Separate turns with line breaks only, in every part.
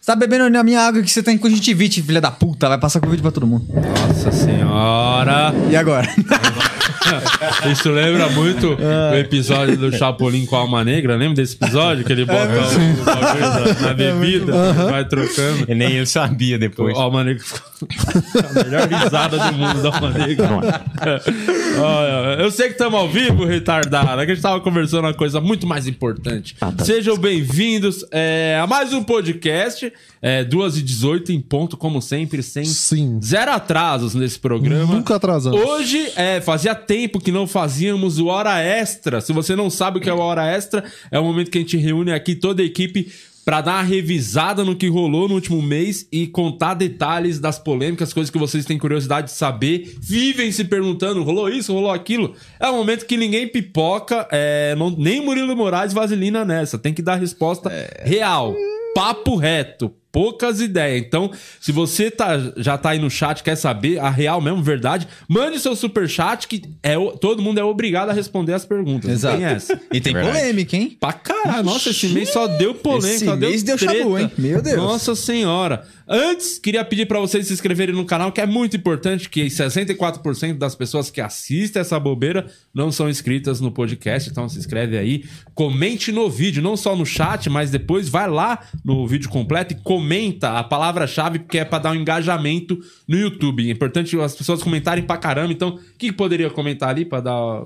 Você tá bebendo a minha água que você tá tem conjuntivite, filha da puta. Vai passar Covid pra todo mundo.
Nossa senhora.
E agora?
Isso lembra muito o episódio do Chapolin com a Alma Negra. Lembra desse episódio? Que ele bota o- o bagulho na- na bebida, vai trocando.
E nem eu sabia depois.
O Alma Negra ficou a melhor risada do mundo da Alma Negra. Olha, eu sei que estamos ao vivo, retardado. É que a gente estava conversando uma coisa muito mais importante. Sejam bem-vindos é, a mais um podcast. É, 2h18 em ponto, como sempre, sem
Sim.
zero atrasos nesse programa.
Uhum.
Nunca atrasamos.
Hoje, é, fazia tempo que não fazíamos o Hora Extra. Se você não sabe o que é o Hora Extra, é o momento que a gente reúne aqui toda a equipe para dar uma revisada no que rolou no último mês e contar detalhes das polêmicas, coisas que vocês têm curiosidade de saber, vivem se perguntando, rolou isso, rolou aquilo. É o momento que ninguém pipoca, é, não- nem Murilo Moraes vaselina nessa, tem que dar resposta real, papo reto, poucas ideias. Então, se você tá, já tá aí no chat, quer saber a real mesmo, verdade, mande seu super chat que é, o- todo mundo é obrigado a responder as perguntas. Exato. Tem essa.
E tem
É Verdade.
polêmica, hein?
Pra caralho, nossa, esse mês só deu polêmica,
Esse
só deu
mês deu
treta.
chabu, hein? Meu Deus.
Nossa senhora. Antes, queria pedir pra vocês se inscreverem no canal, que é muito importante, que 64% das pessoas que assistem essa bobeira não são inscritas no podcast, então se inscreve aí, comente no vídeo, não só no chat, mas depois vai lá no vídeo completo e comenta a palavra-chave, porque é pra dar um engajamento no YouTube. É importante as pessoas comentarem pra caramba, então o que que poderia comentar ali pra dar...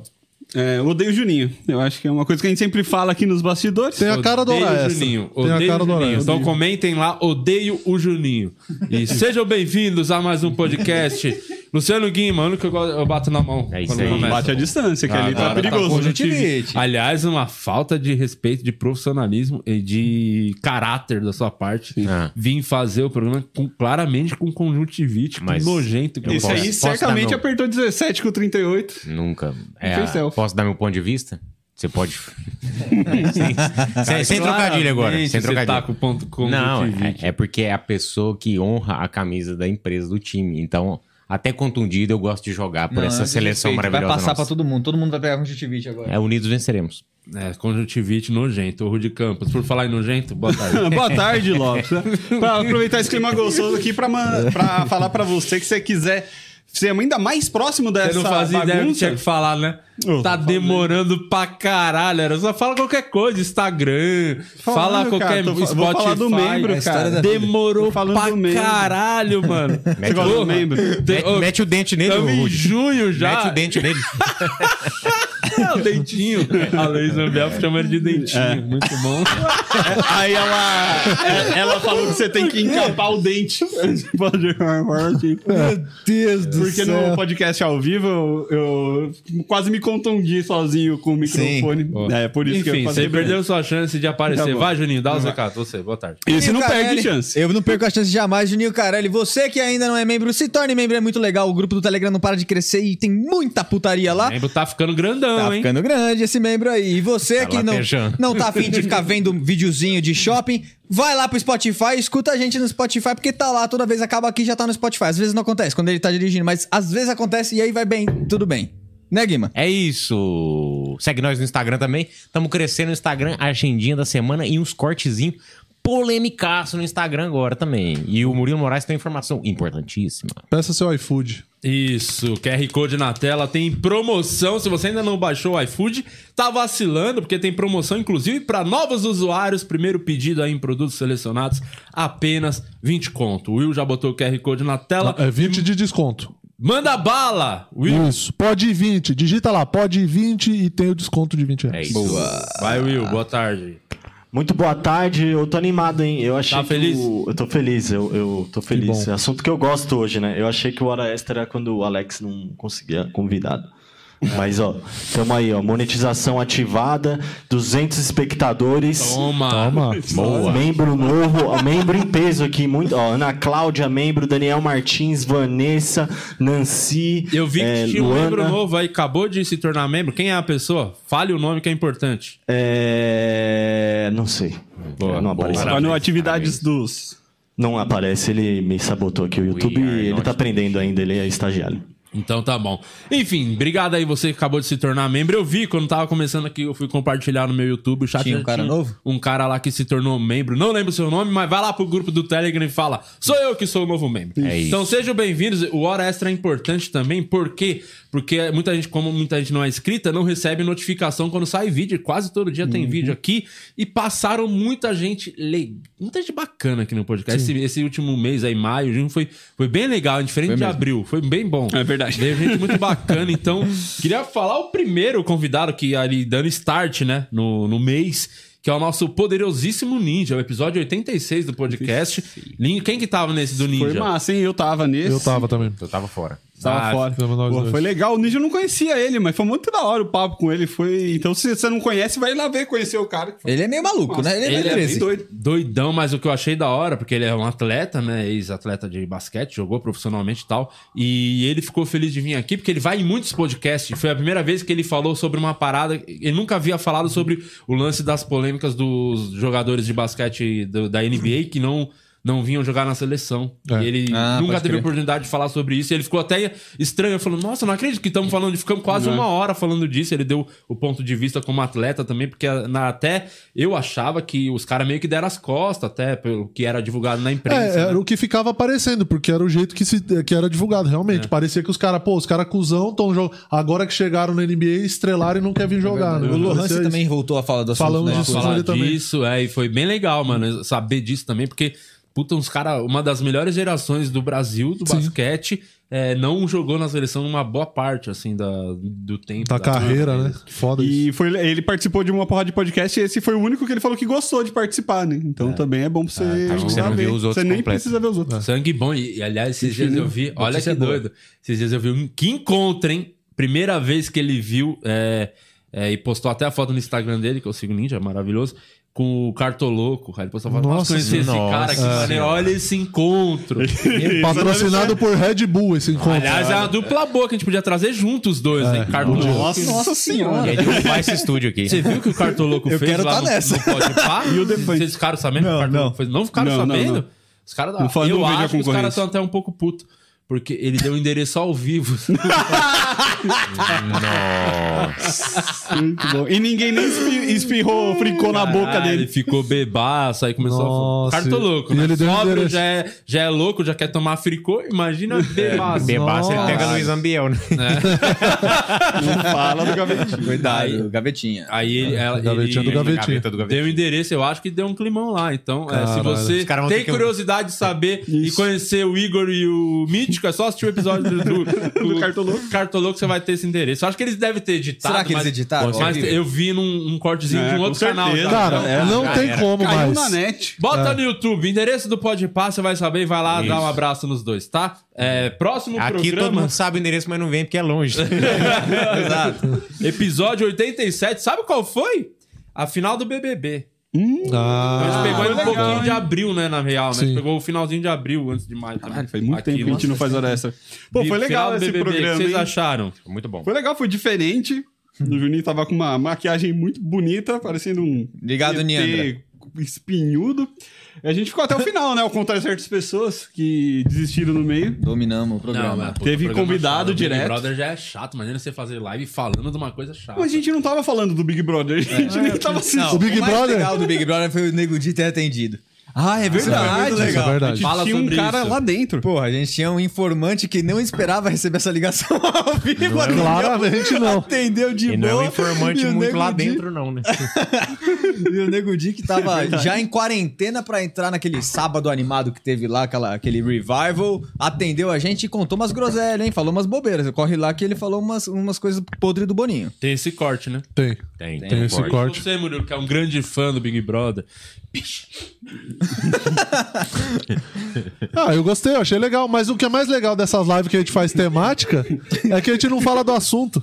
É, eu odeio o Juninho. Eu acho que é uma coisa que a gente sempre fala aqui nos bastidores.
Tem a cara do
Odeio
Hora
o
Extra.
Juninho.
Tem a
Odeio
cara
o
do Hora
Juninho.
Extra.
Então comentem lá, odeio o Juninho. E sejam bem-vindos a mais um podcast. Luciano Guima, o único que eu, gosto- eu bato na mão.
É isso
quando
aí.
começa.
Bate a distância, que ali
Agora
tá perigoso.
conjuntivite.
Aliás, uma falta de respeito, de profissionalismo e de caráter da sua parte. É.
Ah.
Vim fazer o programa com- claramente com conjuntivite, com
Mas
nojento. que
eu
Esse
posso-
aí
posso
certamente
dar meu-
apertou 17 com 38.
Nunca. É,
Fez selfie.
posso dar meu ponto de vista? Você pode. sem sem, sem trocadilho agora. Sem
Você tá
trocadilho.
com ponto com
Não, é,
conjuntivite.
é porque é a pessoa que honra a camisa da empresa, do time. Então, até contundido, eu gosto de jogar por
Não,
essa
é
seleção
desrespeito.
maravilhosa.
Vai passar
nossa.
pra todo mundo. Todo mundo vai pegar conjuntivite agora.
É, unidos venceremos.
É, conjuntivite nojento. O Rudy Campos. Por falar em nojento, boa tarde.
Boa tarde, Lopes. pra aproveitar esse clima gostoso aqui pra, man- pra falar pra você que você quiser ser ainda mais próximo dessa
Você não fazia
bagunça.
ideia do que tinha que falar, né?
Eu
tá
tô
demorando pra caralho. Era só fala qualquer coisa, Instagram, fala
Falando,
qualquer
cara, tô fa-
Spotify.
vou falar do membro,
É
a
cara.
história da vida. Demorou
Tô falando
pra
do membro.
caralho, mano.
Mete,
Você gosta do membro?
Tem-
mete-
ô,
mete o dente nele,
Tamo em
Rude.
junho
Mete
já.
o dente nele.
É, o dentinho. A Leis Ambiel chama ele de dentinho.
É.
Muito bom.
Aí ela, é- ela falou que você tem que encapar o dente. Pode
Meu
É.
Deus do
Porque no podcast ao vivo eu, eu quase me contundi sozinho com o microfone. É por isso
Enfim,
que eu
você
fazer
perdeu sua chance de aparecer.
Tá bom.
Vai, Juninho, dá os recados. Você, boa tarde.
Esse não
Juninho
perde
Carelli.
chance.
Eu não perco a chance jamais, Juninho Carelli. Você que ainda não é membro, se torne membro, é muito legal. O grupo do Telegram não para de crescer e tem muita putaria
O
lá.
membro tá ficando grandão,
Tá
hein?
ficando grande esse membro aí. E você que não,
latejando.
não tá afim de ficar vendo um videozinho de shopping, vai lá pro Spotify, escuta a gente no Spotify, porque tá lá, toda vez acaba aqui já tá no Spotify. Às vezes não acontece quando ele tá dirigindo, mas às vezes acontece e aí vai bem, tudo bem. Né, Guima?
É isso. Segue nós no Instagram também. Estamos crescendo no Instagram, a agendinha da semana e uns cortezinhos polemicaço no Instagram agora também. E o Murilo Moraes tem uma informação importantíssima.
Peça seu iFood.
Isso, QR Code na tela, tem promoção. Se você ainda não baixou o iFood, tá vacilando, porque tem promoção, inclusive, para novos usuários. Primeiro pedido aí em produtos selecionados, apenas 20 conto. O Will já botou o QR Code na tela.
É 20 de desconto.
Manda bala! Will!
Isso. Pode ir 20. Digita lá. Pode ir 20 e tem o desconto de 20
É
reais.
isso.
Vai, Will, boa tarde.
Muito boa tarde, eu tô animado, hein? Eu achei
Tá
que
feliz?
o- Eu tô feliz, eu, eu tô feliz. É assunto que eu gosto hoje, né? Eu achei que o Hora Extra era quando o Alex não conseguia convidado.
É.
Mas, ó, tamo aí, ó. Monetização ativada, 200 espectadores.
Toma!
Toma.
Membro novo, ó, membro em peso aqui, muito. Ó, Ana Cláudia, membro, Daniel Martins, Vanessa, Nancy.
Eu vi que
é,
tinha um
Luana,
membro novo aí, acabou de se tornar membro. Quem é a pessoa? Fale o nome que é importante.
É. Não sei.
Boa,
boa.
não apareceu.
Só no
Parabéns,
Atividades dos.
Não aparece, ele me sabotou aqui. O YouTube,
are
ele
not-
tá aprendendo ainda, ele é estagiário.
Então tá bom. Enfim, obrigado aí você que acabou de se tornar membro. Eu vi quando tava começando aqui, eu fui compartilhar no meu YouTube o chat.
Tinha um
já
cara novo?
Um cara lá que se tornou membro. Não lembro o seu nome, mas vai lá pro grupo do Telegram e fala: sou eu que sou o novo membro.
É isso.
Então sejam bem-vindos. O Hora Extra é importante também, por quê? Porque muita gente, como muita gente não é inscrita, não recebe notificação quando sai vídeo. Quase todo dia
Uhum.
tem vídeo aqui. E passaram muita gente, le- muita gente bacana aqui no podcast. Esse, esse último mês aí, maio, junho, foi, foi bem legal, diferente de abril. Foi bem bom.
É verdade.
Veio gente muito bacana, então. Queria falar o primeiro convidado que ali dando start, né? No, no mês. Que é o nosso poderosíssimo Ninja, o episódio 86 do podcast. Lin- Quem que tava nesse do Ninja?
Foi massa, hein? Eu tava nesse.
Eu tava também.
Eu tava fora.
Tava
Ah,
fora.
tava nós
Pô,
dois.
foi legal. O Ninja eu não conhecia ele, mas foi muito da hora o papo com ele. Foi... Então, se você não conhece, vai lá ver, conhecer o cara.
Ele é meio maluco, né? Ele é meio
Ele é bem
13.
doido.
Doidão, mas o que eu achei da hora, porque ele é um atleta, né? Ex-atleta de basquete, jogou profissionalmente e tal. E ele ficou feliz de vir aqui, porque ele vai em muitos podcasts. Foi a primeira vez que ele falou sobre uma parada. Ele nunca havia falado sobre o lance das polêmicas dos jogadores de basquete do- da NBA que não. Não vinham jogar na seleção. E ele
Ah,
nunca
pode
teve
crer.
oportunidade de falar sobre isso. E ele ficou até estranho, falando: Nossa, não acredito que estamos
Uhum.
falando. Ficamos quase uma hora falando disso. Ele deu o ponto de vista como atleta também, porque ah, na- até eu achava que os caras meio que deram as costas, até pelo que era divulgado na imprensa.
É, era
né?
o que ficava aparecendo, porque era o jeito que, se, que era divulgado, realmente. Parecia que os caras, pô, os caras cuzão, tão jogando. Agora que chegaram na NBA, estrelaram e não quer vir jogar. né?
O Lohan
Parecia
você
isso.
também voltou a falar do assunto,
Falamos
né?
disso
Foi-
antes.
falar
ali também.
disso, é, e foi bem legal, mano, saber disso também, porque, puta, uns cara, uma das melhores gerações do Brasil, do basquete, é, não jogou na seleção uma boa parte, assim, da, do tempo.
Da carreira, né? Que foda isso.
E foi, ele participou de uma porrada de podcast e esse foi o único que ele falou que gostou de participar, né? Então também é bom pra você.
acho que você não
saber.
viu os outros
Você nem
completos.
precisa ver os
É.
outros.
Sangue bom. E, e, aliás, esses dias eu vi. Olha que
Notícia boa.
doido. Esses dias eu vi um que encontra, hein? Primeira vez que ele viu. é, é, e postou até a foto no Instagram dele, que eu sigo o Ninja, maravilhoso. Com o Cartoloco. Aí ele postou a foto. Nossa,
Nossa,
conheci esse
nossa.
cara que maneiro. Olha esse encontro.
Patrocinado por Red Bull esse encontro.
aliás, é uma dupla boa que a gente podia trazer juntos os dois, hein? Cartoloco.
Nossa
E
senhora.
aí derrubar esse estúdio aqui.
Você viu o que o Cartoloco
Eu
fez
quero
lá
tá
no,
nessa.
no Podpah?
E o Defante?
Vocês ficaram sabendo
Não,
o Cartoloco
não.
fez? Não ficaram
Não, não,
sabendo?
não.
Os caras...
Não foi-
eu
não
acho
vejo a
que os caras
concorrência.
estão até um pouco puto. Porque ele deu o endereço ao vivo.
Muito bom. E ninguém nem espi- espirrou, fricou na boca
Caralho, Ah,
dele.
Ele ficou bebaço, aí começou
Nossa,
a falar. Cara, tô louco,
e
né?
ele deu
Sóbrio
endereço.
já é, já é louco, já quer tomar fricô. Imagina bebaço.
Bebaço, ele
Nossa.
pega Luiz Ambiel, né?
Fala do gavetinho.
Cuidado, gavetinha.
Aí ele, ela,
Gavetinha
ele-
do gavetinho.
Gaveta do
Deu
Gaveta.
o endereço, eu acho que deu um climão lá. Então, é, se
Caralho.
você
Os caras vão
tem
ter que-
curiosidade de saber e conhecer o Igor e o Mítico, é só assistir o episódio do, do, do
Cartoloco.
Cartoloco, você vai ter esse endereço. Eu acho que eles devem ter editado.
Será que eles
mas-
editaram?
Mas
Horrível.
eu vi num um cortezinho
É,
de um
com
outro canal.
certeza.
já.
Cara,
Então, é,
não
já
tem
era.
como
Caiu um
mais.
na net.
Bota no YouTube, endereço do Pode Passa, vai saber e vai lá dar um abraço nos dois, tá? É, próximo
Aqui todo
programa,
mundo sabe o endereço, mas não vem porque é longe.
episódio 87, sabe qual foi? A final do BBB. A gente
Ah,
pegou aí um
legal,
pouquinho
hein?
de abril, né, na real, né? A gente
Sim.
pegou o finalzinho de abril antes de maio. também.
Caralho, faz muito
Aqui,
tempo que a gente não
nossa.
faz hora extra. Pô, foi
Final
legal
do
esse
BBB, O
programa.
que vocês
hein?
acharam?
Muito bom.
Foi legal, foi diferente. O Juninho tava com uma maquiagem muito bonita, parecendo um.
Obrigado,
ET
Niandra.
Espinhudo. A gente ficou até o final, né? Ao contrário de certas pessoas que desistiram no meio.
Dominamos o
Não,
programa.
mas, puta,
Teve
o programa é
convidado
chato. O Big
direto.
brother já é chato, imagina você fazer live falando de uma coisa chata.
Mas a gente não tava falando do Big Brother, a gente nem tava
Não,
assistindo.
O Big
mais
Brother?
legal do Big Brother foi o Nego Di ter atendido. Ah, é verdade.
isso é verdade.
Fala
Tinha um
sobre
cara
isso.
lá dentro.
Porra, a gente tinha um informante que não esperava receber essa ligação ao vivo. atendeu-
Claramente não.
Atendeu de
E
boa.
não é um informante
e o
muito
Nego
lá
Di-
dentro, não, né?
E o Nego Di que tava já em quarentena pra entrar naquele sábado animado que teve lá, aquela, aquele revival, atendeu a gente e contou umas groselhas, hein? Falou umas bobeiras. Corre lá que ele falou umas, umas coisas podre do Boninho.
Tem esse corte, né?
Tem.
Tem,
Tem esse
corte.
corte.
Você, Murilo, que é um grande fã do Big Brother.
Ah, eu gostei, eu achei legal. Mas o que é mais legal dessas lives que a gente faz temática é que a gente não fala do assunto.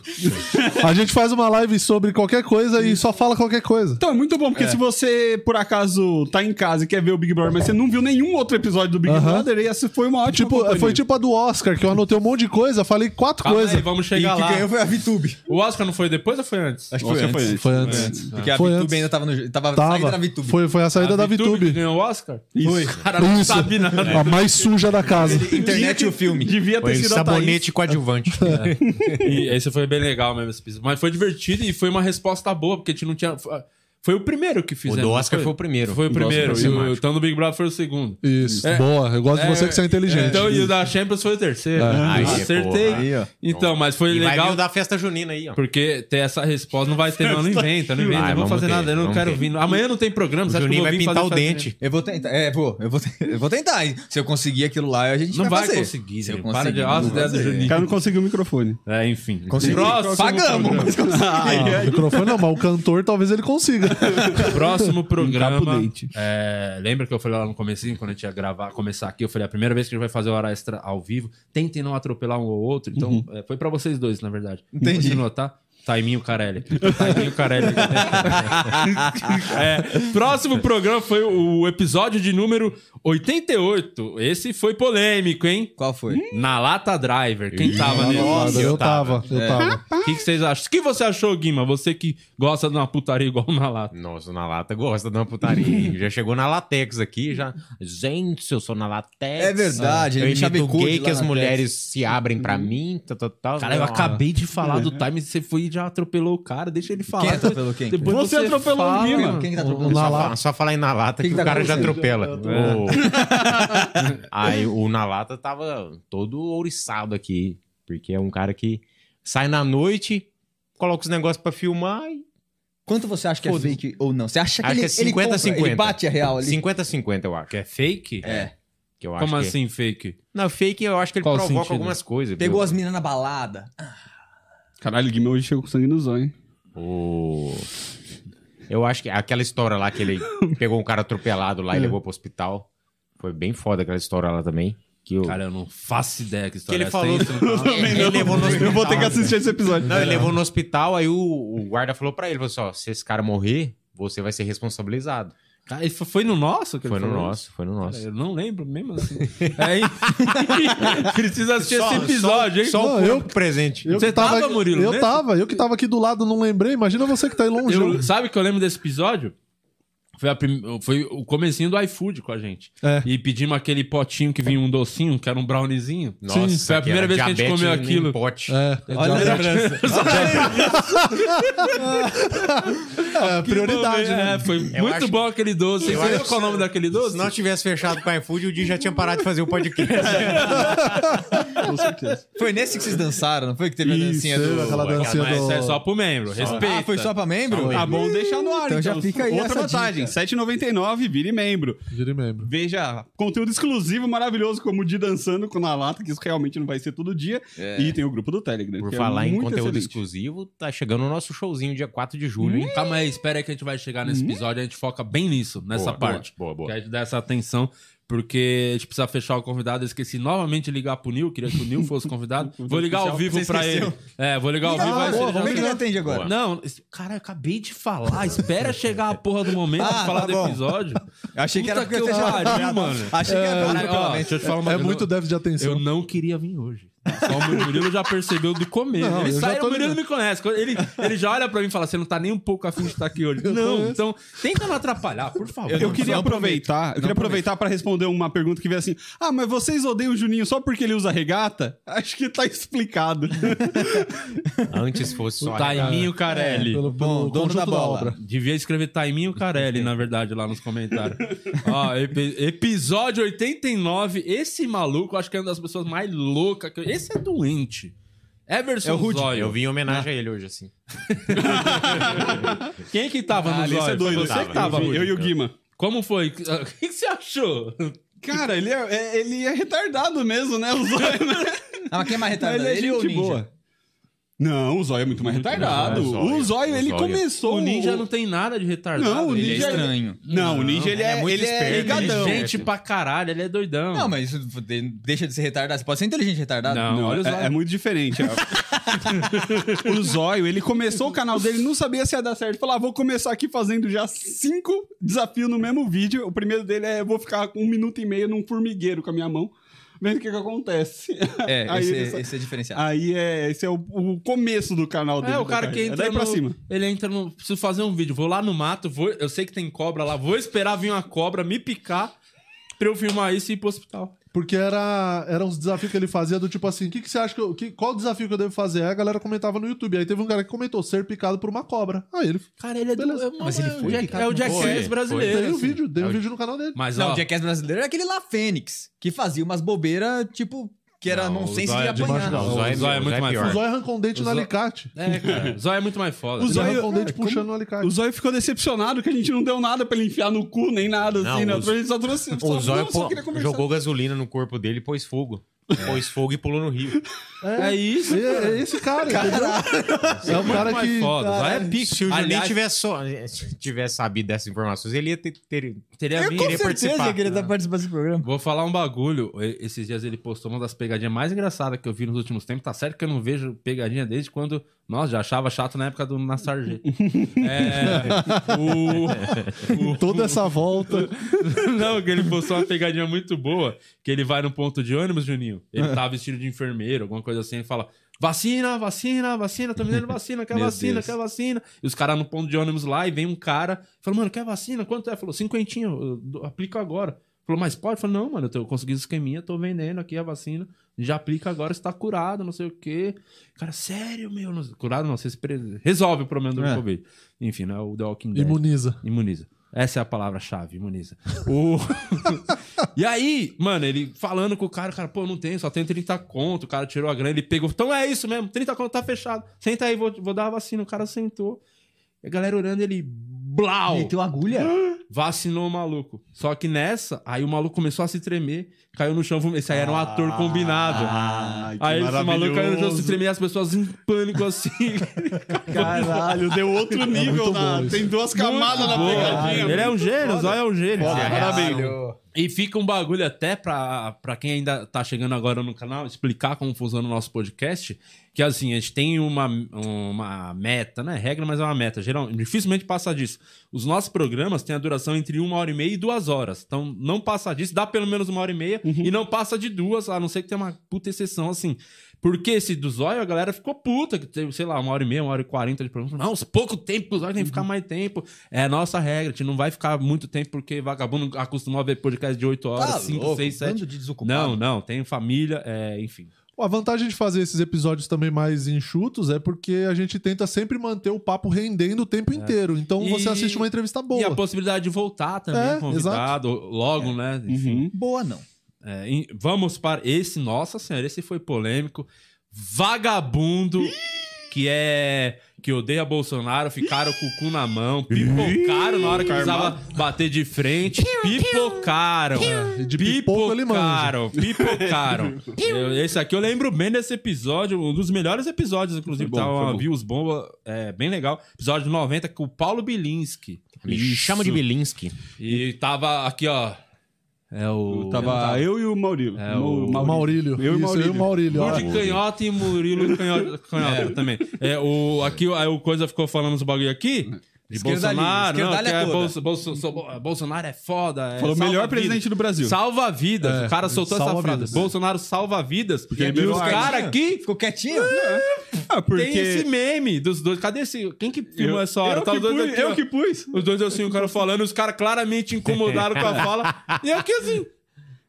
A gente faz uma live sobre qualquer coisa e só fala qualquer coisa.
Então, é muito bom, porque se você, por acaso, tá em casa e quer ver o Big Brother, mas você não viu nenhum outro episódio do Big
Aham.
Brother, e essa foi uma ótima
Tipo,
companhia.
foi tipo a do Oscar, que eu anotei um monte de coisa, falei quatro
Calma
coisas.
Ah, aí, vamos
E
chegar
que
lá.
ganhou foi a VTube.
O Oscar não foi depois ou foi antes?
Acho que
Nossa,
foi antes.
foi antes.
Foi antes.
É. Porque a
Foi
VTube
antes.
ainda tava no. Tava,
Tava.
saindo da VTube.
Foi, foi a saída da VTube.
ganhou o Oscar?
Foi.
O cara não
Isso.
sabe nada.
A mais suja da casa.
Internet e o filme.
Devia ter
Foi
sido a
tá
Thaís.
sabonete coadjuvante.
E esse foi bem legal mesmo, esse episódio. Mas foi divertido e foi uma resposta boa, porque a gente não tinha. ah, Foi o primeiro que
o
fizemos.
do
não
Oscar foi o primeiro.
Foi o primeiro.
Oscar
E
foi
o
mágico.
então do Big Brother foi o segundo.
Isso.
É.
Boa. Eu gosto de você
É,
que você é inteligente.
Então, e o da Champions foi o terceiro. Ah,
Aí,
Acertei.
porra.
Então, mas foi
E vai
legal.
vir o da festa junina aí, ó.
Porque ter essa resposta não vai ter, não. Não inventa, não inventa.
Vai,
não vou
vamos
fazer
ver,
nada. Eu não
vamos
quero
ver.
vir. Amanhã não tem programa.
O
sabe que eu
Juninho
vou
vai
vir
pintar o
fazer-
dente.
Eu vou tentar. É, vou. Eu vou, te- eu vou tentar. Se eu conseguir aquilo lá, a gente
Não vai
fazer.
conseguir,
Se eu
meu. Para
conseguir,
de- Olha as
vou
ideias do
fazer.
Juninho.
O cara não conseguiu o microfone.
É, enfim.
Consegui.
Próximo
Pagamos,
programa.
mas consegui.
Ah, O microfone não, mas o cantor talvez ele consiga.
Próximo
Encapa o
programa.
dente.
é, lembra que eu falei lá no comecinho, quando a gente ia gravar, começar aqui, eu falei, a primeira vez que a gente vai fazer hora extra ao vivo, tentem não atropelar um ou outro. Então,
Uhum.
é, foi pra vocês dois, na verdade.
Entendi.
Você notar? Taiminho Carelli. Taiminho Carelli. É, próximo programa foi o episódio de número 88. Esse foi polêmico, hein?
Qual foi?
Na Lata Driver. Quem tava nele?
Nossa, eu tava, eu tava.
O que, que vocês acham? O que você achou, Guima? Você que gosta de uma putaria igual na lata.
Nossa, na lata gosta de uma putaria. hein? já chegou na latex aqui, já. Gente, eu sou na latex.
É verdade,
Eu
ele
imito
chavecude
gay
lá
que as
na
mulheres se abrem pra mim. tá, Tal, tal, tal.
Cara, eu
Nossa.
acabei de falar
é.
do time, você foi e já atropelou o cara, deixa ele falar.
Quem atropelou quem?
Depois
Você atropelou o
fala.
Guima.
Quem que tá
Só,
trocando?
Na
fa-
lata.
só falar em na lata
Que
que,
que
o
tá
cara já
acontecendo?
atropela. O- Aí o na lata tava todo ouriçado aqui, porque é um cara que sai na noite, coloca os negócios pra filmar e
Quanto você acha que é
Foda-se.
fake ou não? Você acha que
Acho
ele,
que é 50,
ele, compra,
50.
ele bate a real ali?
50-50 eu acho.
Que é fake?
É.
Que eu acho
Como
que é.
assim fake?
Na fake eu acho que ele
Qual
provoca
sentido?
algumas coisas.
Pegou
viu?
as minas na balada.
Caralho, o Guima hoje chegou com sangue no zóio, hein?
O- Eu acho que aquela história lá que ele pegou um cara atropelado
É.
lá e levou pro hospital. Foi bem foda aquela história lá também. Que eu...
Cara, eu não faço ideia que
que
história
ele
é
falou.
essa, hein? É. Você não fala?
Ele- ele levou no
Eu vou ter que
hospital,
assistir esse episódio.
Não, ele
é.
levou no hospital, aí o, o guarda falou pra ele, falou assim, ó, se esse cara morrer, você vai ser responsabilizado.
Cara, isso foi no nosso? Que ele
Foi no
falou?
nosso, foi no
Cara,
nosso.
eu não lembro mesmo assim. É, Precisa assistir
Só-
esse episódio, hein?
Só
Não,
o
eu-
corpo presente.
Eu
Você
que tava,
tava, Murilo, né?
Eu
nesse?
tava, eu que tava aqui do lado, não lembrei. Imagina você que tá aí longe.
Eu- sabe o que eu lembro desse episódio? Foi, a prim- foi o comecinho do iFood com a gente.
É.
E pedimos aquele potinho que vinha um docinho, que era um browniezinho. foi é a
que
primeira
era
vez que a gente
diabetes
comeu
em
aquilo.
Pote.
É,
Olha a lembrança.
é prioridade,
Pô,
né?
É, foi
Eu
muito
acho-
bom aquele doce. Você
Eu
lembra
acho-
qual é o nome daquele
Se
doce?
nós tivesse fechado com a iFood, o Di já tinha parado de fazer o podcast.
Com certeza.
Foi nesse que vocês dançaram, não foi? Que teve a
Isso,
dancinha do...
aquela dancinha
Mas
do...
é só pro membro. Respeita.
Ah, foi só pra membro?
Tá bom deixar no ar,
Então já fica aí
Outra
essa
vantagem,
dica.
7,99, vire membro.
Vira e membro.
Veja, conteúdo exclusivo maravilhoso, como o de dançando com na lata, que isso realmente não vai ser todo dia. E tem o grupo do Telegram.
Por
que é
falar em
muito
conteúdo
excelente.
exclusivo, tá chegando o nosso showzinho dia 4 de julho, hein?
Calma aí, espera aí que a gente vai chegar
Hum?
nesse episódio. A gente foca bem nisso, nessa
Boa,
parte.
boa, boa, boa.
Que a gente dá essa atenção, porque a gente precisa fechar o convidado. Eu esqueci novamente de ligar pro Nil, queria que o Nil fosse convidado. vou ligar ao vivo
Você
pra ele.
esqueceu?
É, vou ligar ao vivo.
Ah, boa,
aí você já
como é que ele
liga.
atende agora?
Não, esse- cara, eu acabei de falar. Espera chegar a porra do momento
Ah,
pra falar
tá
do
bom.
episódio.
Eu achei que era
Puta
porque
que
eu
eu pariu,
tinha...
mano.
Achei que era
Cara, ó,
pelo
deixa eu te falar uma
É
coisa.
muito déficit de
Eu
atenção.
não queria vir hoje. Só o Murilo já percebeu do começo.
Não,
ele
eu já
sai,
tô
o Murilo
ligado.
me conhece. Quando Ele, ele já olha pra mim e fala: você não tá nem um pouco afim de estar aqui hoje. não,
conheço.
então tenta não atrapalhar, por favor.
Eu, queria aproveitar, eu queria aproveitar para responder uma pergunta que veio assim: "Ah, mas vocês odeiam o Juninho só porque ele usa regata?" Acho que tá explicado.
Antes fosse só...
O Taiminho
É,
Carelli.
Pelo,
Bom, dono
pelo conjunto
da
da,
bola.
obra.
Devia escrever Taiminho Carelli, na verdade, lá nos comentários. Ó, epi- episódio 89. Esse maluco, acho que é uma das pessoas mais loucas. que eu- Esse é doente. Everson
É o Rude.
Zóio.
Eu vim em homenagem a ele hoje, assim.
Quem é que tava
Ah,
no
é
Isso
Zóio? Foi você
tava.
que tava,
eu,
Rude.
e o Guima.
Como foi? O que que você achou?
Cara, ele é, é- ele é retardado mesmo, né? O Zóio, né?
Ah, mas quem é mais retardado?
Ele é
Ele, ou o
gente
Ninja?
boa. Não, o Zóio é muito mais retardado.
mais Zóio.
o Zóio,
O
ele
Zóio.
começou.
O ninja não tem nada de retardado.
Não, o
Ele
Ele é
ninja
estranho.
Não, o Ninja ele
ele
é,
é muito
ele é
esperto,
é
ligadão.
inteligente pra caralho, ele é doidão.
Não, mas isso de- deixa de ser retardado. Você pode ser inteligente retardado.
Não.
Não,
olha o Zóio.
é, é muito diferente. É. o Zóio, ele começou o canal dele, não sabia se ia dar certo. Falou, ah, vou começar aqui fazendo já cinco desafios no mesmo vídeo. O primeiro dele é, eu vou ficar com um minuto e meio num formigueiro com a minha mão. vendo o que, que acontece.
É,
aí
esse,
ele sa-
esse é diferenciado.
Aí é, esse é o, o começo do canal dele.
É, o
da
cara que
carreira.
entra
Daí pra
no-
cima.
Ele entra no... Preciso fazer um vídeo. Vou lá no mato, vou... eu sei que tem cobra lá, vou esperar vir uma cobra me picar pra eu filmar isso e ir pro hospital.
Porque era, era uns desafios que ele fazia do tipo assim, o que, que você acha que eu. Que, qual desafio que eu devo fazer? Aí a galera comentava no YouTube. Aí teve um cara que comentou ser picado por uma cobra. Aí ele
Cara, ele é do...
Beleza.
É,
Mas
ele
foi
é o Jack, é o Jack
Foi,
Simmons
foi.
brasileiro.
tem um
assim.
vídeo, tem um vídeo no canal dele.
Mas,
Não,
ó,
o Jackass brasileiro era aquele lá Fênix, que fazia umas bobeiras, tipo, que era
Não, o
nonsense de
Zóio é demais,
apanhar.
não. O Zóio-
O Zóio é
o
muito
Zóio é
mais
pior.
O Zóio arrancou um dente no alicate.
É, cara. Zóio é muito mais foda.
O
Ele
Zóio-
arrancou um dente
Cara, como-
puxando no alicate.
O Zóio ficou decepcionado que a gente não deu nada pra ele enfiar no cu, nem nada,
Não,
assim, né?
os-
A gente só trouxe...
O
só-
Zóio
não, só
pô-
queria conversar.
jogou gasolina no corpo dele e pôs fogo. Pôs fogo e pulou no rio.
É isso.
É, é esse cara, entendeu? É um cara
mais
que.
foda. O Zóio é pica.
Se o Juninho
Aliás,
tivesse, só, se tivesse sabido dessas informações, ele ia ter. ter-
teria
Eu
vindo.
com
queria
certeza
participar.
que ele tá participando desse programa.
Vou falar um bagulho. E- Esses dias ele postou uma das pegadinhas mais engraçadas que eu vi nos últimos tempos. Tá certo que eu não vejo pegadinha desde quando. Nossa, já achava chato na época do Nassarjê. é. O. o-
Toda essa volta.
Não, que ele postou uma pegadinha muito boa. Que ele vai no ponto de ônibus, Juninho.
Ah.
Ele tá vestido de enfermeiro, alguma coisa assim. Ele fala: vacina, vacina, vacina. Tô me dando vacina, quer
Meu
vacina,
Deus.
quer vacina. E os caras no ponto de ônibus lá. E vem um cara. Fala: mano, quer vacina? Quanto é? Falou: cinquentinho, eu dou- aplico agora. Falou, mas pode? Falou, não, mano, eu, tô, eu consegui esse esqueminha, tô vendendo aqui a vacina, já aplica agora, está curado, não sei o quê. Cara, sério, meu, não- curado não, você se pre- resolve o problema do
É.
Covid. Enfim, né, o The Walking Dead.
Imuniza.
Imuniza. Essa é a palavra-chave, imuniza. O- e aí, mano, ele falando com o cara, o cara, pô, não tem, só tem 30 conto, o cara tirou a grana, ele pegou. Então é isso mesmo, 30 conto tá fechado. Senta aí, vou, vou dar a vacina. O cara sentou. E a galera orando, ele. Blau!
Meteu agulha?
Vacinou o maluco. Só que nessa, aí o maluco começou a se tremer, caiu no chão. vom- Esse aí era um ator combinado.
Ai, que
aí esse maluco caiu no chão, se
maravilhoso.
tremer, as pessoas em pânico assim.
Caralho, deu
É
outro nível. na- Tem duas camadas na
Boa.
pegadinha.
Ele é um gênio, o Zóio é um gênio.
Foda,
Zé.
Parabéns.
E fica um bagulho até pra, pra quem ainda tá chegando agora no canal, explicar como funciona o nosso podcast. Que assim, a gente tem uma, uma meta, né? Regra, mas é uma meta. Geralmente, dificilmente passa disso. Os nossos programas têm a duração entre uma hora e meia e duas horas. Então, não passa disso, dá pelo menos uma hora e meia e não passa de duas, a não ser que tenha uma puta exceção assim. Porque esse do Zóio, a galera ficou puta, que teve, sei lá, uma hora e meia, uma hora e quarenta de programa. Nossa, pouco tempo, o Zóio tem
Uhum.
que ficar mais tempo. É a nossa regra, a gente não vai ficar muito tempo porque vagabundo acostumou a ver podcast de oito horas,
Tá
cinco,
louco,
seis, sete.
bando de desocupado.
Não, não, tem família, é, enfim.
A vantagem de fazer esses episódios também mais enxutos é porque a gente tenta sempre manter o papo rendendo o tempo inteiro. Então
E-
você assiste uma entrevista
E a
boa.
possibilidade de voltar também,
É,
convidado, logo,
É.
né?
Uhum.
Enfim.
Boa não.
É, em- vamos para esse, nossa senhora, esse foi polêmico. Vagabundo que é que odeia Bolsonaro, ficaram com o cu na mão, pipocaram na hora que precisava bater de frente, pipocaram.
É,
De pipoco ele
Pipocaram, pipocaram. Eu- Esse aqui eu lembro bem desse episódio, um dos melhores episódios, inclusive,
Foi bom,
tá
foi
uma
bom.
Views Bomba, é, bem legal. Episódio 90 com o Paulo Bilinski.
Me chama de
Bilinski.
Belinsky.
E tava aqui, ó. É o.
Tava eu e o Maurílio.
É,
Mau-
o-
O Maurílio.
Eu e o
Isso,
Maurílio.
eu e o Maurílio.
Cu
ó.
de canhota e Murilo canhota, canhota também. É, o, aqui aí o Coisa ficou falando os bagulho aqui. De
Esquerdalha,
Bolsonaro, não,
esquerdalha
que é
toda.
Bolso- Bolso- so- Bolsonaro é foda. É,
Falou,
salva
melhor
vidas.
presidente do Brasil.
Salva vidas.
É,
o cara soltou
salva
essa frase.
vidas.
Bolsonaro salva vidas. Porque
ele
e
virou
os
arma.
caras aqui
Ficou quietinho?
Ah, porque...
tem esse meme dos dois. Cadê esse? Quem que filmou
eu,
essa hora?
eu,
Tá
que
os dois
pus,
aqui,
eu
ó.
que pus.
Os dois assim, o cara falando, os caras claramente incomodaram com a fala. E eu que assim.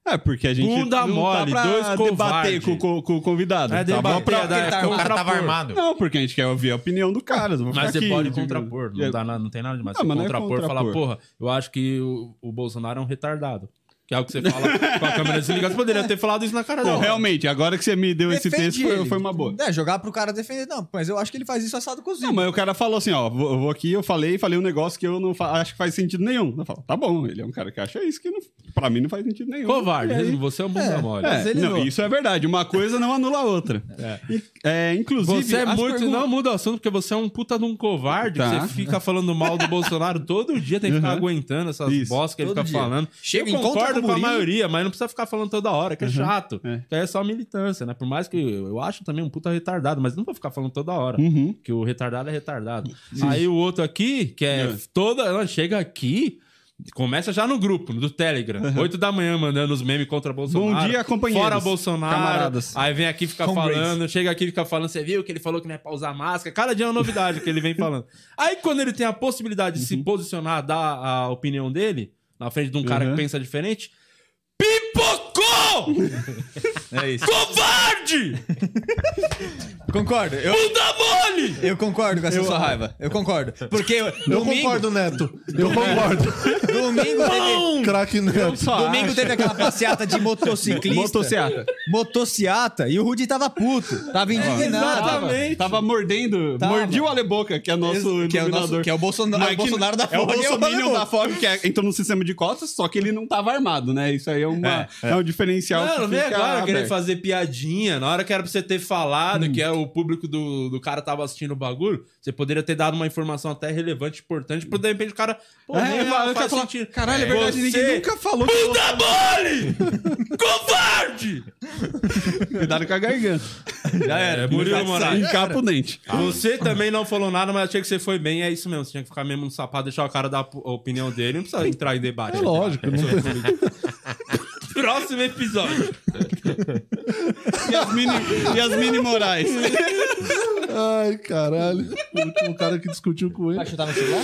É, porque a gente
Bunda
não
mole,
tá pra
dois covarde.
debater com, com- com o convidado.
É
Tá bom?
debater,
pra-
dá-
tá
é
armado.
O cara tava
contrapor.
armado.
Não, porque a gente quer ouvir a opinião do cara. não vou
Mas
ficar
você
aqui,
pode
digo-
contrapor, não,
É,
dá na- não tem nada demais.
Ah,
você
mas não é
contrapor, falar,
contrapor.
porra, eu acho que o, o Bolsonaro é um retardado. Que é o que você fala com a câmera desligada. Você poderia ter falado isso na cara
Pô,
dela.
realmente, agora que você me deu esse
Defende
texto, foi,
ele.
foi uma boa.
É, jogar pro cara defender. Não, mas eu acho que ele faz isso assado cozido.
Não, mas o cara falou assim, ó, vou, eu vou aqui, eu falei, falei um negócio que eu não fa- acho que faz sentido nenhum. Eu falo, tá bom, ele é um cara que acha isso que não, pra mim não faz sentido nenhum.
Covarde,
E aí-
você é um bunda mole.
É,
Mas ele
não,
não.
isso é verdade. Uma coisa não anula a outra. E- é, inclusive,
Você é
as
muito.
pergun-
Não muda o assunto, porque você é um puta de um covarde.
Tá.
Que você fica falando mal do Bolsonaro todo dia, tem que ficar
Uhum.
aguentando essas
Isso.
bostas que ele
Todo
fica
dia.
falando.
Chega,
eu
encontra
concordo
com
com,
o
a
Murilo.
maioria, mas não precisa ficar falando toda hora, que é chato.
É.
Que aí é só militância, né? Por mais que eu, eu acho também um puta retardado, mas não vou ficar falando toda hora.
Uhum.
Que o retardado é retardado. Aí o outro aqui, que é
É.
toda. Ela chega aqui. Começa já no grupo, do Telegram. 8 da manhã mandando os memes contra Bolsonaro.
Uhum. dia, companheiros,
Fora Bolsonaro.
camaradas.
Aí vem aqui fica
Comrades.
falando, chega aqui e fica falando, você viu que ele falou que não é pra usar máscara. Cada dia é uma novidade que ele vem falando. Aí quando ele tem a possibilidade de se
Uhum.
posicionar, dar a opinião dele, na frente de um cara que
Uhum.
pensa diferente, pipocou!
É isso.
Covarde!
Concordo. Eu,
Bunda mole!
eu concordo com essa sua raiva. Eu concordo. Porque
Eu
domingo,
concordo, Neto. Eu concordo.
domingo teve,
Craque Neto.
domingo teve aquela passeata de motociclista.
Motociata.
Motociata. E o Rudy tava puto. Tava indignado.
Exatamente.
Tava mordendo,
Tava.
mordiu o Aleboca, que é nosso
que é o nosso-
iluminador.
que é o Bolsonaro-
Mas
o Bolsonaro da
é o
fome, é o
Bolsonaro
Aleboca.
da fome, que é- entrou no sistema de cotas, só que ele não tava armado, né? Isso aí é, uma, é. um diferencial.
Não,
que
não vem
fica
agora querer
aberto.
fazer piadinha. Na hora que era pra você ter falado, que é
Hum.
o público do, do cara tava assistindo o bagulho, você poderia ter dado uma informação até relevante, importante, pro de repente o cara. Pô,
É,
nem
eu
faz
quero falar,
sentido.
Caralho, é verdade, ninguém nunca falou que
Bunda mole! Covarde!
cuidado com a garganta.
Já era, É, Murilo Moraes. Ah.
Encapa o dente.
Você também não falou nada, mas achei que você foi bem. É isso mesmo. Você tinha que ficar mesmo no sapato, deixar o cara dar a p- a opinião dele. Não precisa entrar em debate.
É lógico.
né?
Não tem...
Próximo episódio.
Yasmine, Yasmine Moraes.
Ai, caralho. O último cara que discutiu com ele.
chutar no celular?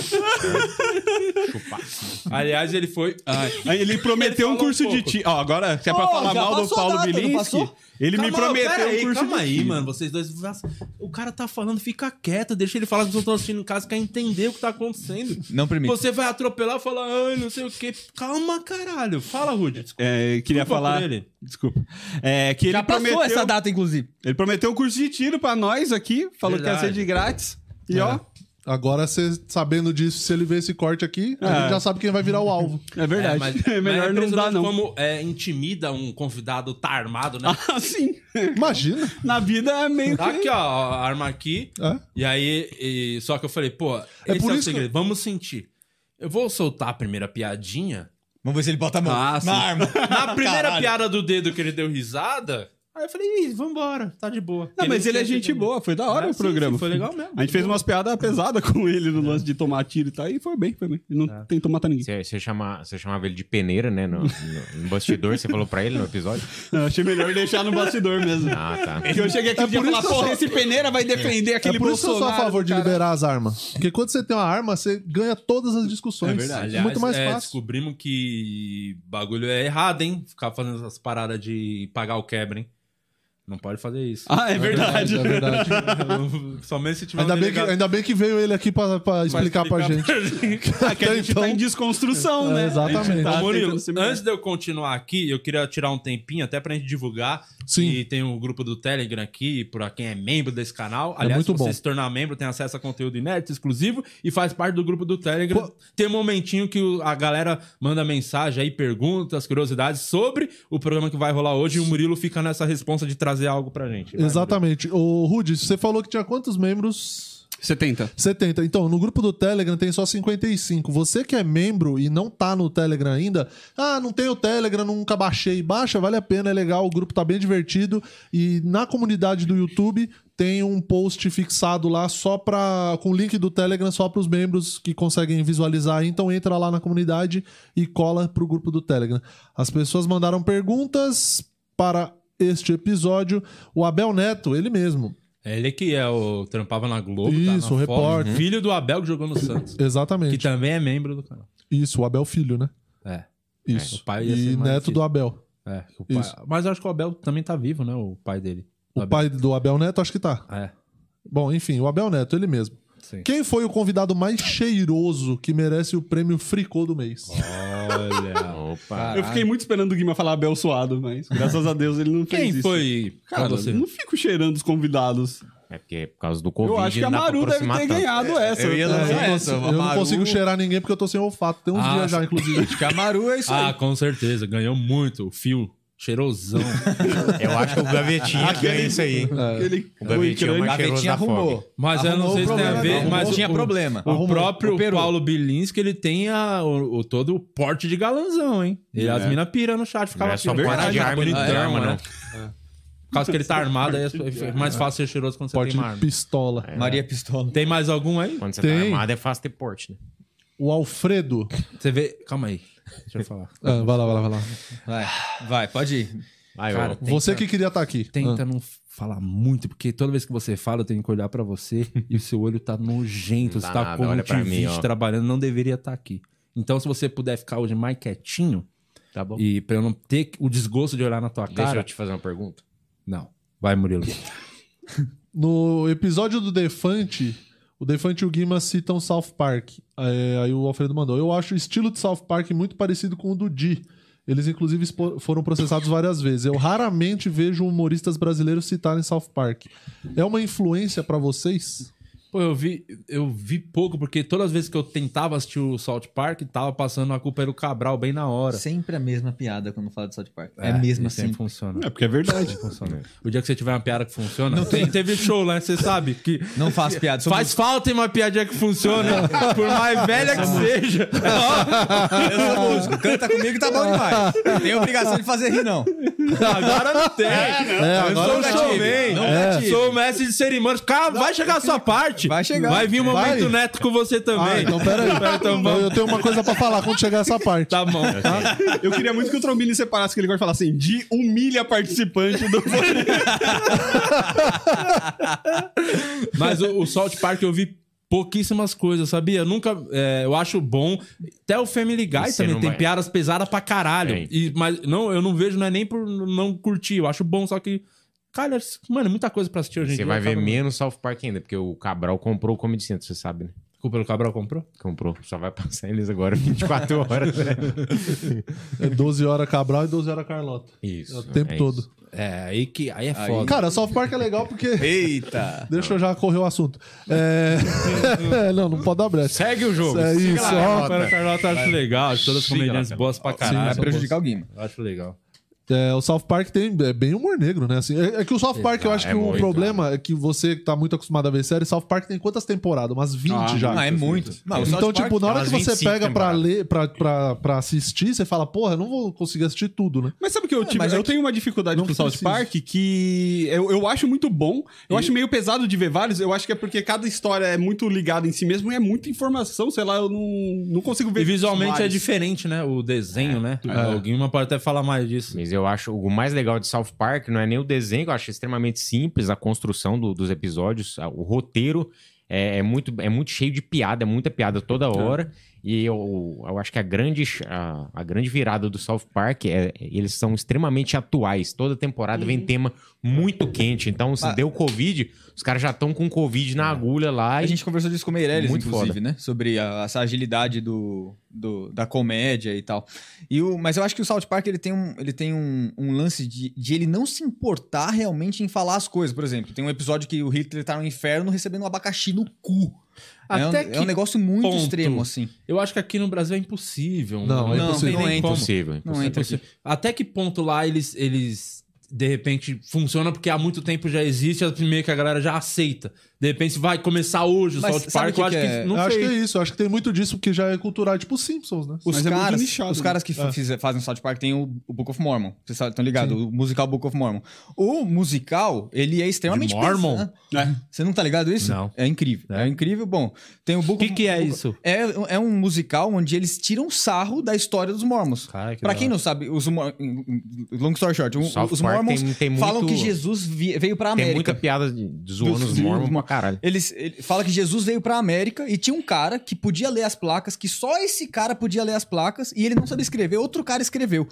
Aliás, ele foi. ah, Ai.
Aí ele prometeu
Ele
um
falou
curso
um
de
pouco.
tiro. Ó, agora, se é pra
Ó,
falar
já
mal do
passou a
Paulo
data, não
Bilinski,
passou?
ele me
Calma,
prometeu
pera
um
aí,
curso
Calma
de
aí,
tiro.
mano. Vocês dois. vas- O cara tá falando, fica quieto, deixa ele falar que os outros estão assistindo em casa, quer entender o que tá acontecendo.
Não permite.
Você vai atropelar e falar, ai, não sei o quê. Calma, caralho. Fala, Rudy. Desculpa
É, queria
por
falar.
ele.
Desculpa. É, que
Já
ele
passou
prometeu,
essa data, inclusive.
ele prometeu um curso de tiro pra nós aqui, falou que ia ser
Verdade.
de grátis. E ó,
É. Agora, você sabendo disso, se ele ver esse corte aqui, a gente já sabe quem vai virar o alvo.
é verdade. É,
mas- mas
melhor não dar,
impressionante
não.
Como é, intimida um convidado tá armado, né?
Ah, sim.
Imagina.
Na vida é meio
Tá
que.
aqui, ó, a arma aqui.
É.
E aí, e- só que eu falei, pô,
É
esse
por
é o
isso que-
segredo. Vamos sentir. Eu vou soltar a primeira piadinha.
Vamos ver se ele bota a mão
Ah, sim.
na arma.
Na primeira
Caralho.
piada do dedo que ele deu risada, aí eu falei, Ih, vambora, tá de boa.
Não, mas ele é gente boa, foi da hora
É,
o
sim,
programa.
sim, foi legal mesmo.
A gente fez umas piadas pesadas com ele no lance de tomar tiro e tal, e foi bem, foi bem. Ele não tentou matar ninguém.
Você, você chama, você chamava ele de peneira, né? No, no, no bastidor, você falou pra ele no episódio.
Eu achei melhor deixar no bastidor mesmo.
Ah, tá.
Porque eu cheguei aqui
É
e dia
por
e falar,
isso que eu
porra,
sou-
esse peneira vai defender aquele
É por isso que eu sou
Bolsonaro.
a favor de
cara."
liberar as armas. Porque quando você tem uma arma, você ganha todas as discussões. É
Aliás,
muito mais
é,
fácil.
descobrimos que bagulho é errado, hein? Ficar fazendo essas paradas de pagar o quebra, hein? Não pode fazer isso.
Ah, é verdade.
É verdade.
Somente se tiver
Ainda
um
bem, que,
delegado
ainda bem que veio ele aqui pra, pra
pra
explicar, pra gente.
Ah, que a gente
Então-
tá em desconstrução,
É,
né?
exatamente.
A gente
Ô,
Tá
Murilo,
tentando se melhorar.
antes de eu continuar aqui, eu queria tirar um tempinho até pra gente divulgar.
Sim.
E tem um grupo do Telegram aqui, pra quem é membro desse canal. Aliás,
É muito
se você
bom.
se tornar membro, tem acesso a conteúdo inédito, exclusivo, e faz parte do grupo do Telegram. Tem um momentinho que o- a galera manda mensagem aí, perguntas, curiosidades sobre o programa que vai rolar hoje. E o Murilo fica nessa responsa de trazer algo pra gente. Vai,
Exatamente. Ô, Rudy, você falou que tinha quantos membros?
70.
70. Então, no grupo do Telegram tem só 55. Você que é membro e não tá no Telegram ainda, ah, não tem o Telegram, nunca baixei. Baixa, vale a pena, é legal, o grupo tá bem divertido. E na comunidade do YouTube tem um post fixado lá só pra. com o link do Telegram só pros membros que conseguem visualizar. Então entra lá na comunidade e cola pro grupo do Telegram. As pessoas mandaram perguntas para este episódio. O Abel Neto, ele mesmo.
Murilo. Ele que é o trampava na Globo, tá
Isso,
na Fox,
o repórter.
Filho do Abel que jogou no Santos.
Exatamente.
Que também é membro do canal.
Isso, o Abel Filho, né?
É.
Isso.
É, o pai ia ser
e
mais
neto
filho.
do Abel.
É, o pai-
Isso.
Mas eu acho que o Abel também tá vivo, né? O pai dele.
O
Abel.
pai do Abel Neto, acho que tá.
É.
Bom, enfim, o Abel Neto, ele mesmo.
Sim.
Quem foi o convidado mais cheiroso que merece o prêmio Fricô do mês?
Olha.
Ah, Opa.
Eu fiquei muito esperando o Guima falar Abel Suado, mas graças a Deus ele não fez
Quem
isso.
foi?
Cara,
pra você?
eu não fico cheirando os convidados.
É porque por causa do Covid.
eu acho que a
não dá pra
Maru deve
aproximar
ter
tanto.
ganhado essa.
eu ia
É,
lançar
eu
essa,
consigo-
eu não
Maru-
consigo cheirar ninguém porque eu tô sem olfato. Tem uns
Ah,
dias já,
sim.
inclusive.
Acho que a Maru é isso aí.
Ah, com certeza. Ganhou muito. O fio. Cheirosão.
Eu acho que o Gavetinha ganha isso aí. hein?
Aquele
O Gavetinha é o
A
mais cheiroso
Gavetinha
da
arrumou.
fome. é
Mas eu não
Arrumou
sei
o
se tem a
problema,
ver.
arrumou.
Mas o-
tinha
o-
problema.
O
Arrumou.
próprio
Operou.
Paulo Bilinski, ele tem a, o, o- todo o porte de galanzão, hein? E as minas piram no chat.
Não
Ficava
é só
assim,
porte de
"Verdade,
arma, ele
bonitão,
tem arma,
né?"
não.
Por causa que ele tá armado, aí é mais fácil ser cheiroso quando você
Porte
tem uma
de
arma.
pistola.
Maria Pistola.
Tem mais algum aí?
Quando você
Tem.
tá armado é fácil ter porte, né?
O Alfredo.
Você vê. Calma aí. Deixa eu falar.
Ah, vai lá, vai lá, vai lá.
Vai, vai, pode ir.
Vai,
Cara,
ó.
tenta-
Você que queria estar aqui.
Tenta não falar muito, porque toda vez que você fala, eu tenho que olhar pra você e o seu olho tá nojento,
Não
você
dá
tá
nada,
como
olha pra mim,
um
ó.
trabalhando, não deveria estar aqui. Então, se você puder ficar hoje mais quietinho,
Tá bom.
e pra eu não ter o desgosto de olhar na tua
Deixa
cara.
eu te fazer uma pergunta.
Não. Vai, Murilo.
No episódio do Defante, o Defante e o Guima citam South Park. É, aí o Alfredo mandou. Eu acho o estilo de South Park muito parecido com o do Di. Eles, inclusive, expo- foram processados várias vezes. Eu raramente vejo humoristas brasileiros citarem South Park. É uma influência pra vocês?
Pô, eu vi, eu vi pouco, porque todas as vezes que eu tentava assistir o Salt Park, tava passando a culpa era o Cabral bem na hora.
Sempre a mesma piada quando fala de South Park. É, mesmo
isso aí
assim.
funciona.
É porque é verdade.
funciona. O dia que você tiver uma piada que funciona. Não tem. Teve show, né? Você sabe que.
Não faço piada. Sobre
Faz falta em uma piadinha que funciona, por mais velha que seja.
Eu sou músico. Canta comigo e tá bom demais. Não tem obrigação de fazer rir, não.
Agora não tem. eu
agora
sou
não
o
cative.
showman.
Não
É.
cative.
Sou o mestre de cerimônias. Cara, vai chegar a sua parte.
Vai chegar.
Vai vir o
Vai.
momento neto com você também.
Ah, então peraí.
Então
eu,
vamos.
eu tenho uma coisa pra falar quando chegar essa parte.
Tá bom.
Eu queria muito que o Trombini separasse, que ele gosta de falar assim, de humilha participante do...
Mas o, o Salt Park eu vi pouquíssimas coisas, sabia? Eu Nunca. é, eu acho bom. Até o Family Guy
Você
também
não
tem
vai- É.
piadas pesadas pra caralho.
Tem.
E, mas não, eu não vejo, não é nem por não curtir. Eu acho bom, só que. Cara, mano, é muita coisa pra assistir hoje em
Você
dia.
vai ver
Acaba-
menos South Park ainda, porque o Cabral comprou o Comedy Central, você sabe, né?
Desculpa, o Cabral comprou?
Comprou. Só vai passar eles agora 24 horas. né?
É 12 horas Cabral e 12 horas Carlota.
Isso.
É o tempo
é
todo.
isso.
É, aí que. Aí é foda.
Cara, South Park é legal porque.
Eita.
Deixa eu já correr o assunto. É... é, não, não pode dar brecha.
Segue o jogo.
É
Siga
isso,
lá,
ó.
Carlota.
Cara, a Carlota tá, eu acho legal, acho todas as
Chega lá,
comediantes boas pra caralho.
Vai
São boas.
prejudicar o Guima.
Eu acho legal.
É, o South Park tem é bem humor negro, né? Assim, é, é que o South Park, eu acho
é
que o
muito,
problema é que você que tá muito acostumado a ver série, South Park tem quantas temporadas? Umas 20 já.
Não, é muito. Não, o South
então,
Park-
tipo, na hora que
umas
você
25
pega pra
temporadas.
ler, pra, pra, pra assistir, você fala, porra, eu não vou conseguir assistir tudo, né?
Mas sabe que eu tive?
mas é
eu
que-
tenho uma dificuldade
Não
com o South
preciso.
Park que eu, eu acho muito bom. Eu acho meio pesado de ver vários. Eu acho que é porque cada história é muito ligada em si mesmo e é muita informação. Sei lá, eu não, não consigo ver.
E visualmente é
vários.
diferente, né? O desenho,
É.
né? O Guima pode até falar mais disso.
Mas eu acho o mais legal de South Park não é nem o desenho, que eu acho extremamente simples a construção do- dos episódios, a- o roteiro é, é muito, é muito cheio de piada, é muita piada toda hora. E eu, eu acho que a grande, ch- a, a grande virada do South Park é eles são extremamente atuais. Toda temporada vem tema muito quente. Então, se
Mas- É.
deu Covid, os caras já estão com Covid na agulha lá.
A
e- é
gente conversou disso com o Meirelles,
Muito
inclusive,
foda.
né? Sobre a- essa agilidade do, do- da comédia e tal. E o, mas eu acho que o South Park ele tem um, ele tem um, um lance de, de ele não se importar realmente em falar as coisas. Por exemplo, tem um episódio que o Hitler tá no inferno recebendo um abacaxi no cu. é, um,
Até
é um
que
negócio muito
ponto?
extremo, assim.
Eu acho que aqui no Brasil é impossível.
Não, é
tem
impossível.
nem
Não é
como.
Impossível, impossível.
Não entra
É
aqui.
possível. Até que ponto lá eles, eles de repente funciona porque há muito tempo já existe, é meio que a galera já aceita. De repente vai começar hoje o
Mas
South
sabe
Park. Eu
o que
acho que,
que é?
não
eu acho
sei.
que é isso, eu acho que tem muito disso que já é cultural, tipo Simpsons, né?
Os
Mas é muito
caras,
nichado,
os
né?
caras que
É.
fize- fazem o South Park tem o, o Book of Mormon. Vocês sabem- estão ligados? O musical Book of Mormon. O musical, ele é extremamente
De Mormon?
pesado.
É.
Você não tá ligado isso?
Não.
É incrível. É, incrível. Bom, tem o
O
Book
que,
of-
que é
Book-
isso?
É, é um musical onde eles tiram sarro da história dos mormons.
Cara, que
pra
da
quem não sabe, os mor- long story short, o-
South
os
Park
mormons
tem- tem
falam
muito-
que Jesus vi- veio pra
Tem
América.
muita piada de- de zoando
Dos-
os
dos-
mormons pra caralho.
Eles, ele fala que Jesus veio pra América e tinha um cara que podia ler as placas, que só esse cara podia ler as placas e ele não sabia escrever, outro cara escreveu.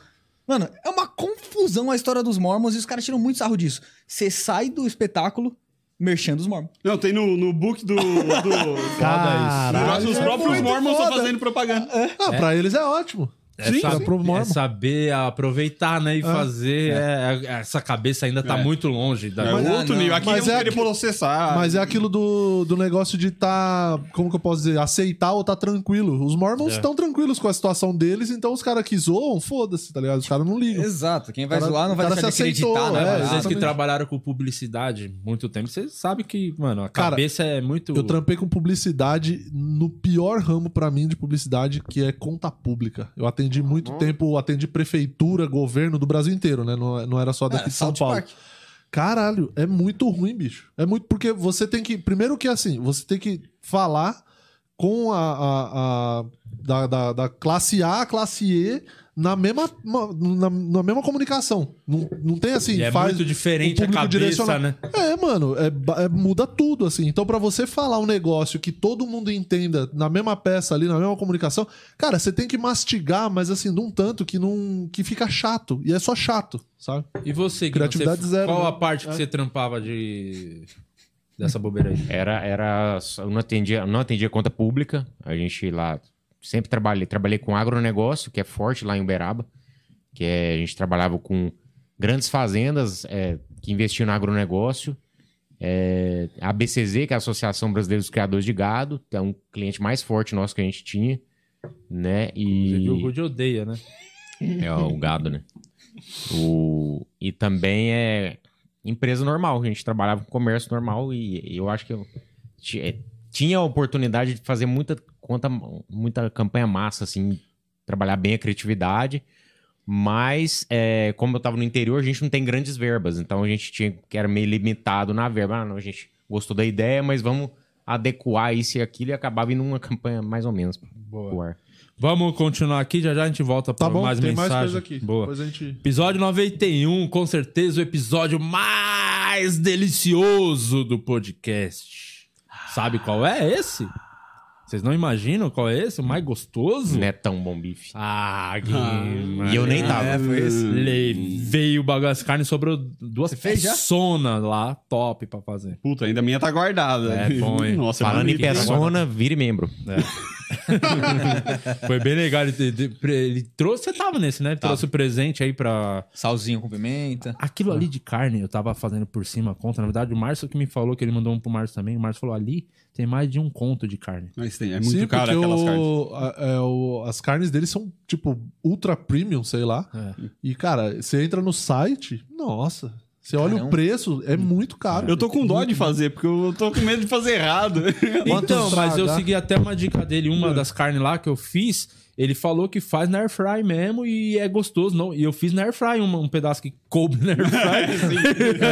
Mano, é uma confusão a história dos mormons e os caras tiram muito sarro disso. Você sai do espetáculo merchando os mormons.
Não, tem no, no book do. do...
Caralho,
os
é
próprios
muito
mormons estão
foda.
fazendo propaganda.
Ah, pra eles é ótimo.
É,
Sim,
saber,
é pro Mormon.
é saber aproveitar, né? E fazer. é, é, essa cabeça ainda tá
É.
muito longe da. né,
É
Mas-
outro
não,
nível. Aqui
mas
não
é
querer
aquilo-
processar.
Mas é aquilo do, do negócio de tá, como que eu posso dizer, aceitar ou tá tranquilo. Os Mormons estão tranquilos com a situação deles, então os caras que zoam, foda-se, tá ligado? Os caras não ligam.
Exato, quem vai
Cara-
zoar não vai
o
deixar
cara
de
se aceitou,
acreditar,
é,
né?
Vocês
exatamente.
que trabalharam com publicidade muito tempo, vocês sabem que, mano, a
Cara,
cabeça é muito.
Eu trampei com publicidade no pior ramo pra mim de publicidade, que é conta pública. Eu atendi muito tempo, atendi prefeitura, governo do Brasil inteiro, né? Não, não era só daqui
É,
de São
South
Paulo.
Park.
Caralho, é muito ruim, bicho. É muito porque você tem que, primeiro que assim, você tem que falar com a, a- a- da, da- da classe A à classe E na mesma, ma- na, na mesma comunicação. Não, não tem assim,
E é
faz
muito diferente
um
a
público
cabeça,
direcionado.
né?
É, mano, é ba- é- muda tudo, assim. Então, pra você falar um negócio que todo mundo entenda na mesma peça ali, na mesma comunicação, cara, você tem que mastigar, mas assim, de um tanto que não. que fica chato. E é só chato, sabe? Tá
E você, Guilherme,
Criatividade
você-
zero,
Qual
né?
a parte que você trampava de. dessa bobeira aí?
Era, era, eu não atendia, não atendia conta pública. A gente lá sempre trabalhei, trabalhei com agronegócio, que é forte lá em Uberaba, que é, a gente trabalhava com grandes fazendas é, que investiam no agronegócio. É, a ABCZ, que é a Associação Brasileira dos Criadores de Gado, que é um cliente mais forte nosso que a gente tinha, né? E
Você viu o Rude odeia, né?
é ó, o gado, né? O... E também é empresa normal, a gente trabalhava com comércio normal e, e eu acho que eu ti- é, tinha a oportunidade de fazer muita conta, muita campanha massa, assim, trabalhar bem a criatividade, mas é, como eu tava no interior, a gente não tem grandes verbas, então a gente tinha que era meio limitado na verba. Ah, não, a gente gostou da ideia, mas vamos adequar isso e aquilo e acabava indo uma campanha mais ou menos pro ar.
Vamos continuar aqui, já já a gente volta
Tá
para
bom?
mais
tem
mensagem.
mais coisa aqui. é.
Boa.
Depois a gente.
Episódio 91, com certeza o episódio mais delicioso do podcast. Sabe qual é esse? Vocês não imaginam qual é esse? O mais gostoso?
Não é tão bom bife.
Ah,
e eu nem tava.
É, foi isso.
Levei o bagaço de carne, sobrou duas
fez já?
persona lá, top pra fazer.
Puta, ainda a minha tá guardada.
É, bom, hein?
Nossa,
Falando em
bonito, hein?
persona, vire membro.
Foi bem legal. Ele, ele- ele trouxe, você tava nesse, né? Ele trouxe o presente aí pra.
Salzinho com pimenta.
Aquilo ali de carne, eu tava fazendo por cima a conta. Na verdade, o Márcio que me falou que ele mandou um pro Márcio também. O Márcio falou: ali tem mais de um conto de carne.
Mas tem, é muito
Sim,
caro
porque
aquelas
o-
cartas.
a- é, o- as carnes deles são, tipo, ultra premium, sei lá.
É.
E, cara, você entra no site, nossa. Você olha o
Caramba.
preço, é muito É, caro.
Eu tô com dó de fazer, porque eu tô com medo de fazer errado.
Quanto
Então, mas eu
estragar?
segui até uma dica dele, uma das carnes lá que eu fiz. Ele falou que faz na air fry mesmo e é gostoso. Não, e eu fiz na air fry um, um pedaço que coube na air fry.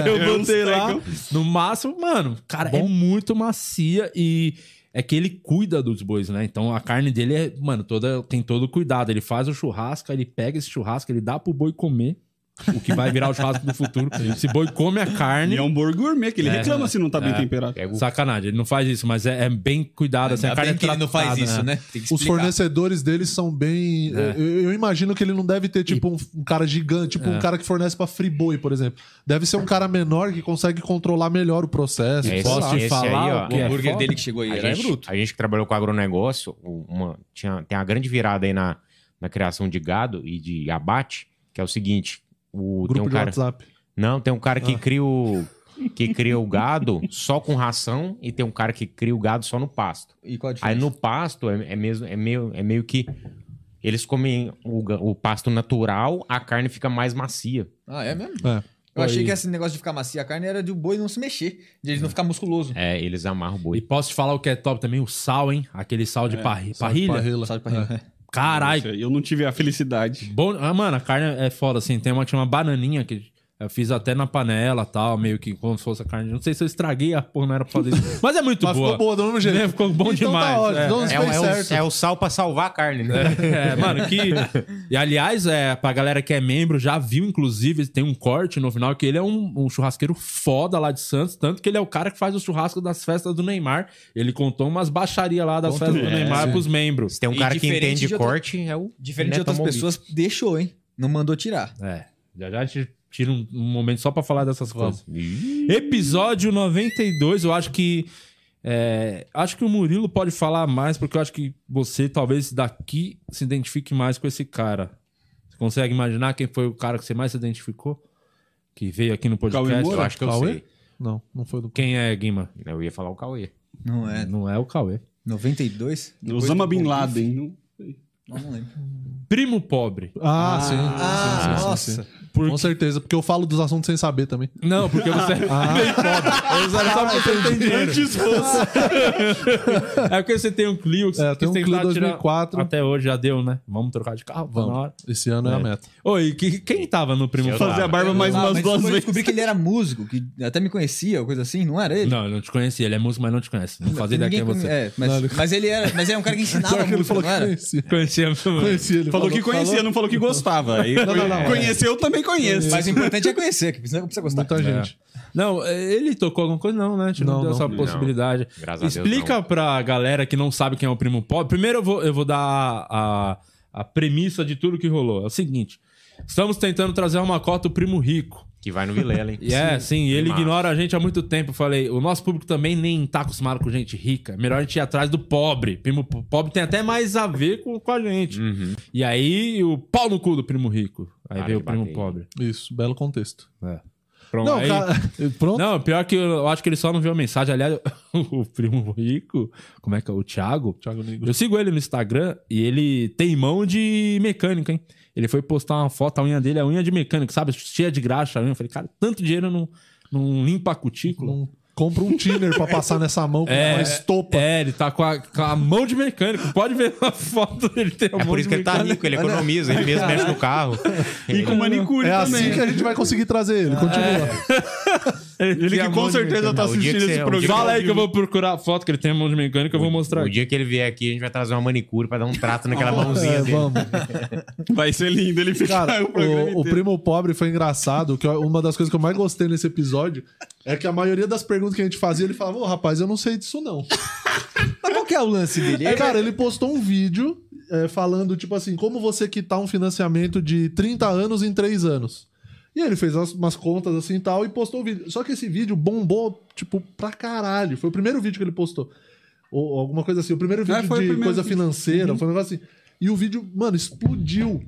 eu
eu
botei
sei
lá
que
no máximo, mano. Cara, é muito macia e é que ele cuida dos bois, né? Então a carne dele é, mano, toda tem todo o cuidado. Ele faz o churrasco, ele pega esse churrasco, ele dá pro boi comer. O que vai virar o churrasco do futuro. Esse boi come a carne.
E é um bolo gourmet, que ele reclama se não tá bem
É.
temperado.
Pega o
Sacanagem, ele não faz isso, mas é, é bem cuidado. Assim, a
Ainda
carne
bem que ele não faz isso, né? Tem que
Os
explicar.
fornecedores deles são bem. Eu, eu imagino que ele não deve ter, tipo, um, um cara gigante, tipo um cara que fornece pra Friboi, por exemplo. Deve ser um cara menor que consegue controlar melhor o processo.
É,
sei
esse-
lá.
Posso te
esse
falar
aí,
o
ó.
que
O
é
hambúrguer
foda?
dele que chegou aí
a
era
gente,
bruto.
a gente que trabalhou com agronegócio, uma, tinha, tem uma grande virada aí na, na criação de gado e de abate, que é o seguinte: o, tem
Grupo
um
de
cara.
WhatsApp.
Não, tem um cara
Ah.
que cria o. Que cria o gado só com ração e tem um cara que cria o gado só no pasto.
E qual a
Aí
diferença?
no pasto é, é mesmo, é, meio, é meio que eles comem o, ga- o pasto natural, a carne fica mais macia.
Ah, é mesmo?
É.
Eu achei
Aí.
que esse negócio de ficar macia a carne era de o boi não se mexer, de ele não ficar musculoso.
É, eles amarram o
E
boi.
posso te falar o que é top também? O sal, hein? Aquele sal de parri-
Sal de
parrilha.
parrilha.
Só É, de parrilha.
Caralho,
Eu não tive a felicidade.
Bom, ah, mano, a carne é foda, assim. Tem uma que chama bananinha, que eu fiz até na panela tal, meio que como se fosse a carne. Não sei se eu estraguei a porra, não era pra fazer isso. Mas é muito
Mas
boa.
ficou boa do mesmo jeito.
Né? Ficou bom
Então
demais.
Tá ótimo.
é.
Então
É,
fez
o- é
certo.
o, é o sal pra salvar a carne, né?
É, mano, que. E aliás, é, pra galera que é membro, já viu, inclusive, tem um corte no final que ele é um, um churrasqueiro foda lá de Santos. Tanto que ele é o cara que faz o churrasco das festas do Neymar. Ele contou umas baixarias lá das festas do
É.
Neymar pros membros.
Se tem um
E
cara que
diferente
entende
de outra-
corte, é o.
Diferente
né,
de outras
tomou o bife.
pessoas, deixou, hein? Não mandou tirar.
É. Já já a gente tira um, um momento só pra falar dessas coisas.
Ih,
Episódio 92, eu acho que. é, acho que o Murilo pode falar mais, porque eu acho que você talvez daqui se identifique mais com esse cara. Você consegue imaginar quem foi o cara que você mais se identificou? Que veio aqui no
Cauê
podcast?
Moura?
Eu acho que eu
Cauê?
sei.
Não, não foi do.
Quem é, Guima?
Né, Eu ia falar o Cauê.
Não é.
Não é o Cauê.
92?
Osama Bin Laden.
Não, não lembro.
Primo pobre.
Ah, sim.
Ah,
sim, sim,
nossa.
sim, sim. Com certeza, porque eu falo dos assuntos sem saber também.
Não, porque você é bem pobre. Eles usaram só porque você tem dinheiro. é porque você tem um Clio que
É,
você
tem um
que
Clio
lá tirar-
2004.
Até hoje já deu, né? Vamos trocar de carro? Vamos. na
Vamos.
hora.
Esse ano é, a meta.
Oi, que, quem tava no primo
Fazer a barba mais
Ah,
umas
mas depois
duas
eu
vezes.
descobri que ele era músico, que até me conhecia, ou coisa assim, não era ele?
Não, ele não te conhecia. Ele é músico, mas não te conhece. Não fazia ideia
Ninguém
quem
conhe-
é você.
é, mas, mas ele era, mas ele é um cara que ensinava
Só que ele
música,
falou
não
que
era?
conhecia.
Conhecia.
Conhecia, ele
Falou que conhecia, não falou que gostava. Aí
Não, não, não,
conheceu, eu também conheço.
Mas o importante é conhecer, que precisa, precisa gostar.
É.
Muita gente.
Não, é, ele tocou alguma coisa? Não, né? A gente não,
Não,
deu
não.
essa
Não.
possibilidade.
Graças a Deus,
Explica pra galera que não sabe quem é o primo pobre. Primeiro eu vou, eu vou dar a, a premissa de tudo que rolou. É o seguinte: estamos tentando trazer uma cota o primo rico.
Que vai no Vilela, hein?
E é, sim, e ele
Primaço.
ignora a gente há muito tempo. Eu falei, o nosso público também nem tá acostumado com gente rica. É Melhor a gente ir atrás do pobre. Primo po- pobre tem até mais a ver com, com a gente. E aí, o pau no cu do primo rico. Aí
Para
veio o
de
primo
bater.
pobre.
Isso, belo contexto.
Pronto,
Não,
aí-
cara. Pronto?
Não, pior que eu acho que ele só não viu a mensagem. Aliás, o primo rico, como é que é? O Thiago.
Thiago Negro.
Eu sigo ele no Instagram e ele tem mão de mecânico, hein? Ele foi postar uma foto, a unha dele é unha de mecânico, sabe? Cheia de graxa a unha. Eu falei, cara, tanto dinheiro não, não limpa a cutícula.
Não compra um thinner pra passar nessa mão com
É,
uma estopa.
É, ele tá com a, com a mão de mecânico. Pode ver a foto dele tem a
É
mão
por isso que
de
ele tá
mecânico.
rico, ele economiza, ele mesmo mexe no carro.
E com manicure
É assim
também.
que a gente vai conseguir trazer ele. Continua.
Ele
tem a
que
mão
com
de
certeza tá
mecânico. O dia
assistindo
que
esse
você- o dia
programa.
Fala aí que eu vou procurar a foto que ele tem a mão de mecânico, eu vou mostrar
O
aqui.
dia que ele vier aqui, a gente vai trazer uma manicure pra dar um trato naquela mãozinha
É,
dele.
vamos.
Vai ser lindo ele ficar
Cara,
o programa
o, o
inteiro.
Primo Pobre foi engraçado. Que eu- uma das coisas que eu mais gostei nesse episódio é que a maioria das perguntas que a gente fazia, ele falava, ô rapaz, eu não sei disso não.
Mas qual que é o lance dele?
É, cara, ele postou um vídeo é, falando, tipo assim, como você quitar um financiamento de 30 anos em 3 anos. E ele fez as- umas contas assim e tal e postou o vídeo. Só que esse vídeo bombou, tipo, pra caralho. Foi o primeiro vídeo que ele postou. Ou alguma coisa assim. O primeiro vídeo
É, foi o
de
primeiro
coisa
vídeo. Uhum.
financeira, foi um negócio assim. E o vídeo, mano, explodiu.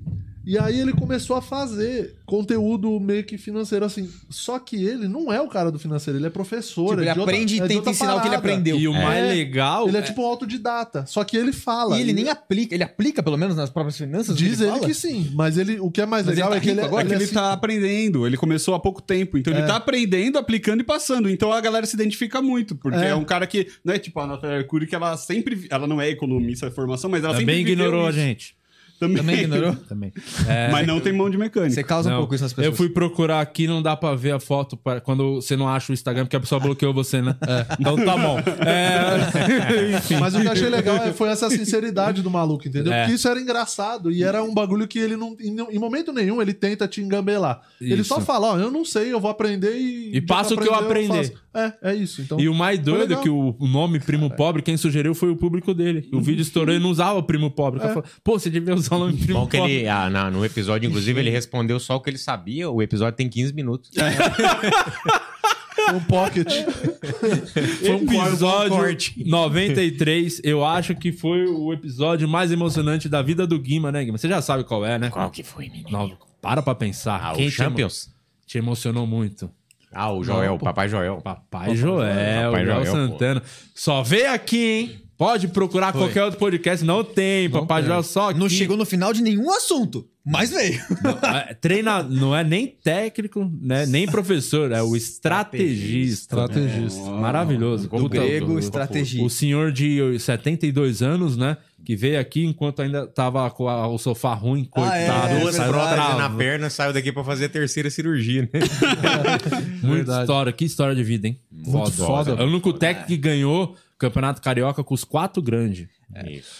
E aí ele começou a fazer conteúdo meio que financeiro, assim. Só que ele não é o cara do financeiro, ele é professor.
Tipo,
é
ele
de outra-
aprende
é
e
de
tenta
outra
ensinar o que ele
parada.
aprendeu.
E o mais
É.
legal.
Ele é tipo um autodidata. Só que ele fala.
E ele nem aplica, ele aplica pelo menos nas próprias finanças? o que
Diz ele,
fala?
que sim, mas ele, o que é mais
Mas
legal
ele tá
é que ele,
rico agora?
É
é
que
que
ele
assim-
tá aprendendo, ele começou há pouco tempo, então ele tá aprendendo, aplicando e passando. Então a galera se identifica muito, porque é,
É.
um cara que, não é tipo a Natália Arcuri, que ela sempre, vi- ela não é economista de formação, mas ela
Também
sempre viveu
ignorou a
isso.
gente.
Também,
Também ignorou?
Também. É.
Mas não tem mão de mecânica.
Você causa um
Não,
pouco isso nas pessoas.
Eu fui procurar aqui, não dá pra ver a foto pra- quando você não acha o Instagram, porque a pessoa bloqueou você, né? Então tá bom. É,
tá-
enfim.
Mas o que eu achei legal é- foi essa sinceridade do maluco, entendeu?
É.
Porque isso era engraçado e era um bagulho que ele não. Em, não- em momento nenhum ele tenta te engambelar. Ele
Isso.
só fala, ó, eu não sei, eu vou aprender e.
E passa o que eu aprender.
faço. é, é isso. Então.
E o mais
Foi
doido é
legal.
que o o nome Primo Pobre, quem sugeriu foi o público dele. O vídeo estourou e não usava Primo Pobre. O cara falou, Pô, você devia usar o nome Primo
Bom que
Pobre.
ele, ah, na- no episódio, inclusive, ele respondeu só o que ele sabia. O episódio tem 15 minutos.
É.
Um pocket.
Foi um episódio
corte.
93. Eu acho que foi o episódio mais emocionante da vida do Guima, né, Guima? Você já sabe qual é, né?
Qual que foi, menino?
Não, para pra pensar.
Ah,
Quem
o
te emo-
Champions?
Te emocionou muito.
Ah, o Joel, o Papai Joel.
Papai Joel,
Papai
Léo
Joel,
Santana. Só veio aqui, hein? Pode procurar qualquer outro podcast, não tem. Papai Joel só aqui.
Não chegou no final de nenhum assunto, mas veio.
É, treina, não é nem técnico, né? Nem professor, é o estrategista. É,
Estrategista.
Maravilhoso.
Do
Puta,
grego,
O
estrategista.
senhor de 72 anos, né? Que veio aqui enquanto ainda tava com a- o sofá ruim, coitado.
é,
Duas
é verdade.
saiu
brothers
bravo.
na perna, saiu daqui pra fazer a terceira cirurgia, né?
Muita
Verdade.
história, que história de vida, hein?
Muito foda.
É o único técnico que ganhou o Campeonato Carioca com os quatro grandes.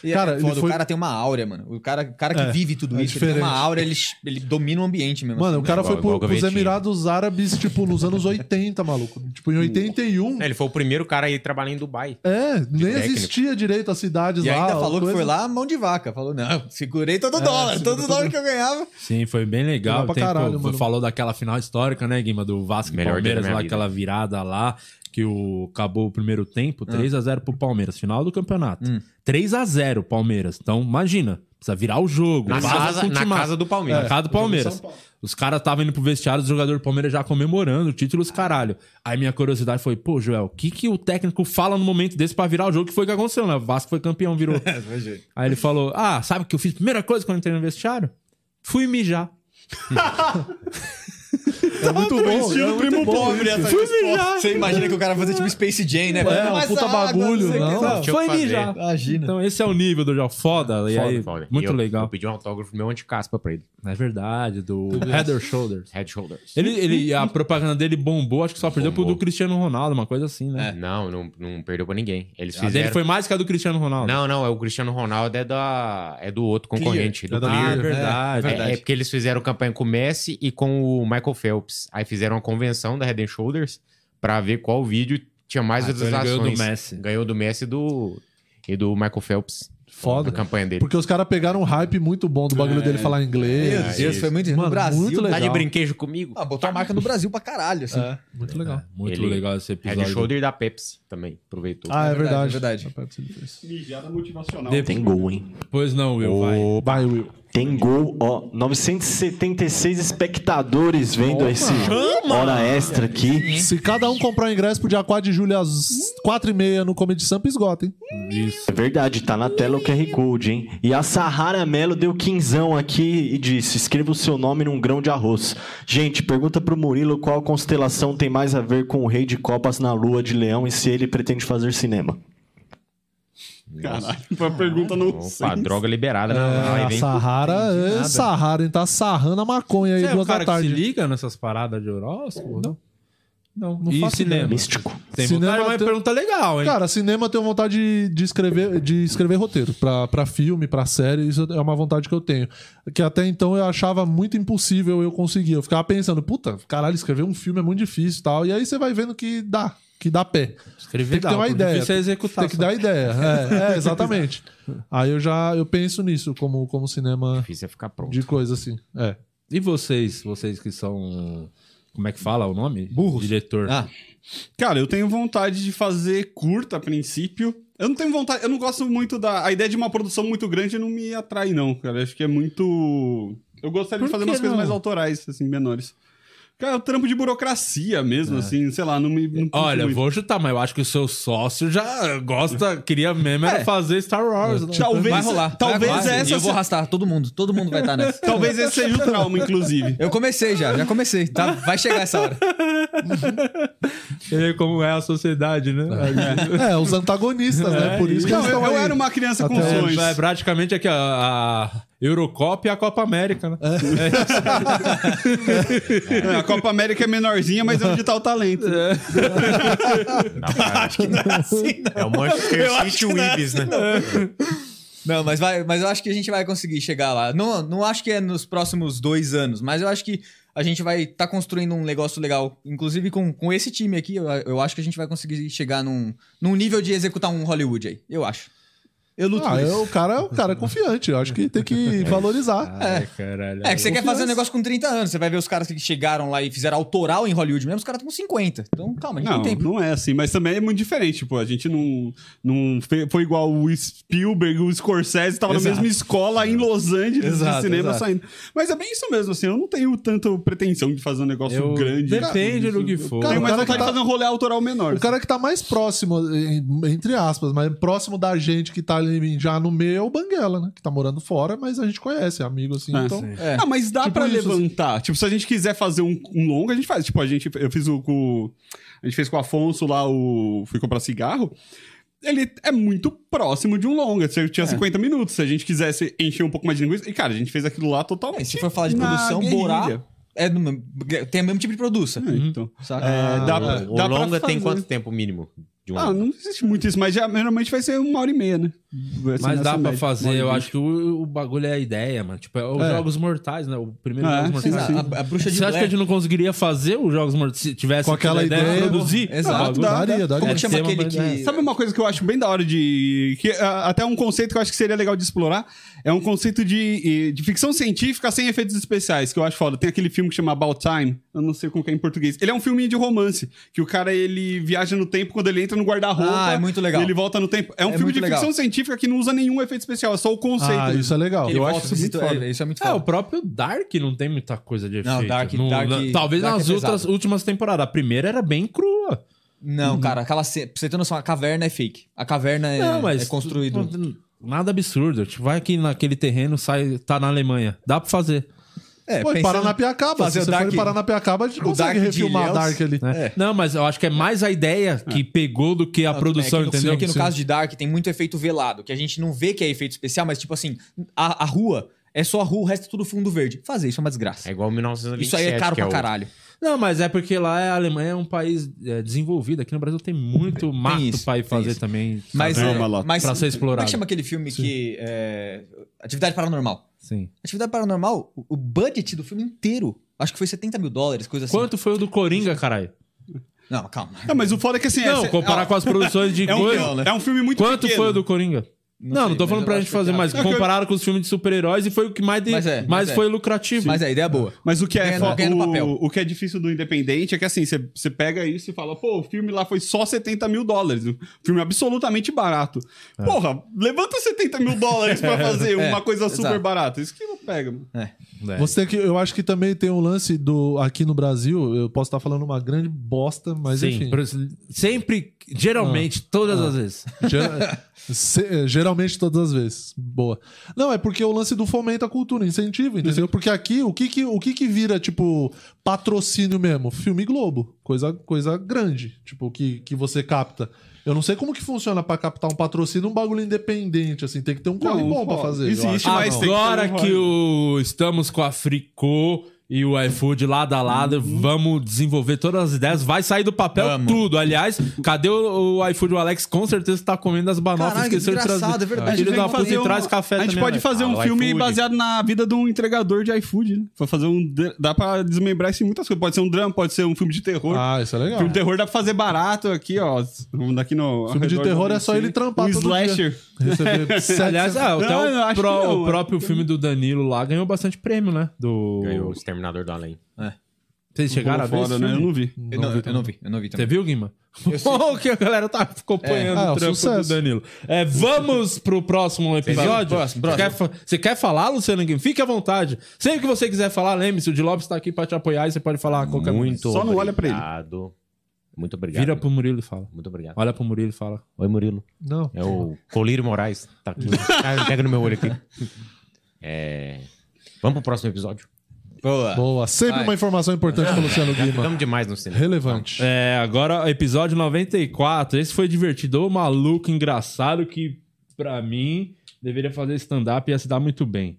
E é
Cara, ele
foda,
foi-
o cara tem uma áurea, mano. O cara, o cara que vive tudo
é
isso, ele tem uma
diferente.
áurea, ele, ele domina o ambiente mesmo.
Mano, o
assim,
cara
Igual-
foi
igual
pro, pros
gavetinha.
Emirados Árabes, tipo, nos anos 80, maluco. Tipo, em 81.
É.
Ele foi o primeiro cara a ir trabalhar em Dubai.
É, nem
técnico.
existia direito as cidades
assim. E
lá.
ainda falou que
coisa.
foi lá mão de vaca. Falou, não, segurei todo
É,
dólar,
segurou
todo
todo-
dólar que eu ganhava.
Sim, foi bem legal.
Legal pra
Tem, pô,
caralho, mano.
falou daquela final histórica, né, Guima? Do Vasco e
Melhor dia
Palmeiras,
da minha
lá,
vida.
aquela virada lá, que o, acabou o primeiro
Ah. Hum.
tempo, 3 a 0 pro Palmeiras, final do campeonato. 3 a 0 Palmeiras. Então, imagina, Precisa virar o jogo.
Na
Vaza com
casa,
o
na
timaço.
casa do
Na
Palmeiras.
casa
É,
do Palmeiras. Os caras estavam indo pro vestiário, os jogadores do Palmeiras já comemorando o título, os caralho. Aí minha curiosidade foi, pô, Joel, o que, que o técnico fala no momento desse pra virar o jogo? Que foi o que aconteceu, né? O Vasco foi campeão, virou. Aí ele falou, ah, sabe o que eu fiz? Primeira coisa quando eu entrei no vestiário? Fui mijar.
É muito bom.
Estilo
é
primo
muito bom
pobre
isso.
essa
Fui
resposta.
mijar.
Você imagina que o cara vai fazer tipo Space Jam, né?
É, um puta bagulho. não.
Tinha o
Foi
que fazer.
mijar.
Imagina.
Então esse é o nível do Joel. Foda. e aí,
foda.
Muito
E eu- Eu
legal.
pedi um autógrafo meu anticaspa pra ele.
É verdade, do Head or Shoulders.
Head Shoulders.
Ele, ele, a propaganda dele bombou, acho que só perdeu pro
Bombou.
do Cristiano Ronaldo, uma coisa assim, né?
Não, não, não perdeu pra ninguém. Eles
A Ah, dele
fizeram...
foi mais que a do Cristiano Ronaldo.
Não, não, é o Cristiano Ronaldo é, da, é do outro concorrente, do
Ah,
Clear.
verdade.
É, é porque eles fizeram campanha com o Messi e com o Michael Phelps. Aí fizeram uma convenção da Head and Shoulders pra ver qual vídeo tinha mais
Ah, então ele
visualizações.
ganhou do Messi.
Ganhou do Messi e do, e do Michael Phelps.
Foda.
A campanha dele.
Porque os caras pegaram um hype muito bom do bagulho dele falar inglês.
Meu Deus, foi muito
É Mano,
no Brasil.
muito legal.
Tá de brinquedo comigo?
Ah, botou a marca no Brasil pra caralho, assim.
É, muito legal.
Muito
Ele-
legal esse
Head and
episódio.
Shoulder da Pepsi também, aproveitou.
Ah, é
verdade,
verdade.
é
Mijada motivacional.
De-
Tem gol, hein?
Pois não, Will, vai.
Vai, Will.
Tem gol, ó. 976 espectadores vendo esse hora extra aqui.
Se cada um comprar o ingresso pro dia 4 de julho às 4h30 no Comedy Sampa, esgota, hein?
É verdade, tá na tela o QR Code, hein? E a Sahara Melo deu quinzão aqui e disse: escreva o seu nome num grão de arroz. Gente, pergunta pro Murilo qual constelação tem mais a ver com o Rei de Copas na Lua de Leão e se ele pretende fazer cinema.
Caralho, foi uma pergunta não
Opa, droga liberada né?
Ah,
na
É,
live,
a
hein?
Sahara é Sahara, hein? Tá sarrando a maconha aí
Você é o
duas
cara
da
que se
tarde.
liga nessas paradas de horóscopo? Não. Não,
não
e
faço
cinema.
ideia.
É Místico.
Tem
é
Cinema
vontade, mas
tem-
pergunta legal, hein?
Cara, cinema eu tenho vontade de, de escrever, de escrever roteiro pra, pra filme, pra série. Isso é uma vontade que eu tenho. Que até então eu achava muito impossível eu conseguir. Eu ficava pensando, puta, caralho, escrever um filme é muito difícil e tal. E aí você vai vendo que dá, que dá pé.
Escrever
tem que
dá,
ter uma
o
ideia.
difícil é executar,
Tem que
só.
dar ideia. É, é, exatamente. aí eu já eu penso nisso como, como cinema
Difícil é ficar pronto.
de coisa assim. É.
E vocês, vocês que são. Como é que fala o nome? Burros. Diretor.
Ah,
Cara, eu tenho vontade de fazer curta a princípio. Eu não tenho vontade, eu não gosto muito da. A ideia de uma produção muito grande não me atrai, não, cara. Eu acho que é muito. Eu gostaria
Por
de fazer
que
umas coisas
não?
mais autorais, assim, menores. Cara, é o trampo de burocracia mesmo, assim, sei lá, não me. Não curto
É. Olha,
muito.
vou chutar, mas eu acho que o seu sócio já gosta, queria mesmo era
É.
fazer Star Wars. né?
Talvez,
vai
é,
rolar.
talvez
vai rolar.
essa.
E eu vou arrastar todo mundo. Todo mundo vai estar nessa.
É,
Talvez esse seja o trauma, inclusive.
Eu comecei já, já comecei. Tá? Vai chegar essa hora.
Ele é como é a sociedade, né?
É, os antagonistas, né? Por isso que
Não,
eles
eu,
estão
eu
aí.
era uma criança com
Até-
sonhos.
É, é praticamente aqui a, a Eurocopa e a Copa América, né?
É, a Copa América é menorzinha, mas é onde tá o talento.
Dá pra- É o Manchester City e o Ibis, né?
Não, mas, vai, mas eu acho que a gente vai conseguir chegar lá. Não, não acho que é nos próximos dois anos, mas eu acho que a gente vai estar construindo um negócio legal. Inclusive com, com esse time aqui, eu, eu acho que a gente vai conseguir chegar num, num nível de executar um Hollywood aí. Eu acho. Eu luto
Ah,
por isso.
é, o cara é um cara confiante. Eu acho que tem que valorizar.
Ai, caralho.
É, que você quer fazer um
Confiança.
negócio com 30 anos. Você vai ver os caras que chegaram lá e fizeram autoral em Hollywood mesmo, os caras estão com 50. Então, calma, a gente
Não,
tem tempo.
não é assim, mas também é muito diferente, pô. A gente não, não fe- foi igual o Spielberg, o Scorsese, tava na
Exato.
mesma escola em Los Angeles
Exato,
de cinema
exato.
saindo. Mas é bem isso mesmo, assim, eu não tenho tanta pretensão de fazer um negócio
Eu-
grande.
depende do que for.
Eu tenho mais
Cara,
vontade
o cara que
de
tá-
fazer um rolê autoral menor.
O cara que tá mais próximo, em- entre aspas, mas próximo da gente que tá ali já no meio é o Banguela, né? Que tá morando fora, mas a gente conhece, é amigo assim.
Ah,
então,
sim.
É.
Ah, mas dá
Tipo
pra
isso,
levantar. Tipo, se a gente quiser fazer um, um longo, a gente faz. Tipo, a gente, eu fiz o, com. o- A gente fez com o Afonso lá o. Fui comprar cigarro. Ele é muito próximo de um longa. Você tinha 50 minutos. Se a gente quisesse encher um pouco mais de linguiça. E, cara, a gente fez aquilo lá totalmente.
É, se for falar de
na
produção,
guerrilha.
Borá é no mesmo- tem o mesmo tipo de produção.
É,
Uhum.
então.
Saca?
É, dá, pra-
O
dá pra
longa tem
fazer.
quanto tempo mínimo? De um
Ah, não existe muito isso, mas já, geralmente vai ser uma hora e meia, né? Vai ser
Mas
nessa
dá pra
média, uma
fazer,
hora e
eu
vinte.
acho que o, o bagulho é a ideia, mano. Tipo, é os
É.
Jogos Mortais, né? O primeiro
É,
Jogos
sim,
Mortais.
sim.
Exato. A, a bruxa de
Você acha que é a
Blair.
gente não conseguiria fazer os Jogos Mortais se tivesse
Com aquela
tido a
ideia, né?
de é produzir? Ah,
Exato.
o bagulho?
Dá,
daria, daria.
Como que chama
Deve ser
aquele
uma boa
que...
Sabe uma coisa que eu acho bem da hora de. Que, ah, até um conceito que eu acho que seria legal de explorar? É um conceito de, eh, de ficção científica sem efeitos especiais, que eu acho foda. Tem aquele filme que chama About Time, eu não sei como que é em português. Ele é um filminho de romance, que o cara ele viaja no tempo, quando ele entra no guarda-roupa.
Ah, é muito legal.
E ele volta no tempo. É um
É
filme
muito
de
legal.
ficção científica que não usa nenhum efeito especial, é só o conceito.
Ah, isso é legal.
Ele
Eu
volta
acho isso
pro
muito
situ-
foda.
é, Isso é muito
É, o
foda.
próprio Dark não tem muita coisa de efeito.
Não, Dark-
Não-
Dark-
não- talvez
Dark é
nas
pesado.
outras, últimas temporadas. A primeira era bem crua. Uhum.
Não, cara, aquela cena. Pra você ter noção, a caverna é fake. A caverna é,
não, mas
é construído.
Nada absurdo. Tipo, vai aqui naquele terreno, sai, tá na Alemanha. Dá pra fazer.
É,
Pô, e
pensando-
Paranapiacaba.
fazer
Se
o
você
Dark-
for em Paranapiacaba, a gente
o
consegue
Dark de
refilmar a
Ilhéus.
Dark ali.
né? Não, mas eu acho que é mais a ideia que pegou do né? que a
É. Não,
produção,
tudo bem, é que no-
entendeu?
É que no caso de Dark tem muito efeito velado, que a gente não vê que é efeito especial, mas tipo assim, a, a rua é só a rua, o resto é tudo fundo verde. Fazer isso é uma desgraça.
É igual 1927.
isso aí é caro
que
pra
o-
caralho.
Não, mas é porque lá a Alemanha é um país é, desenvolvido. Aqui no Brasil tem muito mato
isso,
pra ir
tem
fazer
isso.
também.
Mas,
vendo,
é,
Malota?
mas
Pra ser
como é
explorado.
que chama aquele filme que. é, Atividade Paranormal.
Sim.
Atividade Paranormal, o- o budget do filme inteiro. Acho que foi 70 mil dólares, coisa assim.
Quanto foi o do Coringa, caralho?
Não, calma.
É, mas o foda é que assim. é-
Não,
cê-
comparar
ó,
com as produções de
é um,
coisa.
é um filme muito
Quanto
pequeno.
foi o do Coringa? Não, não,
sei,
tô
mas
falando
eu
pra
acho
gente
que
fazer
é-
mais.
É que eu-
Compararam com os filmes de super-heróis e foi o que mais, de...
Mas é,
mais
mas é.
foi lucrativo.
Mas a ideia é boa.
Mas o que é,
Ganha no-
fo-
ganha no
o,
papel.
o que é difícil do independente é que assim, você- você pega isso e fala, pô, o filme lá foi só 70 mil dólares. Um filme absolutamente barato. Porra, levanta 70 mil dólares pra fazer
É,
uma coisa super
exato.
barata. Isso que não pega, mano.
É.
Você tem que, eu acho que também tem um lance do aqui no Brasil. Eu posso estar falando uma grande bosta, mas
Sim,
enfim.
por- sempre, geralmente, todas as vezes.
Gera- se- eh, geralmente todas as vezes. Boa. Não, é porque o lance do fomento à cultura, incentivo, entendeu? Porque aqui, o que que, o que, que vira, tipo, patrocínio mesmo? Filme Globo. Coisa, coisa grande, tipo, que, que você capta. Eu não sei como que funciona pra captar um patrocínio, um bagulho independente, assim. Tem que ter um corre
Não,
bom pra
pô,
fazer.
existe,
eu acho. Ah,
mas tem que
Agora
ter um
que o estamos com a Fricô e o iFood lado a lado, vamos desenvolver todas as ideias. Vai sair do papel tudo. Aliás, cadê o, o iFood? O Alex com certeza tá comendo as banofas.
Caralho, que
esqueceu de
engraçado,
trazer.
é verdade.
Ah, Filho
tem
da
que
puta
fazer
e traz
um-
café
A gente
também,
pode
Alex.
fazer
Ah,
um
o
filme
iFood.
baseado na vida de um entregador de iFood, né? Pra fazer um. Dá pra desmembrar isso em muitas coisas. Pode ser um drama, pode ser um filme de terror.
Ah, isso é legal.
Filme de terror dá pra fazer barato aqui, ó. Daqui no,
Filme de
ao redor
terror
do
é só
cine.
ele trampar
Um
todo dia.
slasher.
Receber sete-
Aliás, ah, até
Não, eu
o,
acho que
pró-
não,
o próprio filme do Danilo lá ganhou bastante prêmio, né? Do...
Ganhou é o Exterminador do Além.
Vocês chegaram a ver
Foda,
esse
né? Eu
filme?
não vi.
Eu não, eu não vi, eu não vi
Você
também.
viu, Guima? O que a galera tá acompanhando
É. Ah,
o
o
trampo do
sucesso.
Danilo. É, vamos pro próximo episódio?
Próximo,
Você
próximo.
quer, fa- você quer falar, Luciano Guima? Fique à vontade. Sempre que você quiser falar, lembre-se, o de Lopes tá aqui pra te apoiar e você pode falar a qualquer momento.
Muito
Só não olha pra ele.
obrigado. Muito obrigado.
Vira pro Murilo e fala.
Muito obrigado.
Olha pro Murilo e fala.
Oi, Murilo.
Não.
É o Colírio Moraes. Tá aqui. Ah, Pega no meu olho aqui. É, Vamos pro próximo episódio.
Boa.
Boa. Sempre
Vai.
uma informação importante pro Luciano Guima.
Ficamos demais no cinema.
Relevante.
É, agora episódio 94. Esse foi divertido, ô maluco, engraçado, que pra mim deveria fazer stand-up e ia se dar muito bem.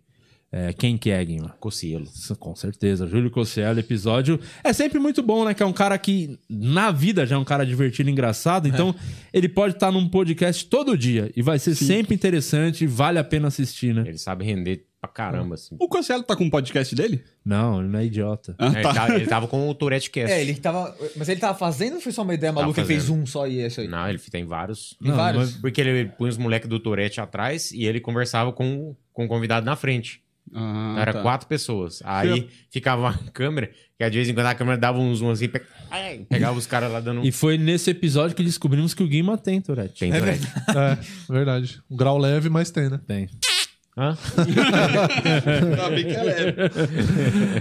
É, quem que é, Guima?
Cossielo.
Isso, Com certeza, Júlio Cossiello, episódio. É sempre muito bom, né? Que é um cara que, na vida, já é um cara divertido e engraçado. Então, ele pode estar num podcast todo dia e vai ser sempre interessante e vale a pena assistir, né?
Ele sabe render pra caramba, assim.
O Cossielo tá com um podcast dele?
Não, ele não é idiota.
É, ele, tá- ele tava com o Tourette Cast.
É, ele tava. Mas ele tava fazendo ou foi só uma ideia maluca e
fazendo.
fez um só e esse aí?
Não, ele tem vários.
Tem
Não,
vários?
Porque ele põe os moleques do Tourette atrás e ele conversava com, o- com o convidado na frente.
Ah,
Então, era
tá.
quatro pessoas. Aí ficava a câmera, que de vez em quando a câmera dava um zoom assim, pe- ai, pegava os caras lá dando um. né?
E foi nesse episódio que descobrimos que o Guima tem, Tourette.
Tem Tourette.
É, verdade. Um grau leve, mas tem, né?
Tem.
Hã?
Tá bem que é leve.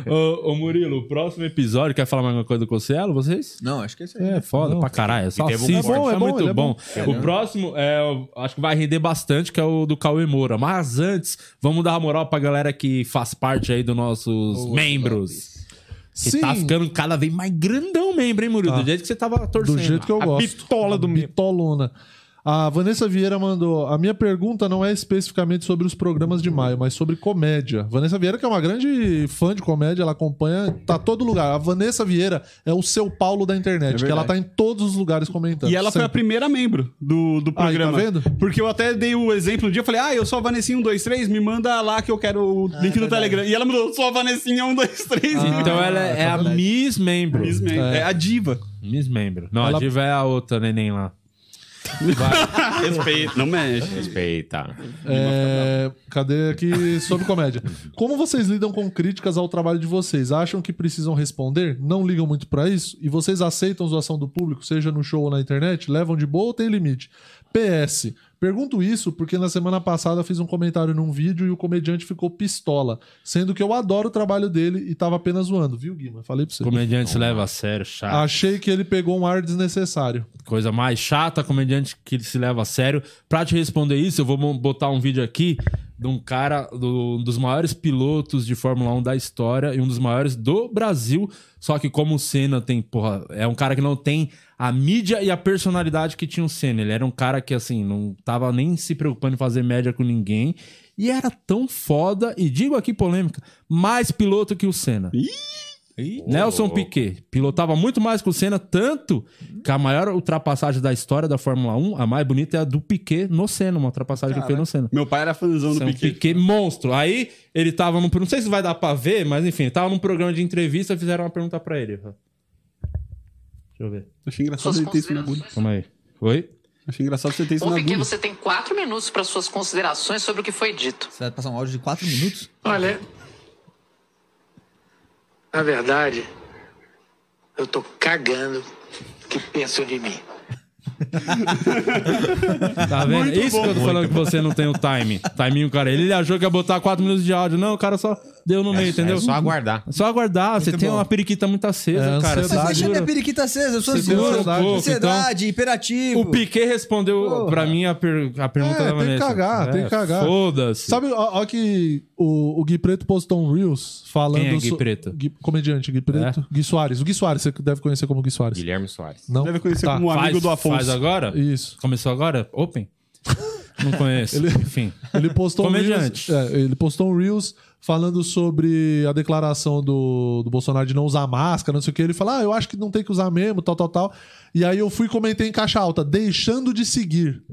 ô, ô, Murilo, o próximo episódio, quer falar mais alguma coisa do Cossiello, vocês?
Não, acho que é isso aí.
É foda
Não.
pra caralho. Só
E teve um né?
assista,
corte.
tá
É bom, é
muito
bom, ele é
bom.
bom.
O próximo, é, eu acho que vai render bastante, que é o do Cauê Moura. Mas antes, vamos dar uma moral pra galera que faz parte aí dos nossos membros. Que tá ficando cada vez mais grandão membro, hein, Murilo?
Tá.
Do jeito que você tava torcendo.
Do jeito que eu
A
gosto.
bitola do meio.
Bitolona. A Vanessa Vieira mandou. A minha pergunta não é especificamente sobre os programas de maio, mas sobre comédia. Vanessa Vieira, que é uma grande fã de comédia, ela acompanha, tá todo lugar. A Vanessa Vieira é o seu Paulo da internet, que ela tá em todos os lugares comentando.
E ela foi a
Sempre.
primeira membro do, do programa.
tá vendo?
Porque eu até dei o exemplo um dia, eu falei, ah, eu sou a Vanessinha 123, me manda lá que eu quero o link do Telegram. E ela mandou, sou a Vanessinha 123.
Ah,
Então ela é
tá
a Miss Membro.
Infelizmente. É. a diva.
Miss Membro. Não,
Ela-
a Diva é a outra neném lá.
Respeito, não mexe.
Respeita.
É, cadê aqui sobre comédia? Como vocês lidam com críticas ao trabalho de vocês? Acham que precisam responder? Não ligam muito pra isso? E vocês aceitam zoação do público, seja no show ou na internet? Levam de boa ou tem limite? PS. Pergunto isso porque na semana passada fiz um comentário num vídeo e o comediante ficou pistola, sendo que eu adoro o trabalho dele e tava apenas zoando, viu, Guima? Falei pra você.
Comediante se leva a sério, chato.
Achei que ele pegou um ar desnecessário.
Coisa mais chata, comediante que se leva a sério. Pra te responder isso, eu vou mo- botar um vídeo aqui de um cara, do- um dos maiores pilotos de Fórmula 1 da história e um dos maiores do Brasil. Só que como o Senna tem, porra, é um cara que não tem a mídia e a personalidade que tinha o Senna. Ele era um cara que, assim, não tava nem se preocupando em fazer média com ninguém. E era tão foda, e digo aqui polêmica, mais piloto que o Senna. Nelson Piquet pilotava muito mais que o Senna, tanto que a maior ultrapassagem da história da Fórmula 1, a mais bonita é a do Piquet no Senna, uma ultrapassagem que ele fez no Senna.
Meu pai era fãzão do
São
Piquet.
Piquet. monstro. Aí ele tava num. Não sei se vai dar pra ver, mas enfim, ele tava num programa de entrevista fizeram uma pergunta pra ele. Deixa eu ver.
Achei engraçado ele ter isso na agulha.
Calma aí. Oi?
Achei engraçado você ter isso
Ô,
na
Piquet,
agulha.
você tem quatro minutos para suas considerações sobre o que foi dito.
Você vai passar um áudio de 4 minutos?
Olha, na verdade, eu tô cagando o que pensam de mim.
Tá vendo? Isso que eu tô falando que você não tem o time. Timinho, cara. Ele achou que ia botar 4 minutos de áudio. Não, o cara só deu no meio, entendeu?
É só aguardar.
É só aguardar. você tem
bom.
uma periquita muito acesa,
É,
cara.
ansiedade.
Você
Mas deixa
segura.
minha periquita acesa, eu sou
Segura
ansioso.
um pouco,
Ansiedade, hiperativo.
O Piquet respondeu pra mim a, per- a pergunta
É,
da
tem que
Vanessa.
cagar, tem que cagar.
Foda-se.
Sabe, ó, ó que o, o Gui Preto postou um Reels falando.
Quem é Gui
so-
Preto? É?
Gui- comediante Gui Preto. Gui Soares. O Gui Soares, você deve conhecer como Gui Soares.
Guilherme Soares.
Não?
Deve conhecer
Tá.
como um
Faz-
amigo do Afonso.
Faz agora?
Isso.
Começou agora? Open? Não conheço. Enfim.
Ele postou
Comediante.
Um Reels, é, ele postou um Reels falando sobre a declaração do, do Bolsonaro de não usar máscara, não sei o que. Ele fala, ah, eu acho que não tem que usar mesmo, tal, tal, tal. E aí eu fui e comentei em caixa alta, deixando de seguir.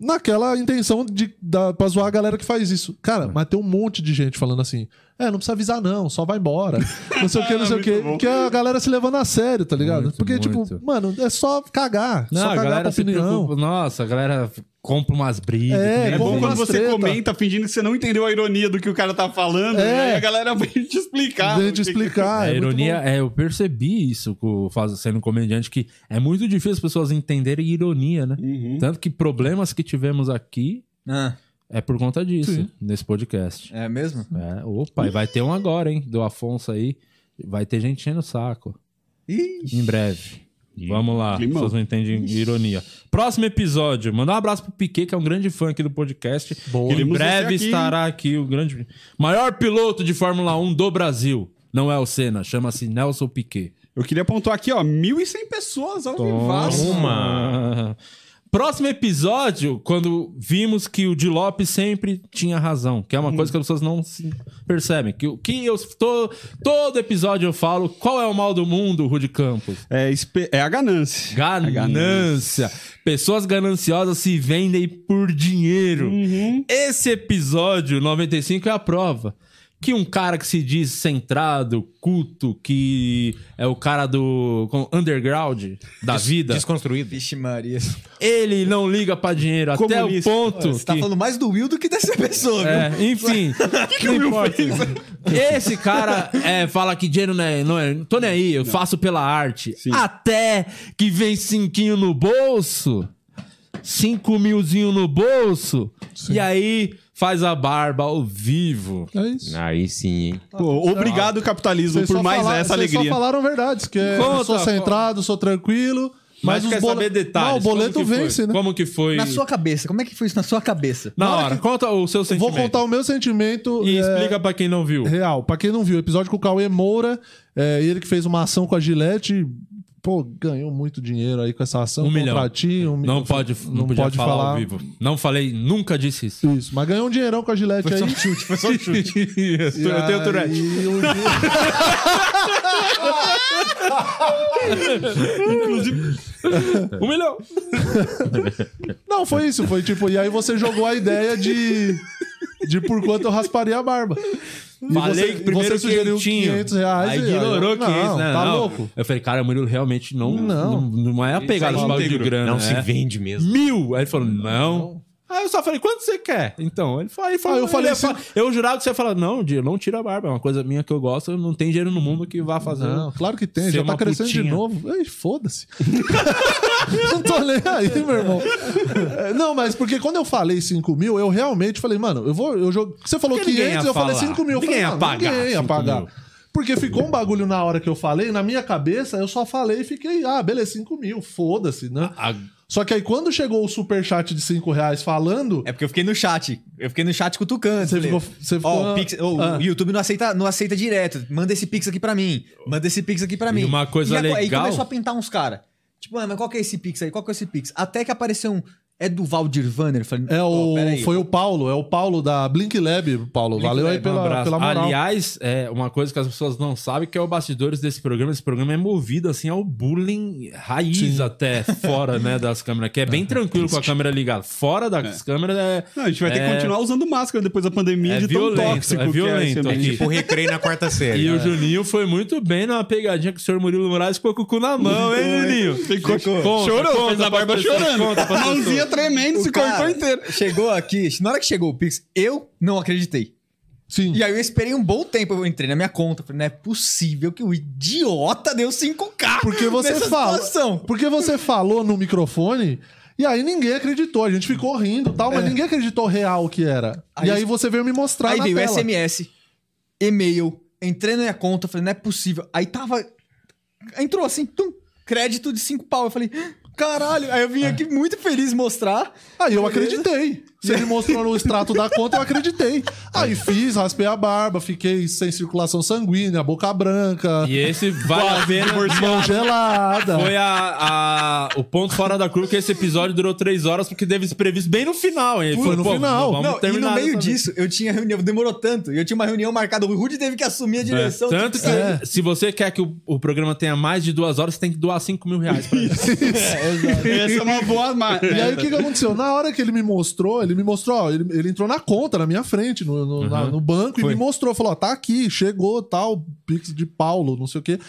Naquela intenção de da, pra zoar a galera que faz isso. Cara,
Hum.
mas tem um monte de gente falando assim: é, não precisa avisar, não, só vai embora. Não sei o que, não sei o que. Que é a galera se levando a sério, tá ligado?
Muito,
Porque,
muito.
tipo, mano, é só cagar.
Não,
só
a
cagar
galera
pra
se
opinião.
preocupa. Nossa, a galera compra umas brigas. né,
É,
que
É
nem
bom
Vamos
quando
umas
você
treta.
comenta fingindo que você não entendeu a ironia do que o cara tá falando.
É.
E aí a galera vai te explicar.
Vem
o
te
que que-
explicar.
A
é muito
ironia,
bom.
é, eu percebi isso co- faz- sendo comediante, que é muito difícil as pessoas entenderem ironia, né?
Uhum.
Tanto que problemas que tivemos aqui
Ah,
é por conta disso,
Sim.
nesse podcast.
é mesmo?
É, opa, e vai ter um agora, hein? Do Afonso aí. Vai ter gente enchendo o saco.
Ih,
Em breve. Vamos lá,
climão.
vocês não entendem ironia. Próximo episódio. Mandar um abraço pro Piquet, que é um grande fã aqui do podcast.
Boa.
Em
Queremos
breve
você aqui.
estará aqui o grande maior piloto de Fórmula 1 do Brasil. Não é o Senna, chama-se Nelson Piquet.
Eu queria apontar aqui, ó, 1.100 pessoas ao vivaço.
Uma. Próximo episódio, quando vimos que o Di Lopes sempre tinha razão, que é uma coisa que as pessoas não se percebem. Que o que eu tô, todo episódio eu falo, qual é o mal do mundo, Rude Campos?
É, espe- é a ganância.
Ganância. Pessoas gananciosas se vendem por dinheiro. Esse episódio 95 é a prova. Que um cara que se diz centrado, culto, que é o cara do com- underground da vida,
Desconstruído.
vixe Maria.
ele não liga pra dinheiro. Até o
Comunista.
ponto.
Você tá
que-
falando mais do Will do que dessa pessoa, viu?
é, enfim. não importa. Esse cara é, fala que dinheiro não é, não é. Tô nem aí, eu faço pela arte. Até que vem cinquinho no bolso, cinco milzinho no bolso, e aí faz a barba ao vivo.
É isso.
Aí sim, hein?
Pô, obrigado, capitalismo,
Vocês
por
só
mais
fala-
essa
vocês
alegria.
só falaram verdades, que é,
Conta,
eu sou centrado, sou tranquilo. Mas,
Mas, quer
os boletos.
saber detalhes.
Não, o boleto
Como que foi?
vence, né?
Como que foi?
Na sua cabeça, como é que foi isso na sua cabeça?
Na hora, conta o seu
Vou
sentimento.
contar o meu sentimento.
E
é,
explica pra quem não viu.
Real. Pra quem não viu, o episódio com o Cauê Moura, é, ele que fez uma ação com a Gillette. Pô, ganhou muito dinheiro aí com essa ação.
Um milhão.
contratinho, um milhão.
Não pode, não, podia
pode
falar,
falar.
ao vivo. Não falei, nunca disse isso.
Isso, mas ganhou um dinheirão com a Gillette aí.
chute, foi só um chute.
E
eu tenho
aí,
Tourette.
um dia-
Um milhão.
Não, foi isso. Foi tipo, e aí você jogou a ideia de. De por quanto eu rasparia a barba. E
Falei
você-
que primeiro
você sugeriu
que eu tinha.
500 reais
aí
e-
ignorou
não,
500, né?
tá
Não.
louco.
Eu falei, cara, o Murilo realmente não, não.
Não.
não, é apegado esse
Isso aí
bagulho de
íntegro.
grana.
Não
é.
se vende mesmo.
Mil! Aí ele falou, não. Aí eu só falei, quanto você quer? Então, ele falou, ele falou-
Aí eu falei
ele
assim-
fala- eu jurava que você ia falar, não, Di, não tira a barba, é uma coisa minha que eu gosto, não tem dinheiro no mundo que vá fazer.
Não, claro que tem,
Ser
já
uma
tá crescendo de
putinha.
novo. Ei, foda-se. não tô nem aí, meu irmão. É, Não, mas porque quando eu falei 5 mil, eu realmente falei, mano, eu vou. Eu jogo... Você falou
Porque ninguém
500,
ia
eu falei
falar.
5 mil. Eu
Ninguém ia
falei, mano,
pagar
Ninguém ia
5
pagar.
mil.
Porque ficou um bagulho na hora que eu falei, na minha cabeça, eu só falei e fiquei, ah, beleza, 5 mil, foda-se, né?
A-
Só que aí quando chegou o superchat de 5 reais falando,
É porque eu fiquei no chat. Eu fiquei no chat cutucando.
Você
falei,
ficou- você ficou-
Ó, o Pix- ó,
Ah.
o YouTube não aceita, não aceita direto. Manda esse Pix aqui pra mim. Manda esse Pix aqui pra
E
mim.
uma coisa
e aí, Aí
legal-
começou a pintar uns caras. Tipo, ah, mas qual que é esse Pix aí? Qual que é esse Pix? Até que apareceu um. É do Valdir Vanner? Eu Falei,
é
"Pô,
o,
peraí."
foi o Paulo, é o Paulo da Blink Lab, Paulo. valeu aí
Um
pela,
abraço.
pela moral.
Aliás, é uma coisa que as pessoas não sabem que é o bastidores desse programa. Esse programa é movido assim ao bullying raiz até fora, né, das câmeras, que é bem tranquilo com a câmera ligada. Fora das câmeras é
Não, a gente vai ter que
É.
continuar usando máscara depois da pandemia
É
de
violento,
tão tóxico
é
que é
violento
esse ambiente.
aqui.
Tipo, recreio na quarta série. né?
E o Juninho foi muito bem numa pegadinha que o senhor Murilo Moraes ficou com o cu na mão, hein, Juninho? Conta,
Ficou, chorou,
conta
fez
pra
a barba
pessoa,
chorando.
conta pra pessoa.
é
Mãozinha tremendo, se cortou
cara
inteiro.
Chegou aqui, na hora que chegou o Pix, eu não acreditei.
Sim.
E aí eu esperei um bom tempo, eu entrei na minha conta, falei, não é possível que o idiota deu 5K.
Porque você
nessa
fala.
situação.
Porque você falou no microfone e aí ninguém acreditou. A gente ficou rindo e tal, mas ninguém acreditou real que era.
É. Aí-
e aí você veio me
Tá
mostrar
Aí
na
veio
tela.
SMS, e-mail, entrei na minha conta, falei, não é possível. Aí tava. Entrou assim, tum, crédito de 5 pau. Eu falei, "Ah, caralho. Aí eu vim aqui muito feliz mostrar.
Aí eu acreditei. Se ele mostrou no extrato da conta, eu acreditei. Aí fiz, raspei a barba, fiquei sem circulação sanguínea, boca branca,
E esse vale a pena.
mão gelada.
Foi a, a- o ponto fora da curva que esse episódio durou três horas porque teve esse previsto bem no final. hein? Ele
Foi
falou,
no
pô,
final.
vamos
não, e no
terminar
meio
dessa vez.
disso, eu tinha reunião, demorou tanto. E eu tinha uma reunião marcada, o Rudy teve que assumir a direção.
É,
É,
Tanto que,
tive sair.
se você quer que o, o programa tenha mais de duas horas, você tem que doar cinco mil reais pra ele.
Essa é uma boa marca.
E aí o que, que aconteceu? Na hora que ele me mostrou, ele me mostrou, ó, ele, ele entrou na conta, na minha frente, no, no, na- no banco, e me mostrou, falou, ó, tá aqui, chegou, tal, Pix de Paulo, não sei o quê.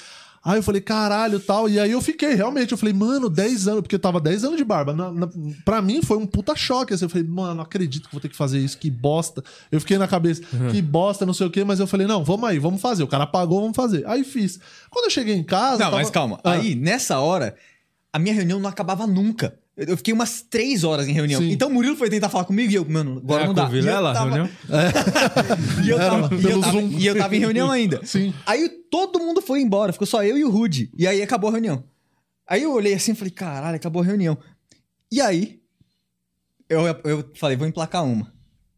Aí eu falei, caralho, tal. E aí eu fiquei, realmente, eu falei, mano, 10 anos, porque eu tava 10 anos de barba. Na, na- pra mim foi um puta choque. Assim, eu falei, mano, não acredito que vou ter que fazer isso, que bosta. Eu fiquei na cabeça, que bosta, não sei o quê, mas eu falei, não, vamos aí, vamos fazer. O cara pagou, vamos fazer. Aí fiz. Quando eu cheguei em casa.
Não,
tava-
mas calma.
Ah.
Aí, nessa hora, a minha reunião não acabava nunca. Eu eu fiquei umas três horas em reunião.
Sim.
Então o Murilo foi tentar falar comigo e eu, mano, agora
É,
não dá.
com o Vilela,
e eu tava,
reunião?
e eu tava, e eu
pelo
tava-
Zoom.
e eu tava em reunião ainda.
Sim.
Aí todo mundo foi embora, ficou só eu e o Rude. E aí acabou a reunião. Aí eu olhei assim e falei, caralho, acabou a reunião. E aí, eu, eu falei, vou emplacar uma.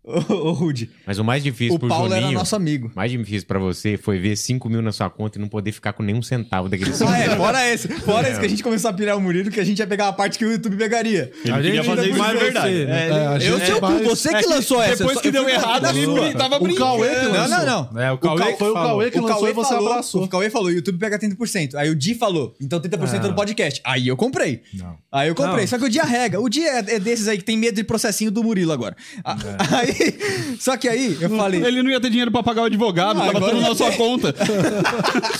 Ô, ô Rude,
Mas o mais difícil
o
pro
Paulo era
Juninho...
nosso amigo.
O mais difícil pra você foi ver 5 mil na sua conta e não poder ficar com nenhum centavo daquele
Ah, é,
centavo.
fora esse. Fora esse que a gente começou a pirar o Murilo, que a gente ia pegar a parte que o YouTube pegaria.
A gente
queria
ainda
fazer isso
mais
de verdade.
você, né?
É, a
Eu
gente
sei o
faz-
cu, você que lançou essa.
Depois
só-
que
eu
deu
fui
errado,
na
ele
sua.
tava
O
brincando.
Cauê que
Não,
lançou.
não, não.
É, o Cauê
Ca-
que
foi o
falou.
Cauê que
o
lançou
Cauê,
e você
falou,
abraçou.
o Cauê falou, o YouTube pega 30%. Aí o Di falou, então 30%
É.
do podcast. Aí eu comprei. Aí eu comprei.
Não.
Só que o Di arrega. O Di é, é desses aí que tem medo de processinho do Murilo agora. A-
É.
Aí, só que aí eu falei...
Ele não ia ter dinheiro pra pagar o advogado,
Ah,
tava
agora
tudo
já
na sua conta.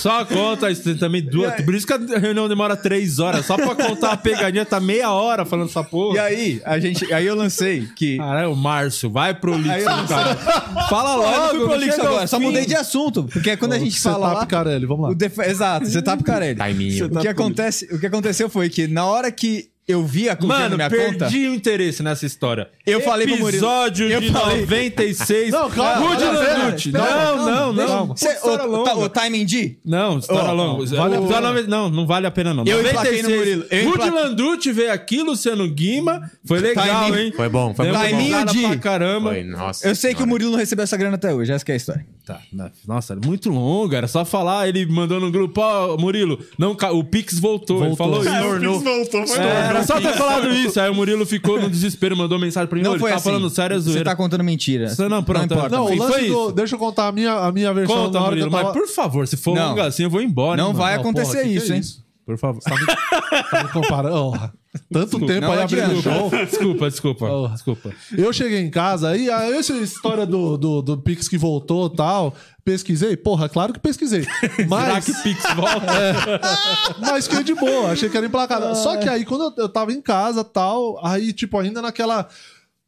Só a conta, isso tem também duas. Por isso que a reunião demora três horas. Só pra contar a pegadinha, tá meia hora falando essa
E
porra.
aí, a gente, aí eu lancei que...
Caralho, Márcio, vai pro lixo,
Aí eu não
cara. Fala
Olha, eu
logo,
fui pro
não
lixo
chega ao
agora, só
fim.
mudei de assunto. Porque quando a gente
Você
fala
tá,
lá...
Picarelli, vamos
O
lá.
def- Exato, você tá Picarelli.
Timinho.
O que, acontece, o que aconteceu foi que na hora que eu vi a conta na
Mano,
minha
perdi
conta...
o interesse nessa história.
Eu falei pro Murilo.
Episódio
Eu
de
falei.
96.
Não, calma,
Rude
calma,
Landucci.
pera,
não,
pera,
não, não,
calma.
Cê-
Puta história
o,
longa.
tá- o timing de?
Não, história
Ó,
longa.
não, vale a
O-
pena.
não, não, não vale a pena, não.
Eu emplaquei no Murilo. Eu
Rude
emplaquei.
Landucci veio aqui, Luciano Guima. Foi legal,
Timing.
hein?
Foi bom, foi
Demos
bom. Timing
risada
de-
pra caramba.
Foi, nossa
Eu sei que o
senhora.
Murilo não recebeu essa grana até hoje, essa que é a história.
Tá, na- nossa, era muito longo, era só falar, ele mandou no grupo, ó, Murilo, não, ca- o Pix voltou, ele falou isso.
Tornou. É, Voltou, foi
É, era só ter falado isso, aí o Murilo ficou no desespero, mandou mensagem pra mim,
Não
"Ô, ele
foi
tá
assim.
falando sério, é
Você
zoeira.
tá contando mentira.
Você não, pronto,
importa.
tá
Não, o
Foi
lance
isso.
do. Deixa eu contar a minha, a minha versão.
Conta,
na hora
Murilo,
que eu tava...
mas por favor, se for
Não.
longa assim, eu vou embora.
Não
hein, mano.
vai
Não, porra,
acontecer
que que é
isso, hein?
isso?
Por favor.
Tá me comparando. Ó, tanto
Desculpa.
tempo
Não,
aí abrindo o
adianta.
show.
Desculpa, desculpa.
Oh.
Desculpa.
Eu cheguei em casa, aí aí essa história do, do, do Pix que voltou e tal, pesquisei, porra, claro que pesquisei.
Será
Mas,
que Pix volta?
mas fiquei de boa, achei que era emplacada. Só que aí, quando eu, eu tava em casa tal, aí, tipo, ainda naquela.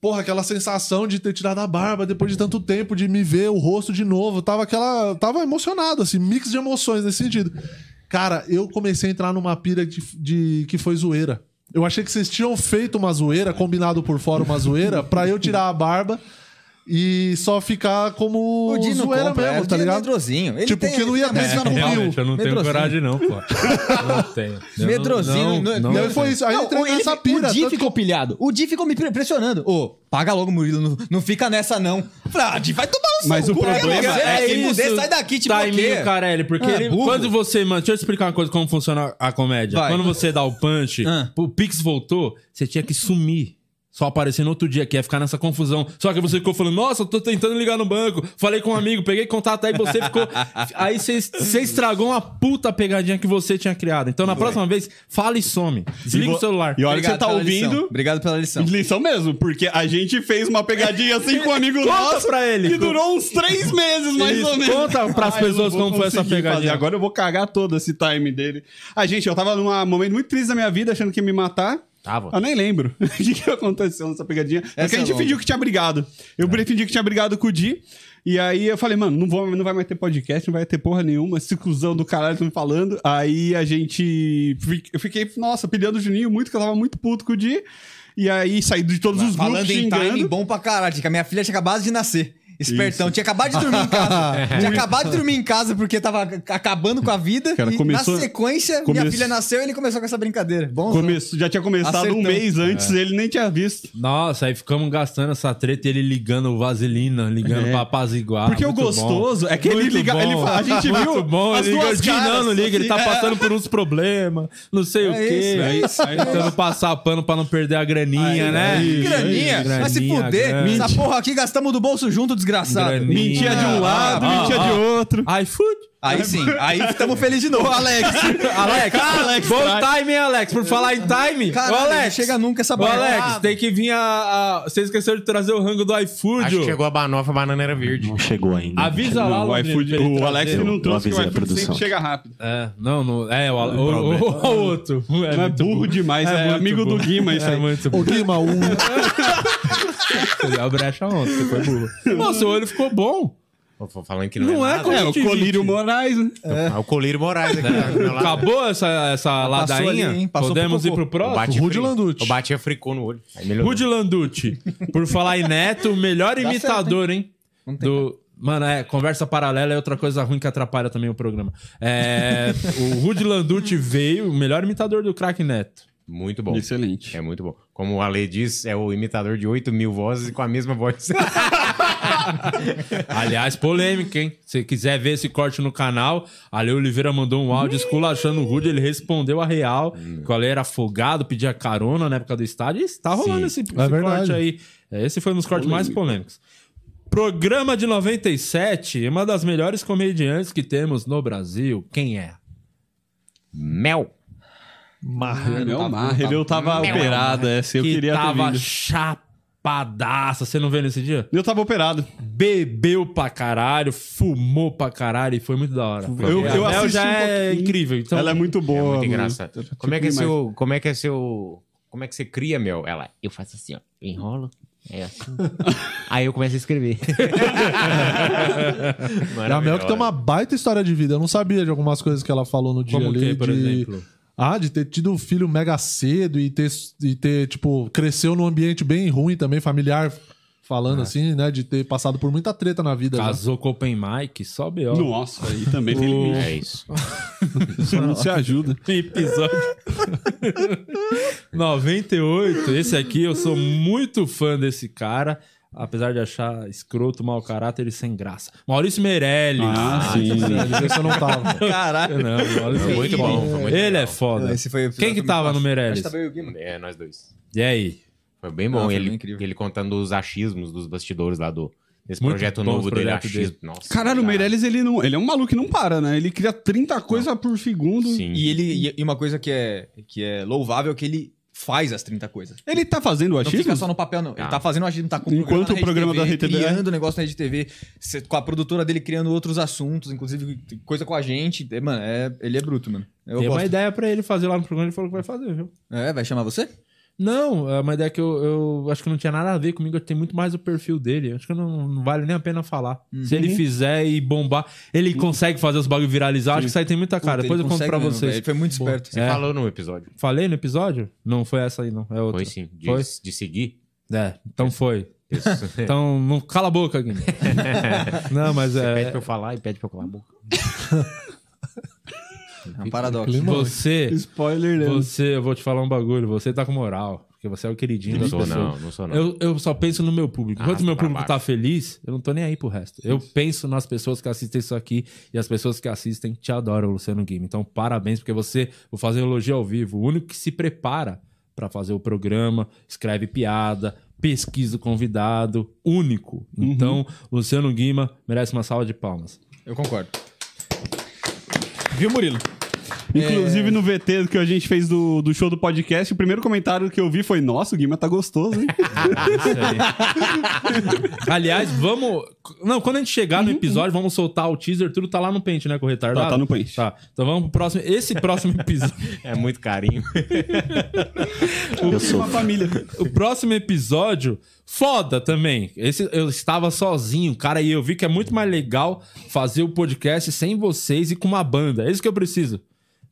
Porra, aquela sensação de ter tirado a barba depois de tanto tempo, de me ver o rosto de novo. Tava aquela. Tava emocionado, assim, mix de emoções nesse sentido. Cara, eu comecei a entrar numa pira de, de- que foi zoeira. Eu achei que vocês tinham feito uma zoeira, combinado por fora uma zoeira, pra eu tirar a barba e só ficar como
O Dino
zoeira
compra, é,
mesmo,
o
tá
Dino é
ligado?
medrosinho. Ele
Tipo,
tem,
que não ia
ele tem a
ter
mesma
esse
mão.
é
perfil.
eu não tenho
Medrosinho.
coragem, não, pô. Não tenho. Eu
Medrosinho.
Não, não,
não- é
não,
E
é
aí foi isso. Aí eu
Não,
entrei
ele-
nessa pira.
O Di
tanto
ficou pilhado. O Di ficou me pre- pressionando. Ô, paga logo, Murilo. Não, não fica nessa, não. Eu Falei, ah, Di, vai tomar no seu
Mas o
cu,
problema
eu não quero
é
ver, se
isso,
fuder, sai daqui, tipo, o quê?
Timing, Tá Carelli, porque
Ah,
ele-
burro.
quando você, mano, deixa eu explicar uma coisa como funciona a comédia.
Vai.
Quando você dá o punch,
Ah.
o Pix voltou, você tinha que sumir. Só aparecer no outro dia, que ia ficar nessa confusão. Só que você ficou falando, nossa, eu tô tentando ligar no banco. Falei com um amigo, peguei contato, aí você ficou. aí você você estragou uma puta pegadinha que você tinha criado. Então na próxima vez, fala e some. Desliga
vo-
o celular.
E olha que você
Obrigado
tá
pela lição.
ouvindo.
Obrigado pela lição.
Lição mesmo, porque a gente fez uma pegadinha assim com um amigo
Conta
nosso
pra ele.
que durou uns três meses, mais
Isso,
ou menos.
conta pras
eu não
pessoas
vou
como foi essa
conseguir
pegadinha.
fazer. Agora eu vou cagar todo esse time dele. Ah, gente, eu tava num momento muito triste da minha vida, achando que ia me matar.
Tava.
Eu nem lembro o que, que aconteceu nessa pegadinha.
Essa
Porque a
é
gente
longa.
fingiu que tinha brigado. Eu fingi que tinha brigado com o Di. E aí eu falei, mano, não, vou, não vai mais ter podcast, não vai ter porra nenhuma, esse cuzão do caralho tá me falando. Aí a gente. fi- Eu fiquei, nossa, pilhando o Juninho muito, que eu tava muito puto com o Di. E aí saí de todos os grupos
Falando em time,
xingando.
bom pra caralho. Dica. Minha filha tinha acabado de nascer. Espertão. Tinha acabado de dormir em casa. tinha acabado de dormir em casa porque tava ac- acabando com a vida.
Cara,
e
começou-
na sequência, minha
começou-
filha nasceu e ele começou com essa brincadeira. Bom,
Começo- já tinha começado
Acertão.
um mês antes,
É.
ele nem tinha visto.
Nossa, aí ficamos gastando essa treta e ele ligando o vaselina, ligando pra apaziguar.
Porque o
Muito bom.
gostoso é que ele
Muito
liga-
bom.
ele fa- a gente
Muito
viu
bom,
as
ele liga,
duas
"Di, não,
caras",
não liga, ele tá
assim.
passando por uns problemas, não sei o
É
quê.
isso, é
aí,
isso,
aí tentando passar pano pra não perder a graninha, né?
É, que
Isso,
graninha.
isso,
Vai se
graninha,
fuder.
grana.
Essa porra aqui gastamos do bolso junto, desgraçado. é
Graninha.
Mentia de um lado,
Ah,
mentia
ah,
de outro.
iFood.
Aí sim, aí estamos felizes de novo, Alex.
Alex,
Alex,
bom
traz.
time, hein, Alex? Por falar em time,
Caralho,
ô,
não
Alex,
chega nunca essa
ô,
bola. Ah,
Alex, tem que vir a, a- Você esqueceu de trazer o rango do iFood.
Acho que
ô.
chegou a banofa, a banana era verde.
Não chegou ainda.
Avisa lá,
Não, o
Londrina,
iFood,
pra ele
o
trazer.
Alex não trouxe,
Eu
que o
avisei a
iFood sempre
produção.
chega rápido.
É, não, não. É, o, o, o, o outro. É,
Não é
muito
burro
bom.
demais, é,
muito
amigo
bom.
do Guima isso
É
aí.
muito
Ô,
bom.
Guima,
um.
o,
Você deu brecha ontem, você foi burro. Nossa, seu olho ficou bom.
Eu tô falando que não,
Não
é,
é,
nada.
É, o
conjuntivite.
Colírio Moraes, né?
É o Colírio Moraes aqui. ó, do meu lado.
Acabou essa, essa
Passou
ladainha?
ali, hein? Passou
Podemos
pro
ir pro
O
próximo?
Batia
Rude
fri-
Landucci.
O Batia fricou no olho. Aí melhorou.
Rude Landucci. Por falar em Neto, o melhor imitador, hein? Do... Mano, é, conversa paralela é outra coisa ruim que atrapalha também o programa. É, o Rude Landucci veio, o melhor imitador do craque Neto.
Muito bom.
Excelente.
É muito bom. Como o Ale diz, é o imitador de 8 mil vozes e com a mesma voz.
Aliás, polêmica, hein? Se quiser ver esse corte no canal, Ale Oliveira mandou um áudio esculachando o Rude, ele respondeu a real,
Hum.
que o Ale era afogado, pedia carona na época do estádio, e está rolando esse, esse corte
verdade.
aí. É, Esse foi um dos cortes mais polêmicos. Programa de 97, uma das melhores comediantes que temos no Brasil. Quem é?
Mel.
Ele é o Mar, ele eu tava
Meu
operado, essa eu
que
queria ter
tava
vindo.
chapadaça. Você não vê nesse dia?
Eu tava operado.
Bebeu pra caralho, fumou pra caralho e foi muito da hora.
Eu, eu
A Mel
assisti
já
um
é
pouquinho.
incrível. Então,
Ela é muito boa. Tipo,
É muito
mano.
engraçado.
Eu- eu
Como é que é
tive mais.
seu. Como é que é seu. Como é que você cria, Mel? Ela, eu faço assim, ó. Eu enrolo. É assim. Aí eu começo a escrever.
é a Mel que tem uma baita história de vida. Eu não sabia de algumas coisas que ela falou no dia
Como
ali.
que, por
de-
exemplo?
Ah, de ter tido um filho mega cedo e ter, e ter, tipo, cresceu num ambiente bem ruim também, familiar, falando assim, né? De ter passado por muita treta na vida. né?
Casou com Open Mike, só B.O.
Nossa, aí também tem limite.
É isso.
Isso não se ajuda.
Episódio 98. Esse aqui eu sou muito fã desse cara, apesar de achar escroto, mau caráter e sem graça. Maurício Meirelles. é
Ah, sim.
Esse eu não tava.
Caralho.
Não, Maurício
Muito bom. Foi muito
é Ele
legal.
é foda.
Esse foi o episódio
Quem que
também
tava no
fácil.
Meirelles?
Acho que tava eu e o Guima.
É, nós dois.
E aí?
Foi bem bom.
Ah, foi
ele,
bem incrível.
ele contando os achismos dos bastidores lá do Desse
Muito
projeto
bom
novo
o
dele,
projeto
AX.
dele.
Nossa,
Caralho, o
cara.
Meirelles, ele, não, ele é um maluco que não para, né? Ele cria 30 coisas por segundo.
Sim.
E ele. E uma coisa que é, que é louvável é que ele faz as 30 coisas.
Ele tá fazendo o
Não
achismo?
fica só no papel, não. Ele
Ah.
tá fazendo a gente tá com
Enquanto o programa da RedeTV, é.
né?
criando o negócio na Rede TV, com a produtora dele criando outros assuntos, inclusive coisa com a gente. É, Mano, é, ele é bruto, mano. Eu
Tem uma
gosto.
ideia pra ele fazer lá no programa, ele falou que vai fazer, viu?
É, vai chamar você?
Não, é uma ideia que eu, eu acho que não tinha nada a ver comigo, tem muito mais o perfil dele. Acho que não, não vale nem a pena falar. Se
Uhum.
ele fizer e bombar, ele consegue fazer os bagulho viralizar, acho que isso aí tem muita
Puta,
cara. Depois
ele
eu conto
consegue
pra
né,
mesmo, velho.
vocês.
Ele foi muito esperto.
Você
É.
falou no episódio.
Falei no episódio? Não foi essa aí, não. É outra.
Foi sim. De,
Foi?
de seguir.
É, então foi.
Isso.
Então, não cala a boca, Guilherme. não, mas
Você pede
é.
pra eu falar e pede pra eu colar a boca.
É um paradoxo.
Você,
Spoiler, né?
você, eu vou te falar um bagulho. Você tá com moral. Porque você é o queridinho
Não
das
sou,
pessoas.
não. Não sou, não.
Eu, eu só penso no meu público. Enquanto
Arrasta
o meu
pra
público
baixo.
tá feliz, eu não tô nem aí pro resto. Eu penso nas pessoas que assistem isso aqui e as pessoas que assistem te adoram, Luciano Guima. Então, parabéns, porque você, vou fazer um elogio ao vivo, o único que se prepara pra fazer o programa, escreve piada, pesquisa o convidado, único.
Uhum.
Então, Luciano Guima merece uma salva de palmas.
Eu concordo. Viu, Murilo?
Inclusive no VT que a gente fez do, do show do podcast, o primeiro comentário que eu vi foi: Nossa, o Guima tá gostoso, hein?
Aliás, vamos. Não, quando a gente chegar no episódio, vamos soltar o teaser, tudo tá lá no pente, né, com o retardado?
Tá, tá no pente.
Tá. Então vamos pro próximo. Esse próximo episódio.
É muito carinho.
Eu sou.
Uma família.
o próximo episódio, foda também. Esse eu estava sozinho, cara, e eu vi que é muito mais legal fazer o podcast sem vocês e com uma banda. É isso que eu preciso.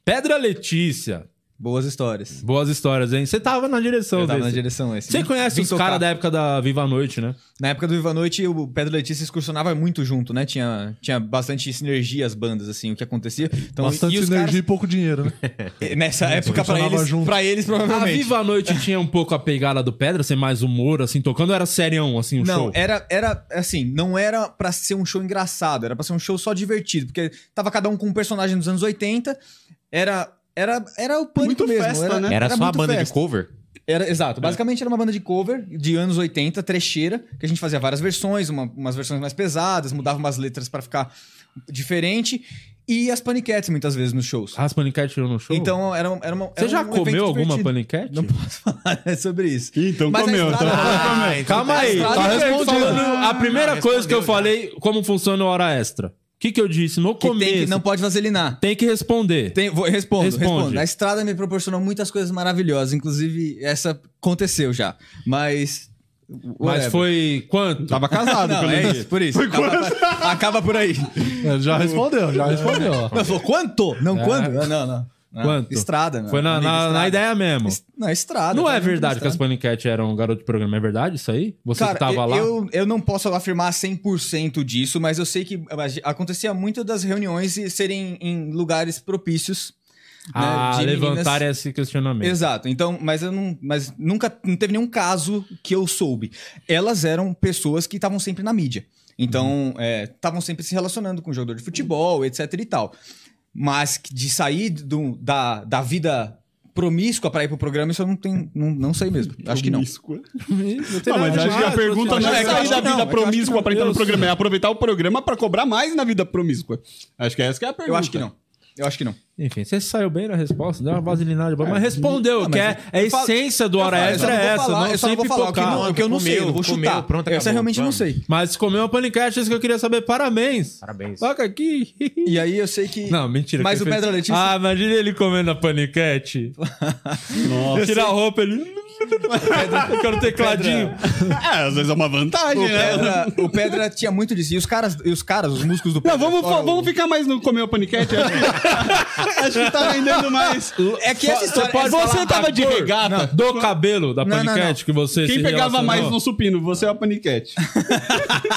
Pedra Letícia.
Boas histórias.
Boas histórias, hein? Você tava na direção
Eu tava na
desse.
direção esse.
Você
Vim-
conhece
vim
os
tocar.
caras da época da Viva a Noite, né?
Na época do Viva a Noite, o Pedro Letícia excursionava muito junto, né? Tinha, tinha bastante sinergia as bandas, assim, o que acontecia. Então,
né? Bastante
e os
sinergia
caras-
e pouco dinheiro, né?
Nessa época, pra
funcionava
eles,
junto.
pra eles,
A
provavelmente.
Ah, Viva a Noite tinha um pouco a pegada do Pedra, ser mais humor, assim, tocando, era serião, assim, o
não, é-
show.
era era assim, não era pra ser um show engraçado, era pra ser um show só divertido, porque tava cada um com um personagem dos anos 80, era era era o pânico
Muito
mesmo,
festa, né?
Era, É só a
muito
banda de
festa.
cover?
Era, exato. Basicamente era uma banda de cover de anos 80, trecheira, que a gente fazia várias versões, uma- umas versões mais pesadas, mudava umas letras pra ficar diferente. E as paniquetes, muitas vezes, nos shows.
Ah, as paniquete tirou no show?
Então era, um- era uma.
Você
era
já
um evento
comeu alguma
divertido.
paniquete? Tá
Não posso falar né, sobre isso.
Ih, Então
Mas a
comeu.
estrada-
então-
Ah,
Calma aí,
Estrada
tá
Verde
respondido.
falando-
a primeira coisa que eu falei, como funciona a hora extra. O que, que eu disse no
Que
começo?
tem que, não pode vaselinar.
tem que responder.
Tem, vou, respondo,
Responde.
respondo. A estrada me proporcionou muitas coisas maravilhosas, inclusive essa aconteceu já. Mas.
Mas
whatever.
foi quanto?
Tava casado,
Não,
pelo
é
menos.
isso, por isso. Acaba, acaba por aí.
É, já respondeu, já respondeu. ó.
Não, falou quanto? Não, quando? Não, não, não. Não.
É. Quanto?
Estrada, né?
Foi na,
Amigo,
na-
estrada.
na ideia mesmo.
Es- Não, estrada.
Não
tá
é
junto com
verdade que as
estrada.
Panicat eram garoto de programa, é verdade isso aí? Você
Cara,
que tava
eu,
lá?
Eu, eu não posso afirmar 100% disso, mas eu sei que mas, acontecia muito das reuniões e serem em lugares propícios. né,
Ah,
de meninas.
levantar esse questionamento.
Exato. Então, mas eu não, mas nunca não teve nenhum caso que eu soube. Elas eram pessoas que estavam sempre na mídia. Então, é, estavam sempre se relacionando com jogador de futebol, etc e tal. Mas que de sair do- da, da vida promíscua para ir pro programa, isso eu não tem, não, não sei mesmo. Acho que não.
Promíscua.
tem
Não, mas
nada
acho que a
demais,
pergunta
você
não é
acha?
sair
acho
da
que não,
vida
eu acho que
promíscua pra entrar no
Eu
programa, é aproveitar o programa pra cobrar mais na vida promíscua. Acho que essa que é a pergunta.
Eu acho que não. Eu acho que não.
Enfim, você saiu bem na resposta, deu uma vaselinada boa, mas respondeu,
Ah, mas
que é, é a
eu falo-
essência do
Eu
hora
falo, eu só
extra
não
é
vou
essa,
falar,
não
eu só não
sempre
vou falar o que, não, é
focar.
o que eu não sei, eu
Comeu,
não vou
comeu,
chutar.
pronto,
Essa eu
acabou,
realmente não
vamos.
sei.
Mas comeu uma panicat, isso que eu queria saber, parabéns.
Parabéns.
Toca aqui.
E aí eu sei que
Não, mentira.
Mas
que
o
fez-
Pedro Letícia-
Ah, imagina ele comendo a paniquete. Tira a roupa, ele... eu quero tecladinho.
É, às vezes é uma vantagem,
o
né?
Pedra, o Pedra tinha muito disso. E os caras, e os caras, os músicos do
Não,
Pedra.
vamos,
fora o-
vamos ficar mais no comer o paniquete. Acho que, acho que tá vendendo mais.
É que essa história.
pode
essa-
Você tava de regata.
Do cabelo da
Não, não,
paniquete que você
Quem
se
pegava
relacionou.
mais no supino? Você é o paniquete.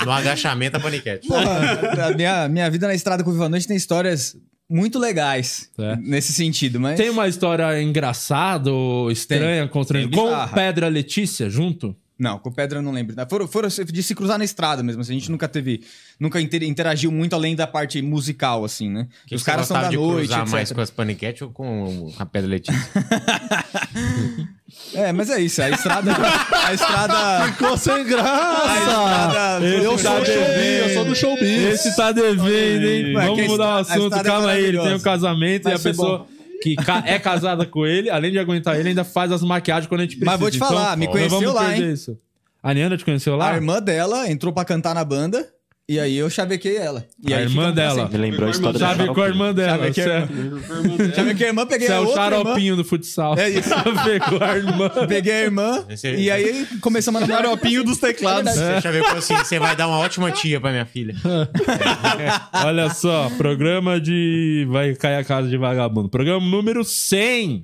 No agachamento, a paniquete.
Porra, a minha, minha vida na estrada com o Viva Noite tem histórias muito legais
É. um
nesse sentido, mas.
Tem uma história engraçada ou estranha, constrangedora,
Tem
com
bizarra.
Pedra Letícia junto?
Não, com pedra eu não lembro. Foram, foram de se cruzar na estrada mesmo. Assim. A gente nunca teve. Nunca inter- interagiu muito além da parte musical, assim, né?
Que
Os
que
caras
você
são da
gostava de
noite.
cruzar
etc.
mais com as paniquete ou com a pedra Letícia?
É, mas é isso. A estrada. a estrada.
Ficou sem graça!
estrada-
Eu
Esse
sou
tá
do showbiz, eu sou do showbiz.
Esse tá devendo, hein?
Ué, que
Vamos
a
mudar o
esta- a
assunto.
estrada é
Calma aí, ele tem um
maravilhosa.
casamento
Vai
e a
ser
pessoa que ca- é casada com ele, além de aguentar ele, ainda faz as maquiagens quando a gente precisa. Então,
Mas vou te falar, me
nós
conheceu
vamos
lá,
perder
hein?
Isso. A Neanda te conheceu lá?
A irmã dela entrou pra cantar na banda. E aí eu chavequei ela. E
A
aí um
irmã
ficamos pra
dela.
Me lembrou a história da
Sabe
Xarope.
com a irmã dela.
Sabe que
Você é-
sempre. assim. Chavequei a irmã, peguei
você é
a
o
outra irmã.
xaropinho do futsal.
É isso.
Pegou a irmã.
Peguei a irmã.
Esse-
e aí começamos a namorar.
Xaropinho dos
É
teclados.
Você já veio e falou assim: você vai dar uma ótima tia pra minha filha.
Olha só, programa de. Vai cair a casa de vagabundo. Programa número 100.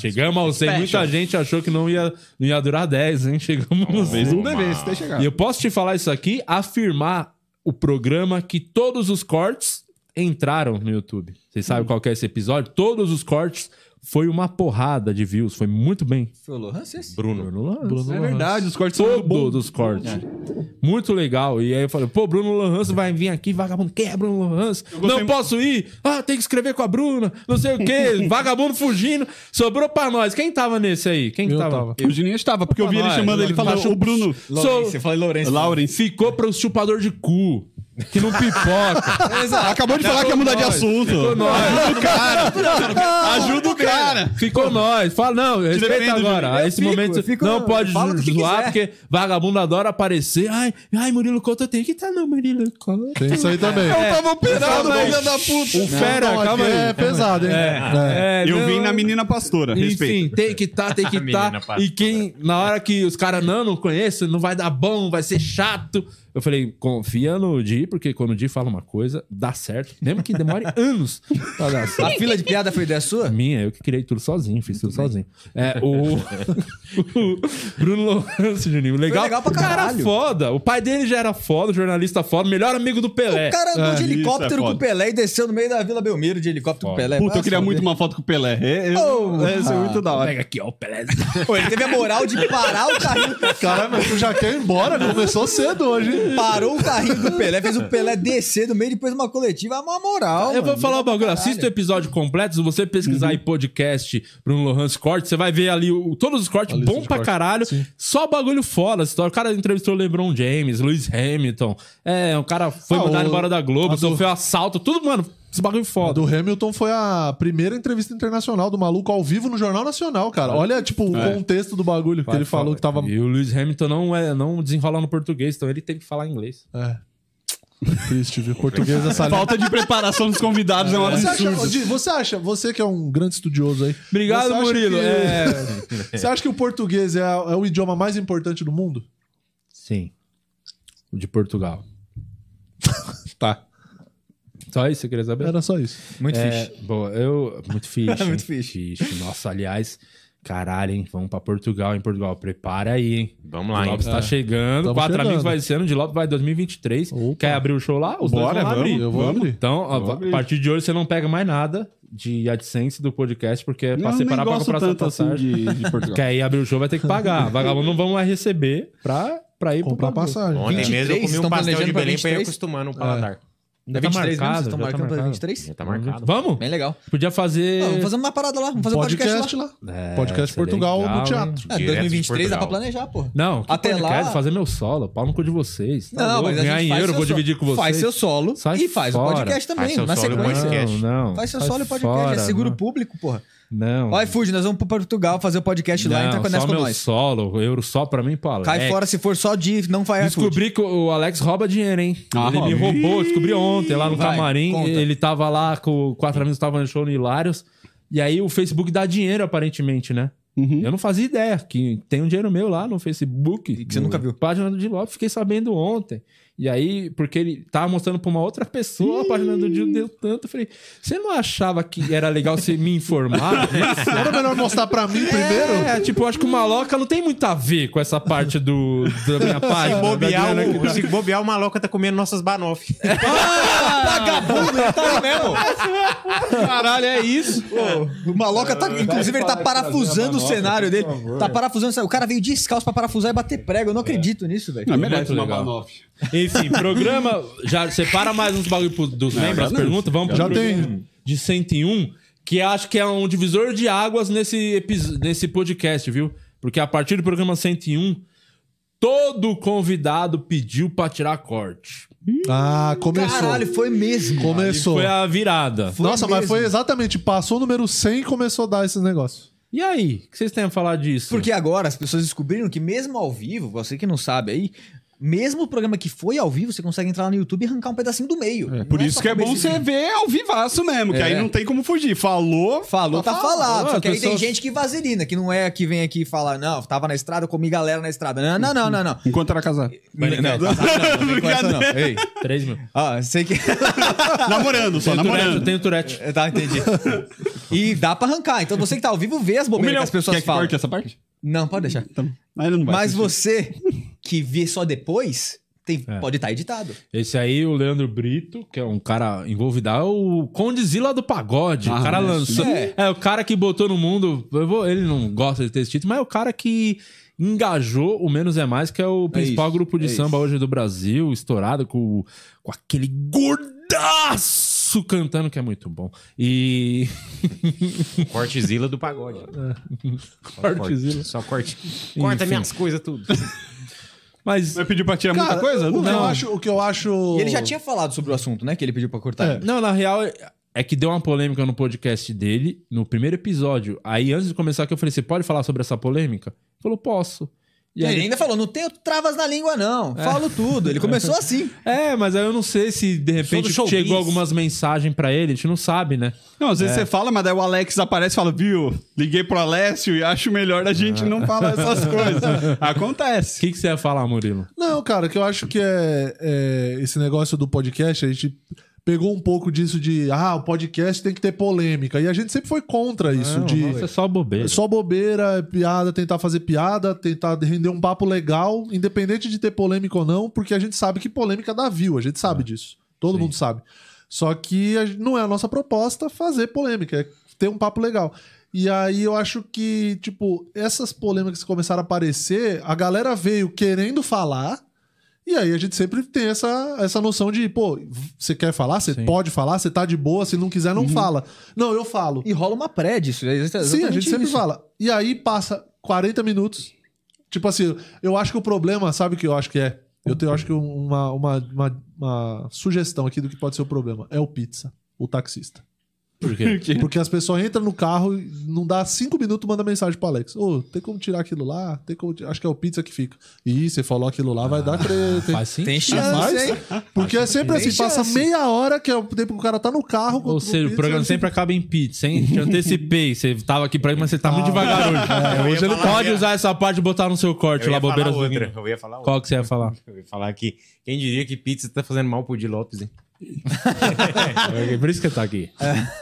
Chegamos ao 100. Muita gente achou que não ia, não ia durar 10, hein? Chegamos no 100.
Fez um dever, se até
Ah.
chegar.
E eu posso te falar isso aqui, afirmar o programa que todos os cortes entraram no YouTube. Vocês sabem qual que é esse episódio? Todos os cortes foi uma porrada de views, foi muito bem.
Falou, "Rancês".
Bruno. Bruno,
É verdade, os cortes são
Todos os cortes. Muito legal. E aí eu falei, pô, Bruno Lohans vai vir aqui, vagabundo, quem é Bruno Lohans? Não posso ir. Ah, tem que escrever com a Bruna, não sei o quê. vagabundo fugindo. Sobrou pra nós. Quem tava nesse aí? Quem que
Eu
tava?
tava.
O Juninho estava, porque eu vi ele
Ah,
chamando ele
eu
falando
acho-
o Bruno.
Sou-
eu falei, Lourenço.
Laurence.
Ficou pro chupador de cu. Que não pipoca.
Acabou de falar que ia mudar de assunto. Ajuda o cara. Ajuda o cara.
Ficou nós. Fala, não, respeita
defendo,
agora. Esse
fico,
momento
eu fico-
não pode
fala o que
zoar,
quiser.
porque vagabundo adora aparecer. Ai, ai, Murilo Couto, eu tenho que estar no Murilo Couto.
Tem isso aí também.
tava
Tá, é
operado,
Calma aí.
filha da puta.
O fera,
Então,
calma
aqui
aí.
É pesado, hein? É.
É,
Eu
não,
vim na menina pastora. Respeito.
Enfim, tem que tá, tem que tá.
Menina passa.
E quem, na hora que os caras, não, não conheço, não vai dar bom, vai ser chato. Eu falei, confia no Di, porque quando o Di fala uma coisa, dá certo. Mesmo que demore anos pra dar certo.
A fila de piada foi ideia sua?
Minha, eu que criei tudo sozinho, fiz tudo sozinho. É, o, o Bruno Lourenço, Juninho, legal.
legal pra
O cara
caralho.
foda. O pai dele já era foda, jornalista foda, melhor amigo do Pelé.
O cara andou de
isso é
helicóptero
foda.
com o Pelé e desceu no meio da Vila Belmiro de helicóptero com o
é,
Pelé.
tá
Puta,
Vai
eu queria
saber.
muito uma foto com o Pelé. É, é,
Oh,
é, isso é muito da hora.
Pega aqui, ó, o Pelé.
Pô, ele teve a moral de parar o carrinho.
Caralho, mas tu já quer ir embora? Começou cedo hoje, hein?
Parou o carrinho do Pelé, fez o Pelé descer do meio depois de uma coletiva. É uma moral.
Eu vou
mano.
falar um bagulho. Assista o episódio completo. Se você
Uhum.
pesquisar em podcast Bruno Lohans Corte, você vai ver ali o- todos os cortes bom pra caralho. Só bagulho foda. essa história. O cara entrevistou LeBron James, Lewis Hamilton. É, o cara foi
Ah,
mandado
o-
embora da Globo,
a do-
sofreu assalto. Tudo, mano, esse bagulho
A
foda.
do Hamilton foi a primeira entrevista internacional do maluco ao vivo no Jornal Nacional, cara. Olha, tipo, o contexto do bagulho que ele falou que tava.
É. E o Lewis Hamilton não, é, não desenrola no português, então ele teve que falar inglês.
É. Triste, viu? Português essa língua.
Falta de preparação dos convidados é um
Você
absurdo.
acha, Di, você acha, você que é um grande estudioso aí.
Obrigado,
você acha
Murilo.
que-
É.
Você acha que o português é, é o idioma mais importante do mundo?
Sim. O de Portugal.
Tá.
Só isso, você queria saber?
Era só isso.
Muito
é,
fixe.
Boa, eu. Muito fixe.
Muito
muito fixe. Nossa, aliás, caralho, hein? Vamos pra Portugal, hein, Portugal? Prepara aí, hein?
Vamos
O
lá, hein? É.
Lopes tá chegando.
Tamo
Quatro
chegando.
amigos vai esse ano, de Lopes vai 2023.
Opa.
Quer abrir o show lá? Os dois vão lá
Bora, vamos,
abrir.
Eu vou
Vamos.
abrir.
Então, a,
Vamos abrir.
a partir de hoje você não pega mais nada de AdSense do podcast, porque é pra
Eu nem
separar pra
gosto
comprar sua
tanto assim
passagem.
de, de Portugal.
Quer ir abrir o show, vai ter que pagar. Vagabundo não vão mais receber pra, pra ir pro
Comprar
bagulho.
passagem.
Ontem
23,
mesmo eu comi
estão
um pastel
planejando
de
pra
Belém pra ir
23?
acostumando o paladar.
É
Já tá
23 mesmo?
marcado,
Vocês estão
já tá
marcando pra
marcado.
23?
Já tá marcado.
Vamos?
Bem legal.
Podia fazer.
Ah, vamos fazer uma parada lá. Vamos fazer um podcast,
Podcast lá.
É,
Podcast
seria
Portugal
legal,
no
hein?
teatro.
lá. É,
Direto de
2023 dá pra
Portugal.
planejar, pô.
Não, que
Até
podcast?
lá-
fazer meu solo, pau no cu de vocês. Tá
Não,
louco?
mas a gente
ganhar
faz
em euro,
seu
vou
solo.
dividir com vocês.
Faz seu solo
Sai
e faz
fora.
o podcast também,
Faz seu
na
solo e
sequência.
podcast.
Não, não.
Faz seu solo e podcast,
fora, né?
é seguro
não.
público, porra.
Não.
Ó, iFood, nós vamos pra Portugal fazer o podcast lá,
não,
entra com
só
com
meu
nós.
solo, euro só pra mim, Paulo.
Cai fora se for só de não vai iFood.
Descobri que o Alex rouba dinheiro, hein?
Ah,
ele me
rouba.
roubou, descobri ontem lá no
Vai,
camarim.
conta.
Ele tava lá com quatro amigos, tava no show no Hilários. E aí o Facebook dá dinheiro, aparentemente, né?
Uhum.
Eu não fazia ideia que tem um dinheiro meu lá no Facebook.
que você nunca
no-
viu.
Página do Di Lopes, fiquei sabendo ontem. E aí, porque ele tava mostrando pra uma outra pessoa a página do Dio deu tanto, eu falei, você não achava que era legal você me informar? disso?"
Era melhor mostrar pra mim primeiro?
É, tipo, eu acho que o Maloca não tem muito a ver com essa parte do, da minha página. da
Bobear,
Diana aqui
o,
da-
se bobear, o maloca tá comendo nossas banoffs.
Ah, Vagabundo, tá aí mesmo.
Caralho, é isso.
O maloca tá. Inclusive, ele tá parafusando o cenário dele. Tá parafusando o cenário. O cara veio descalço pra parafusar e bater prego. Eu
É.
não acredito nisso, velho.
Não,
muito
merece É uma
legal.
banoff.
Enfim, programa. Já separa mais uns bagulho pro- dos membros, as perguntas. Vamos
Já
pro programa de 101, que acho que é um divisor de águas nesse, episo- nesse podcast, viu? Porque a partir do programa 101, todo convidado pediu pra tirar corte.
Ah, começou.
Caralho, foi mesmo.
começou.
Foi a virada.
Nossa,
Foi
mas foi
mesmo.
exatamente. Passou o número 100 e começou a dar esses negócios.
E aí? O que vocês têm a falar disso?
Porque agora as pessoas descobriram que mesmo ao vivo, você que não sabe aí, mesmo o programa que foi ao vivo, você consegue entrar lá no YouTube e arrancar um pedacinho do meio. Não
Por isso
só
que é bom
cabeça e
você
dedo.
ver ao vivaço mesmo, que
É.
aí não tem como fugir. Falou,
Falou, tá falado.
Ah,
Só que aí
pessoas-
tem gente que vaselina, que não é a que vem aqui e fala, não, tava na estrada, eu comi galera na estrada. Não, não, não, não, não.
Enquanto era casado.
Não, não, não, não vem com essa não. Ei.
3 mil.
Ah, sei que.
Namorando, só
Tem o Turete,
namorando.
tem o Turete.
tá, entendi. E dá pra arrancar. Então você que tá ao vivo vê as bobeiras que as pessoas
Quer que
falam.
corte essa parte?
Não, pode deixar.
Então, aí não vai
Mas
assistir.
você que vê só depois, tem- pode estar editado.
Esse aí, o Leandro Brito, que é um cara envolvido, é o Condizila do Pagode.
Ah,
o cara
isso.
lançou. É.
É.
o cara que botou no mundo. eu vou- ele não gosta de ter esse título, mas é o cara que engajou o Menos é Mais, que é o principal
isso,
grupo de
é
samba hoje do Brasil, estourado com, com aquele gordaço cantando, que é muito bom. E.
Cortezila do pagode.
Cortezilla.
Só corte. Corta
Enfim.
minhas coisas tudo.
Mas.
Vai pedir pra tirar É muita
Cara,
coisa?
o, que eu
vai.
acho, o que eu acho.
E ele já tinha falado sobre o assunto, né? Que ele pediu pra cortar.
Tipo- É.
Não, na real, é que deu uma polêmica no podcast dele, no primeiro episódio. Aí, antes de começar, que eu falei, você pode falar sobre essa polêmica? Ele falou, posso. E
E
aí,
ele ainda falou, não tenho travas na língua, não. Falo tudo. Ele começou assim.
É, mas aí eu não sei se, de repente,
do showbiz.
chegou algumas mensagens pra ele, a gente não sabe, né?
Não, às vezes você fala, mas daí o Alex aparece e fala, viu, liguei pro Alessio e acho melhor a gente não falar essas coisas.
O
Acontece.
que, que você ia falar, Murilo?
Não, cara, o que eu acho que é, é esse negócio do podcast, a gente pegou um pouco disso de ah, o podcast tem que ter polêmica. E a gente sempre foi contra isso, de
Isso é só bobeira.
só bobeira, é piada, tentar fazer piada, tentar render um papo legal, independente de ter polêmica ou não, porque a gente sabe que polêmica dá view, a gente sabe disso. Todo mundo sabe. Só que a gente- não é a nossa proposta fazer polêmica, é ter um papo legal. E aí eu acho que, tipo, essas polêmicas que começaram a aparecer, a galera veio querendo falar. E aí a gente sempre tem essa, essa noção de, pô, você quer falar? Você pode falar? Você tá de boa? Se não quiser, não fala. Não, eu falo.
E rola uma pré disso. é exatamente
Sim, a gente sempre
isso.
fala. E aí passa 40 minutos. Tipo assim, eu acho que o problema, sabe o que eu acho que é? Eu tenho, acho que uma, uma, uma, uma sugestão aqui do que pode ser o problema. É o pizza, o taxista.
Por quê?
Porque as pessoas entram no carro, e não dá cinco minutos, manda mensagem pro Alex. Ô, tem como tirar aquilo lá? Tem como... ti- Acho que é o pizza que fica. Ih, você falou aquilo lá, vai dar treta. hein?
Faz sim?
Tem
Ah,
chance,
faz?
hein?
Porque é sempre
Tem
assim, passa
chance.
meia hora, que é o tempo que o cara tá no carro.
Ou seja, o programa sempre acaba em pizza, hein? Te antecipei. Você tava aqui pra ele, mas você tá muito devagar hoje.
Ah, É, eu ia
hoje ele
falar,
pode
eu ia-
usar essa parte e botar no seu corte
Eu
lá,
ia falar
bobeiras do
outra.
Guinho.
Eu ia falar outra.
Qual que você ia falar?
Eu ia falar que quem diria que pizza tá fazendo mal pro Di Lopes, hein?
Por isso que tá aqui.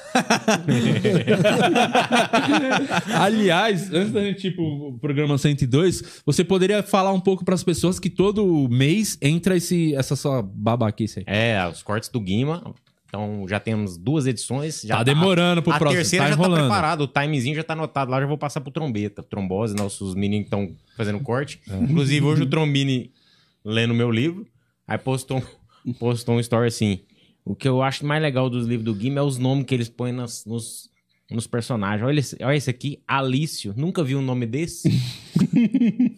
Aliás, antes da gente ir pro programa 102, você poderia falar um pouco pras pessoas que todo mês entra esse, essa sua babaquice aí.
É, os cortes do Guima. Então já temos duas edições. Já
tá demorando pro
a
próximo,
terceira
tá
já tá
enrolando.
preparado, o timezinho já tá anotado lá, já vou passar pro trombeta. Trombose, né? nossos meninos estão fazendo corte.
É.
Inclusive, hoje o Trombini lendo meu livro, aí postou, postou um story assim. O que eu acho mais legal dos livros do Guima é os nomes que eles põem nas- nos, nos personagens. Olha esse, olha esse aqui, Alício. Nunca vi um nome desse?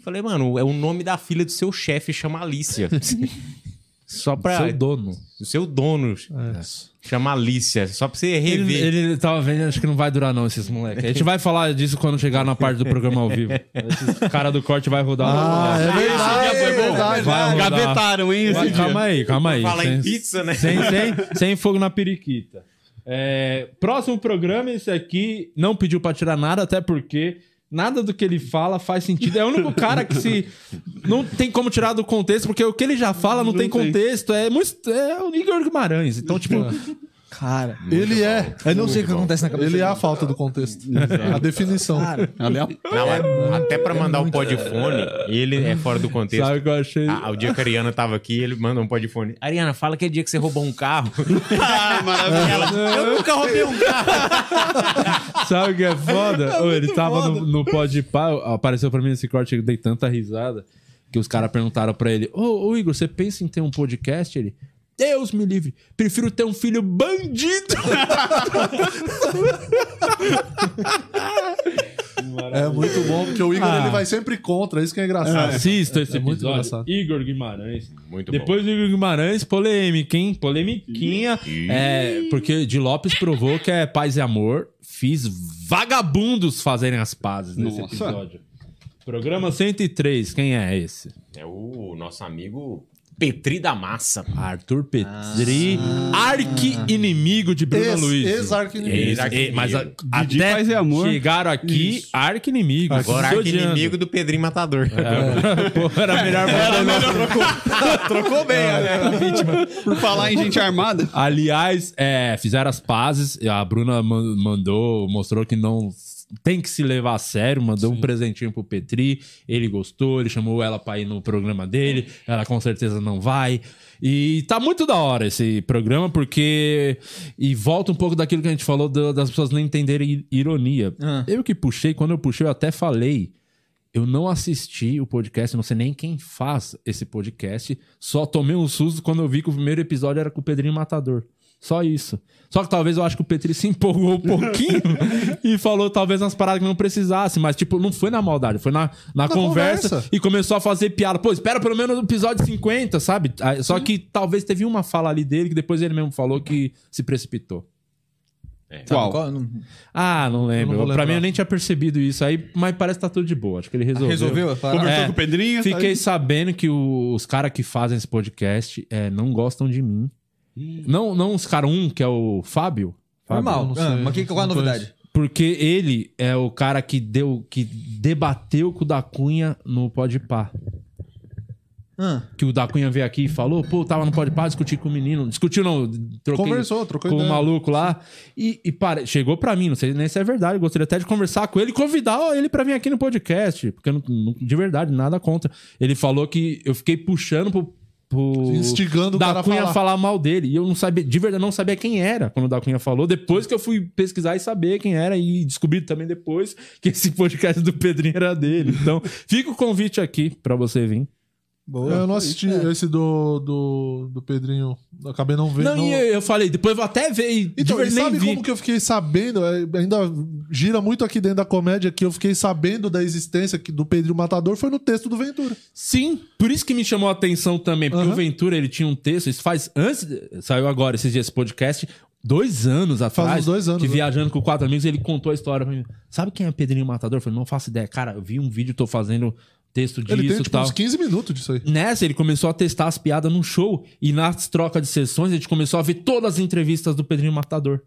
Falei, mano, é o nome da filha do seu chefe, chama Alícia. Só pra.
Seu dono.
O seu dono chama Alícia. Só pra você rever.
É. Ele, ele tava vendo, acho que não vai durar não esses moleques. A gente vai falar disso quando chegar na parte do programa ao vivo. Esse cara do corte vai rodar.
Ah, é
Esse dia foi bom.
verdade.
vai
né?
rodar.
Gavetaram, hein, esse
Vai,
dia.
calma aí, calma aí.
Fala em
Sem-
pizza, né?
Sem, sem, sem fogo na periquita. É, próximo programa, esse aqui não pediu pra tirar nada, até porque Nada do que ele fala faz sentido. É o único cara que se. Não tem como tirar do contexto, porque o que ele já fala não, tem, contexto. É, muito... é o Igor Guimarães. Então, tipo.
Cara,
Ele é.
eu não sei o que acontece na cabeça
Ele é
dele.
a falta do contexto. A definição.
Cara,
Ela é a-
Não, a- até pra mandar um podfone, ele é fora do contexto.
sabe o que eu achei?
Ah, o dia que a Ariana tava aqui, ele manda um podfone. Ariana, fala que é dia que você roubou um carro. ah, maravilha. Ela, eu nunca roubei um carro.
Sabe o que é foda? Ô, ele tava no, no pod pá, apareceu pra mim esse corte, eu dei tanta risada que os caras perguntaram pra ele: ô, ô Igor, você pensa em ter um podcast? Ele. Deus me livre, prefiro ter um filho bandido.
É muito bom, porque o Igor
Ah.
ele vai sempre contra, isso que é engraçado.
Assista esse
É muito
episódio.
engraçado.
Igor Guimarães.
Muito
Depois do Igor Guimarães, polêmica, hein? Polemiquinha. É, porque de Lopes provou que é paz e amor. Fiz vagabundos fazerem as pazes nesse
Nossa.
episódio. Programa 103, quem é esse?
É o nosso amigo Petri da Massa.
Arthur Petri, arqui-inimigo de Bruno
Ex-
Luiz.
ex-arqui-inimigo.
Ex- ex- Mas a,
Didi
até
Paz e Amor.
chegaram aqui, arqui-inimigo.
Agora
se
é
odiando. É.
inimigo do Pedrinho Matador.
É.
Pô, era melhor mandar
Trocou bem, né? Por falar em gente armada.
é. Aliás, é, fizeram as pazes. A Bruna man- mandou, mostrou que não tem que se levar a sério. Mandou um presentinho pro Petri. Ele gostou, ele chamou ela pra ir no programa dele. Ela com certeza não vai. E tá muito da hora esse programa, porque. E volta um pouco daquilo que a gente falou do- das pessoas não entenderem i- ironia.
Ah.
Eu que puxei, quando eu puxei, eu até falei. Eu não assisti o podcast, não sei nem quem faz esse podcast. Só tomei um susto quando eu vi que o primeiro episódio era com o Pedrinho Matador. Só isso. Só que talvez eu acho que o Petri se empolgou um pouquinho e falou talvez umas paradas que não precisasse. Mas, tipo, não foi na maldade, foi na, na, conversa,
conversa.
e começou a fazer piada. Pô, espera pelo menos no episódio 50, sabe? Ah, Só que talvez teve uma fala ali dele que depois ele mesmo falou que se precipitou.
Qual?
Qual?
Não-
Ah, não
não
lembro.
vou
pra mim
lembrar.
eu nem tinha percebido isso aí, mas parece que tá tudo de boa. Acho que ele
Ah,
resolveu.
Resolveu?
Conversou
É.
com o Pedrinho. tá
Fiquei sabendo que o- os caras que fazem esse podcast é, não gostam de mim. Não, não os caras, um que é o Fábio.
Normal.
não sei,
Ah, mas que, qual a
não
novidade?
Porque ele é o cara que deu, que debateu com o da Cunha no Podpah.
Ah,
Que o da Cunha veio aqui e falou, pô, tava no Podpah, discuti com o menino. Discutiu não, troquei
Conversou, trocou
com o
ideia.
maluco lá. E, e para, chegou pra mim, não sei nem se é verdade, eu gostaria até de conversar com ele e convidar ele pra vir aqui no podcast. Porque eu não- não- de verdade, nada contra. Ele falou que eu fiquei puxando pro... pro-
Instigando o
da
cara a
Cunha
falar.
mal dele. E eu não sabia, de verdade, não sabia quem era quando o da Cunha falou. Depois que eu fui pesquisar e saber quem era, e descobri também depois que esse podcast do Pedrinho era dele. Então, fica o convite aqui pra você vir.
boa.
Eu não assisti
É.
esse do, do, do Pedrinho. Eu acabei não vendo.
Não, e eu, eu falei, depois eu vou até ver. E de
Então, e
verdade, nem
sabe
vi.
como que eu fiquei sabendo? É, Ainda gira muito aqui dentro da comédia que eu fiquei sabendo da existência que- do Pedrinho Matador foi no texto do Ventura.
Sim, por isso que me chamou a atenção também, porque
Aham.
o Ventura, ele tinha um texto, isso faz antes, saiu agora esses dias esse podcast, dois anos atrás.
uns dois anos,
Que
né?
viajando com quatro amigos, ele contou a história pra mim. Sabe quem é Pedrinho Matador? Eu falei, não faço ideia. Cara, eu vi um vídeo, tô fazendo texto disso
Ele
e
tem tipo,
tal.
uns 15 minutos disso aí.
Nessa, Né? ele começou a testar as piadas num show. E nas trocas de sessões, a gente começou a ver todas as entrevistas do Pedrinho Matador.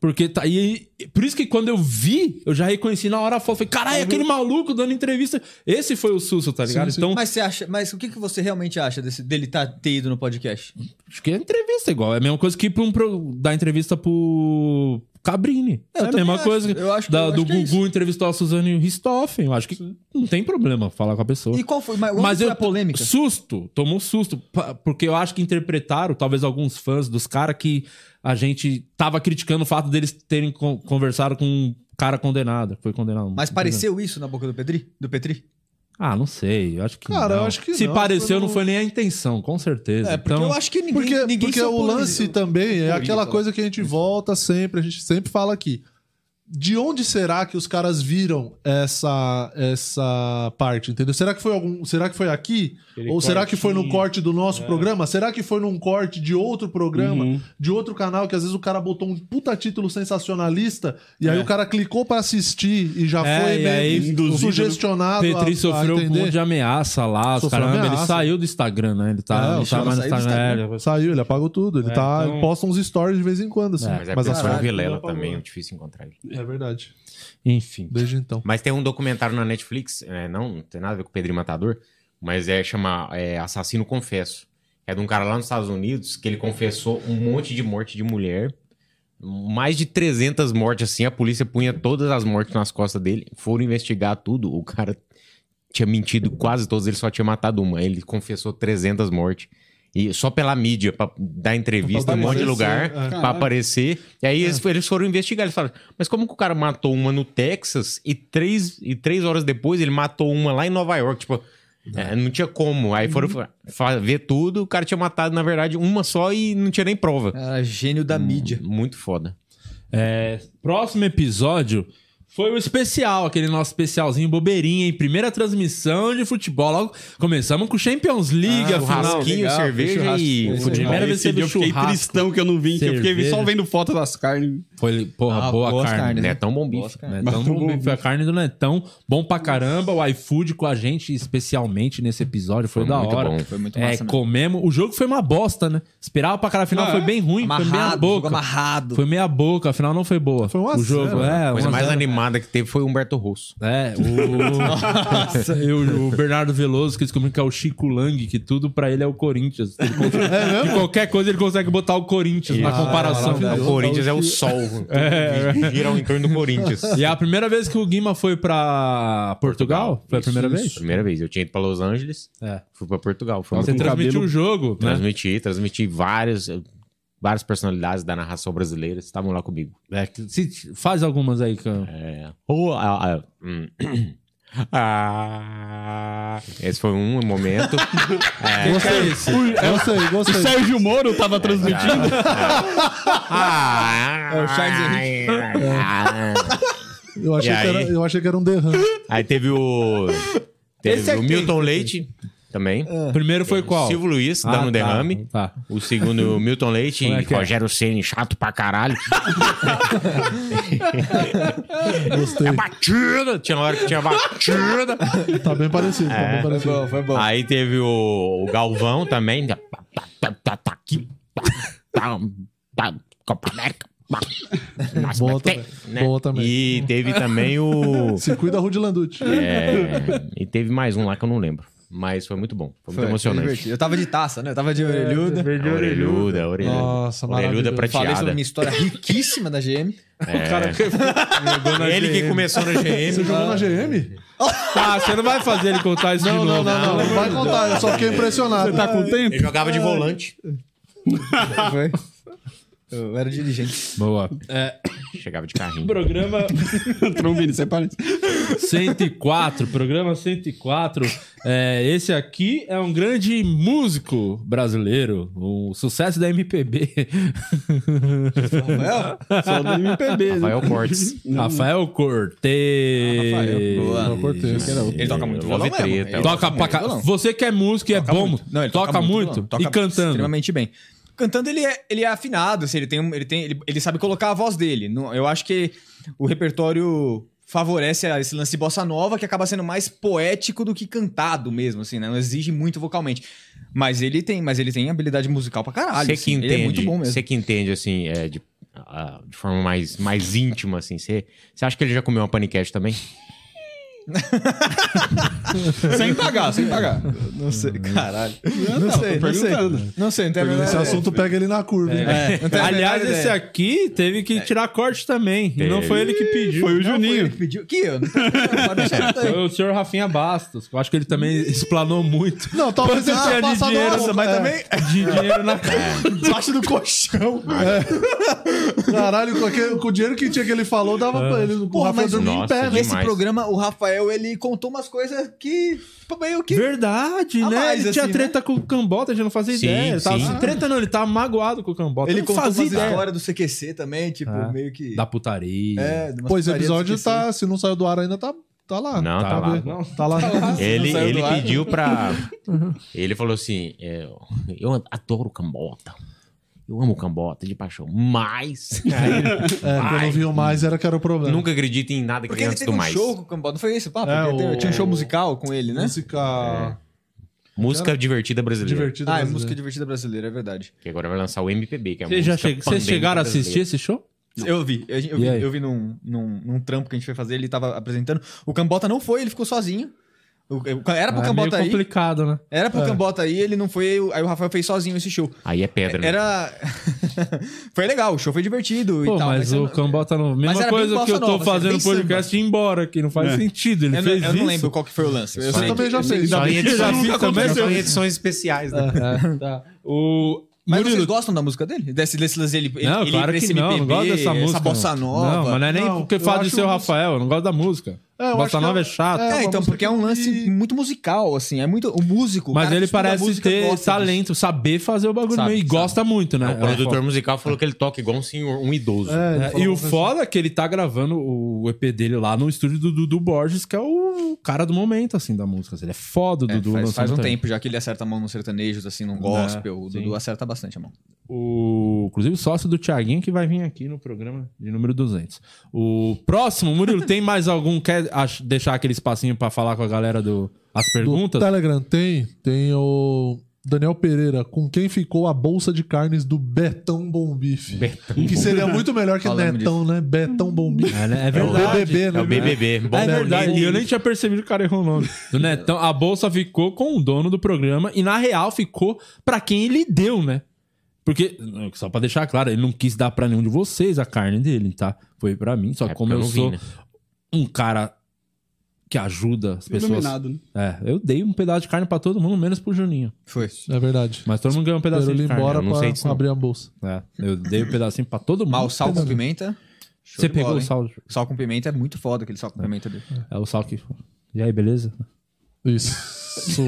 Porque tá. E, e- por isso que quando eu vi, eu já reconheci na hora foto. Falei, caralho, aquele maluco dando entrevista. Esse foi o susto, tá ligado?
sim.
Então,
Uhum. Mas você acha, mas o que, que você realmente acha desse, dele tá, ter ido no podcast?
acho que é entrevista igual. É a mesma coisa que pra um pro- dar entrevista pro Cabrini.
Eu
é a
também
mesma
acho.
coisa que-
Eu acho que-
da-
eu acho
do
que é
Gugu entrevistar a Suzane Ristoffen. Eu acho que não tem problema falar com a pessoa.
E qual foi, mas,
Mas
foi
eu
a polêmica?
Susto, tomou um susto, pa- porque eu acho que interpretaram, talvez alguns fãs dos caras que a gente tava criticando o fato deles terem con- conversado com um cara condenado, que foi condenado.
Mas pareceu isso na boca do Petri? Do Petri?
Ah, não sei, eu acho que
Cara,
não.
eu acho que
Se
não,
pareceu,
foi no-
não foi nem a intenção, com certeza.
É, porque
então,
eu acho que ninguém,
Porque,
ninguém
porque
se
o
opôs.
lance também é
Teoria,
aquela
tá?
coisa que a gente volta sempre, a gente sempre fala aqui. De onde será que os caras viram essa essa parte, entendeu? Será que foi algum, será que foi aqui? Ou será que foi no corte do nosso programa? Será que foi num corte de outro programa,
Uhum.
de outro canal que às vezes o cara botou um puta título sensacionalista e aí o cara clicou pra assistir e já
É,
foi
e aí
meio
induzido,
sugestionado
Petri
a,
sofreu
a
com um monte
entender.
de ameaça lá, os
Sofreu
caramba, ele
ameaça.
saiu do Instagram, né? Ele tá,
É,
não
o
tá
cara
mais no
saiu do
Instagram.
Instagram.
Saiu, ele apagou tudo. Ele
É,
tá,
então-
posta uns stories de vez em quando assim.
Mas é
mas
porque
a
só o
sua-
Vilela também, é difícil encontrar ele.
É verdade.
Enfim.
Desde então.
Mas tem um documentário na Netflix, é, não, não tem nada a ver com o Pedrinho Matador, mas é chama é, Assassino Confesso. É de um cara lá nos Estados Unidos que ele confessou um monte de morte de mulher. Mais de 300 mortes, assim. A polícia punha todas as mortes nas costas dele. Foram investigar tudo. O cara tinha mentido quase todos, ele só tinha matado uma. Ele confessou 300 mortes. E só pela mídia, pra dar entrevista
Pra
em um monte de
aparecer,
lugar,
é.
pra
Caralho.
aparecer. E aí eles, eles foram investigar. Eles falaram, mas como que o cara matou uma no Texas e três, e três horas depois ele matou uma lá em Nova York? Tipo, é, não tinha como. Aí
Uhum.
foram fa- ver tudo, o cara tinha matado, na verdade, uma só e não tinha nem prova.
Cara, gênio da mídia.
Muito foda.
É, próximo episódio foi o especial, aquele nosso especialzinho bobeirinha, em primeira transmissão de futebol. Logo começamos com Champions League,
Ah,
afinal.
churrasquinho,
Legal, foi
cerveja e
Foi a
futebol.
Primeira vez que
Esse
teve
dia eu fiquei
churrasco.
tristão que eu não vim, que eu fiquei
cerveja.
só vendo foto das carnes.
Foi, porra,
Ah,
boa
boas
carne. né?
carnes.
Então,
Não é tão bom bife.
Netão,
Muito
bom,
bom,
bife. a carne do Netão, bom pra caramba. O iFood com a gente, especialmente nesse episódio, foi,
Foi
da
muito
hora.
bom.
Foi muito
É,
massa. mesmo.
comemos. O jogo foi uma bosta, né? Esperava pra caralho, a final
Ah,
foi
é?
bem ruim, foi meia
amarrado, jogo
boca.
amarrado.
Foi meia boca, a final não foi boa.
Foi um a
O
zero,
jogo,
né?
é,
A coisa
um a
mais
zero.
animada que teve foi o Humberto Russo.
É, o. Nossa, e o, o Bernardo Veloso, que descobriu que é o Chico Lang, que tudo pra ele é o Corinthians. Ele consegue- de qualquer coisa ele consegue botar o Corinthians na comparação.
O Corinthians é o sol. É. Gira ao entorno do Corinthians.
e é a primeira vez que o Guima foi pra Portugal? Foi a
Isso,
primeira
isso.
vez?
Primeira vez. Eu tinha ido pra Los Angeles,
É. Então
fui pra Portugal. Foi
Você
muito bom.
transmitiu o jogo, né?
Transmiti, transmiti vários, várias personalidades da narração brasileira. Estavam lá comigo.
É, que- se- faz algumas aí, Cam.
É. Oh, ah, ah, hum. Ah. Esse foi um momento.
Gostei. Gostei,
O
gostei.
Sérgio Moro tava transmitindo.
Ah.
É o Charles
Ah.
Eu achei,
E
que era,
aí?
eu achei que era um derrame.
Aí teve o. Teve
Esse é
o
quem?
Milton Leite também.
Primeiro foi É. qual?
Silvio Luiz,
Ah,
dando
tá,
derrame.
Tá.
O segundo, Milton Leite
Como é
e
que é?
Rogério Ceni, chato pra caralho.
Gostei.
É batida! Tinha hora que tinha batida.
Tá bem parecido. Tá
É.
bem
Foi
parecido.
bom, foi bom.
Aí teve o, o Galvão também. Tá, tá, tá, tá aqui. Tá, tá, Copa América. Nossa,
Boa
mas tem,
também. Boa também.
né? E teve também o.
Se cuida Rude Landucci.
é, e teve mais um lá que eu não lembro. Mas foi muito bom. Foi
Foi,
muito
foi
emocionante.
divertido. Eu tava de taça, né? Eu tava de
É,
orelhuda.
A orelhuda, a orelhuda.
Nossa,
orelhuda
maravilhoso.
Falei sobre
prateada.
minha história riquíssima da GM.
É.
é
Ele que começou na né? GM.
um Você jogou na GM?
Ah, você não vai fazer ele contar isso de
Não,
novo.
não, não, não. Vai contar, eu só fiquei impressionado.
Tá com tempo?
Ele jogava de volante.
Foi. Eu era dirigente.
Boa.
Chegava de carrinho.
Programa
Trombini, você parece.
104, programa 104. É, esse aqui é um grande músico brasileiro, o sucesso da MPB,
Rafael?
Só do MPB. né?
Rafael Cortes.
Rafael Cortez.
Ah, Rafael, boa.
Rafael Cortez.
Ele toca muito
Love
violão mesmo.
Treta.
Ele
Toca
muito
pra ca...
violão.
Você que é músico e é bom,
Não, ele
toca, muito,
violão. Toca
e cantando.
extremamente bem. Cantando ele é, ele é afinado, assim, ele tem um- ele tem ele, ele sabe colocar a voz dele. Não, eu acho que o repertório favorece a esse lance de bossa nova que acaba sendo mais poético do que cantado mesmo, assim, né? Não exige muito vocalmente. Mas ele tem, mas ele tem habilidade musical pra caralho.
Você
assim. Ele
que
é
entende,
muito bom mesmo.
você que entende assim, é, de, ah, de forma mais, mais íntima, assim, você você acha que ele já comeu uma paniquete também?
Sem pagar, sem pagar.
Não sei, caralho.
Eu
Não sei,
tava
não sei.
perguntando.
Não sei, não tem a menor
Esse
ideia.
assunto pega ele na curva, hein?
É, não tem a
Aliás,
menor
esse
ideia. É.
aqui teve que tirar corte também. E não foi ele que pediu.
Foi o
Não, foi ele
Juninho.
que pediu. Que eu? Não tem- Pode deixar ele
Foi
daí.
o senhor Rafinha Bastos. Eu acho que ele também explanou muito.
Não, talvez ele
Quanto
tenha
tinha de
passado uma É.
dinheiro,
roupa,
mas
é.
também
De dinheiro na
debaixo do colchão.
É. Caralho, com, aquele- com o dinheiro que tinha que ele falou, dava pra ele. O
Porra,
Rafael
mas
dormia em
Nossa,
pé, né?
Nesse
demais.
programa, o Rafael, ele contou umas coisas que, tipo, meio que...
Verdade,
A
né?
mais,
ele tinha
assim,
treta com o Cambota, a gente não fazia
Sim,
ideia. Ele tava-
sim.
Treta não, ele tava magoado com o Cambota.
ele
não
contou umas
fazia ideia.
histórias do CQC também, tipo,
Ah,
meio que...
Da putaria.
É, de umas assim.
Pois o
putarias do
episódio
CQC.
tá, se não saiu do ar ainda, tá, tá lá.
Não,
Dá
tá
pra
lá.
ver.
Não.
Tá lá.
Ele,
saiu
ele
do ar.
pediu pra. Ele falou assim: é, eu adoro cambota. Eu amo cambota de paixão, mas.
É, quando eu vi o mais era que era o problema.
Nunca acredite em nada que
Porque
vem
ele
antes
teve
do
um
mais.
show com o Cambota, não foi isso, papo?
É,
Ele teve-
o-
Tinha um show musical com ele, né?
É.
Música
Música divertida brasileira.
divertida.
Ah, é
brasileira.
música divertida brasileira, é verdade.
Que agora vai lançar o MPB, que é a
Vocês já
música
che- vocês
pandêmica
chegaram a
brasileira.
assistir esse show?
Eu vi, eu, eu
E
vi,
aí?
eu vi num, num, num trampo que a gente foi fazer, ele tava apresentando. O Cambota não foi, ele ficou sozinho. O- É o- era pro
Ah, meio
Cambota aí. é,
complicado, né?
Era pro Cambota aí, ele não foi, aí o- aí o Rafael fez sozinho esse show.
Aí é pedra. né?
Era. foi legal, o show foi divertido
Pô,
e tal.
mas o
eu-
Cambota não. Mesma
é era bem
coisa que eu
bossa
tô
nova, assim,
fazendo
bem
podcast e ir embora, que não faz sentido. Ele
eu, não-
fez
eu
isso.
não lembro qual que foi o lance. Eu
Você
sei
também
que-
já fez.
Ainda
Só
bem
em
que
edições-
já fiz
nunca
também,
aconteceu.
seu-
Só em edições especiais, né?
É, tá. O
Mas
Murilo.
vocês gostam da música dele? Desse, desse lance ele, ele,
não,
ele
claro
pra
que
esse
não. Não
MPB,
gosto dessa música.
Essa bossa
não.
nova.
Não, mas não é nem
Não,
porque
eu
fala de
acho
seu
uma
Rafael. Eu não gosto da música.
É, eu acho
bossa
que
nova
é-
é chata.
é,
É,
uma
então,
música
porque é um lance
que-
muito musical, assim. É muito. O músico. o
Mas
cara que
ele
estuda
parece
música
ter
gosta disso.
talento, saber fazer o bagulho
Sabe,
mesmo. E
sabe.
gosta muito, né?
O
É,
produtor musical falou que ele toca igual um senhor, um idoso.
É, ele
É,
falou
e o
uma coisa
foda é que ele tá gravando o EP dele lá no estúdio do Dudu Borges, que é o cara do momento, assim, da música. Ele é foda, o
É,
Dudu.
faz,
lançando
faz um
também. Né,
tempo já que ele acerta a mão nos sertanejos, assim, no gospel. o Dudu acerta bastante a mão.
O, inclusive, sócio do Thiaguinho que vai vir aqui no programa de número 200. O próximo, Murilo, tem mais algum? Quer ach- deixar aquele espacinho pra falar com a galera do as perguntas?
Do Telegram tem, tem o Daniel Pereira, com quem ficou a bolsa de carnes do Betão Bom Bife. que seria muito melhor que
Falamos
Netão, né? Betão Bom Bife.
É, né? É
o BBB, né?
É o BBB. Bom,
É verdade,
Bom,
e eu nem tinha percebido que o cara errou o nome do Netão. Né, então, A bolsa ficou com o dono do programa e, na real, ficou pra quem ele deu, né? Porque, só pra deixar claro, ele não quis dar pra nenhum de vocês a carne dele, tá? Foi pra mim, só
É
que como
porque eu
eu,
não vi,
sou
né?
um cara que ajuda as pessoas.
Iluminado, né?
É, eu dei um pedaço de carne pra todo mundo, menos pro Juninho.
Foi.
É verdade.
Mas todo mundo ganhou um pedacinho
Pereira
de
ele
carne.
embora
eu não sei disso
pra
não.
abrir a bolsa.
É, eu dei um pedacinho pra todo mundo.
Mal, Ah, sal com pimenta. Show
Você
de
pegou
bola,
o
hein?
sal?
Sal com pimenta é muito foda aquele sal com pimenta dele.
É o sal que... E aí, beleza?
Isso.
Você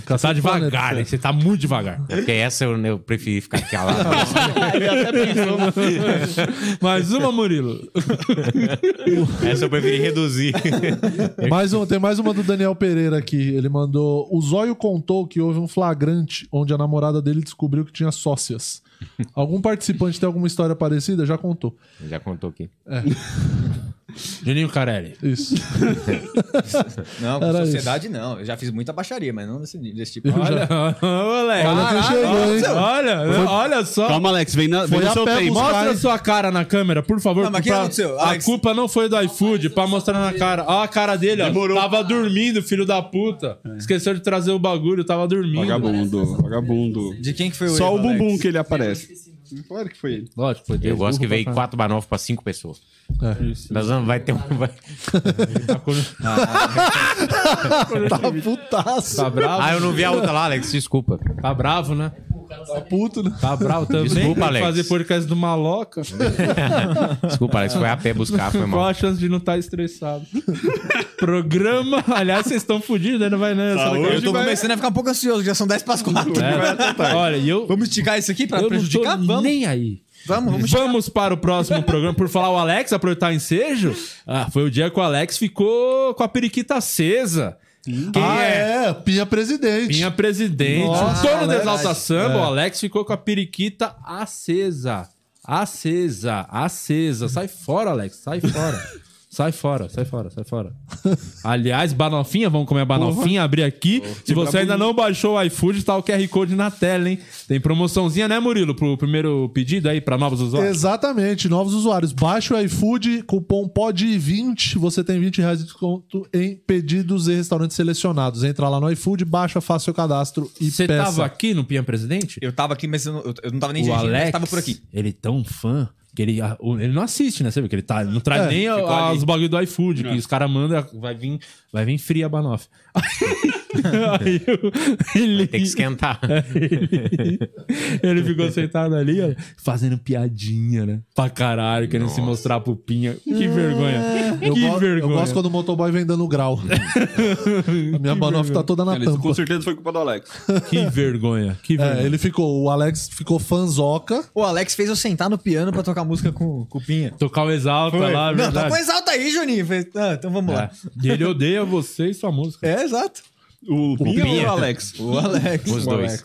tá
Cacete
devagar,
Planeta.
hein? Você tá muito devagar.
É porque essa eu, eu preferi ficar calado.
Mais uma, Murilo.
essa eu preferi reduzir.
Mais um, tem mais uma do Daniel Pereira aqui. Ele mandou. O Zóio contou que houve um flagrante onde a namorada dele descobriu que tinha sócias. Algum participante tem alguma história parecida? Já contou.
Já contou aqui.
Juninho Carelli.
Isso.
Não, com
Era
sociedade não. Eu já fiz muita baixaria, mas não desse, desse tipo.
Olha, moleque.
Olha quem
Caralho,
chegou, hein?
Olha, olha só.
Calma, Alex, vem, na, vem
Foi
no
a
seu
pé
tempo.
buscar.
Mostra
Vai.
a sua cara na câmera, por favor.
Não, mas
pra-
quem aconteceu?
A
Alex.
culpa não foi do iFood, pra mostrar na cara. Ó a cara dele, ó.
Demorou.
Tava dormindo, filho da puta. Esqueceu de trazer o bagulho, tava dormindo.
Vagabundo, vagabundo.
De quem que foi o
Só
erro,
o bumbum
Alex?
que ele aparece. Claro que foi ele.
Lógico, foi
Eu
Deus,
gosto que
burro
veio
pra
quatro banoffas pra cinco pessoas.
É.
Nós vamos, vai ter um. Vai...
Tá putaço.
Tá bravo,
Ah, eu não vi a outra lá, Alex. Desculpa.
tá bravo, né?
Tá puto, né?
Tá bravo também.
Desculpa,
Tem que
Alex.
fazer podcast do maloca.
Desculpa, Alex. Foi a pé buscar, foi
Qual
mal.
a chance de não estar estressado? Programa. Aliás, vocês estão fodidos, ainda vai, né? Sabe
Eu tô começando a ficar um pouco ansioso, já são 10 para 4.
que- É. Olha, e eu.
Vamos esticar isso aqui pra
eu
prejudicar?
não tô
Vamos.
nem aí.
Vamos, vamos.
Vamos para o próximo programa. Por falar o Alex, aproveitar o ensejo. Ah, foi o dia que o Alex ficou com a periquita acesa. Quem
ah,
é?
é. Pinha presidente.
Minha presidente.
Nossa, É.
o dono do
Alex.
Exalta Samba, o Alex ficou com a periquita acesa. Acesa, acesa. Sai fora, Alex. Sai fora. Sai fora, sai fora, sai fora. Aliás, banofinha, vamos comer a banofinha, abrir aqui. Se você ainda não baixou o iFood, tá o QR Code na tela, hein? Tem promoçãozinha, né, Murilo? Pro primeiro pedido aí, pra novos usuários.
Exatamente, novos usuários. Baixe o iFood, cupom POD20, você tem 20 reais de desconto em pedidos e restaurantes selecionados. Entra lá no iFood, baixa, faça seu cadastro e
Você
peça.
tava aqui no Pinha Presidente?
Eu tava aqui, mas eu não, eu- eu não tava nem
o
dirigindo,
Alex,
mas tava por aqui.
ele é tão fã que ele, a- o- ele não assiste, né? Você vê que ele tá, não traz
É,
nem a-
ficou ali.
os bagulho do iFood, que os caras mandam, vai vir, vai vir fria a banoff. Aí eu- ele,
Tem que esquentar.
ele ficou sentado ali, ó, fazendo piadinha, né? Pra caralho, querendo se mostrar a pupinha. Que vergonha.
É. Eu,
que
go- eu
vergonha.
gosto quando o motoboy vem dando grau. A minha banoff tá toda na
Isso com
tampa.
certeza foi culpa do Alex.
Que vergonha. Que vergonha.
É, ele ficou, o Alex ficou fanzoca.
O Alex fez eu sentar no piano pra tocar música com com o Pinha.
Tocar o exalta lá,
Não, tá
verdade.
com exalta aí, Juninho. Fez- Ah, então vamos lá.
É. E ele odeia você e sua música.
É, exato.
O Pinha ou o Alex?
é. O Alex.
Os dois.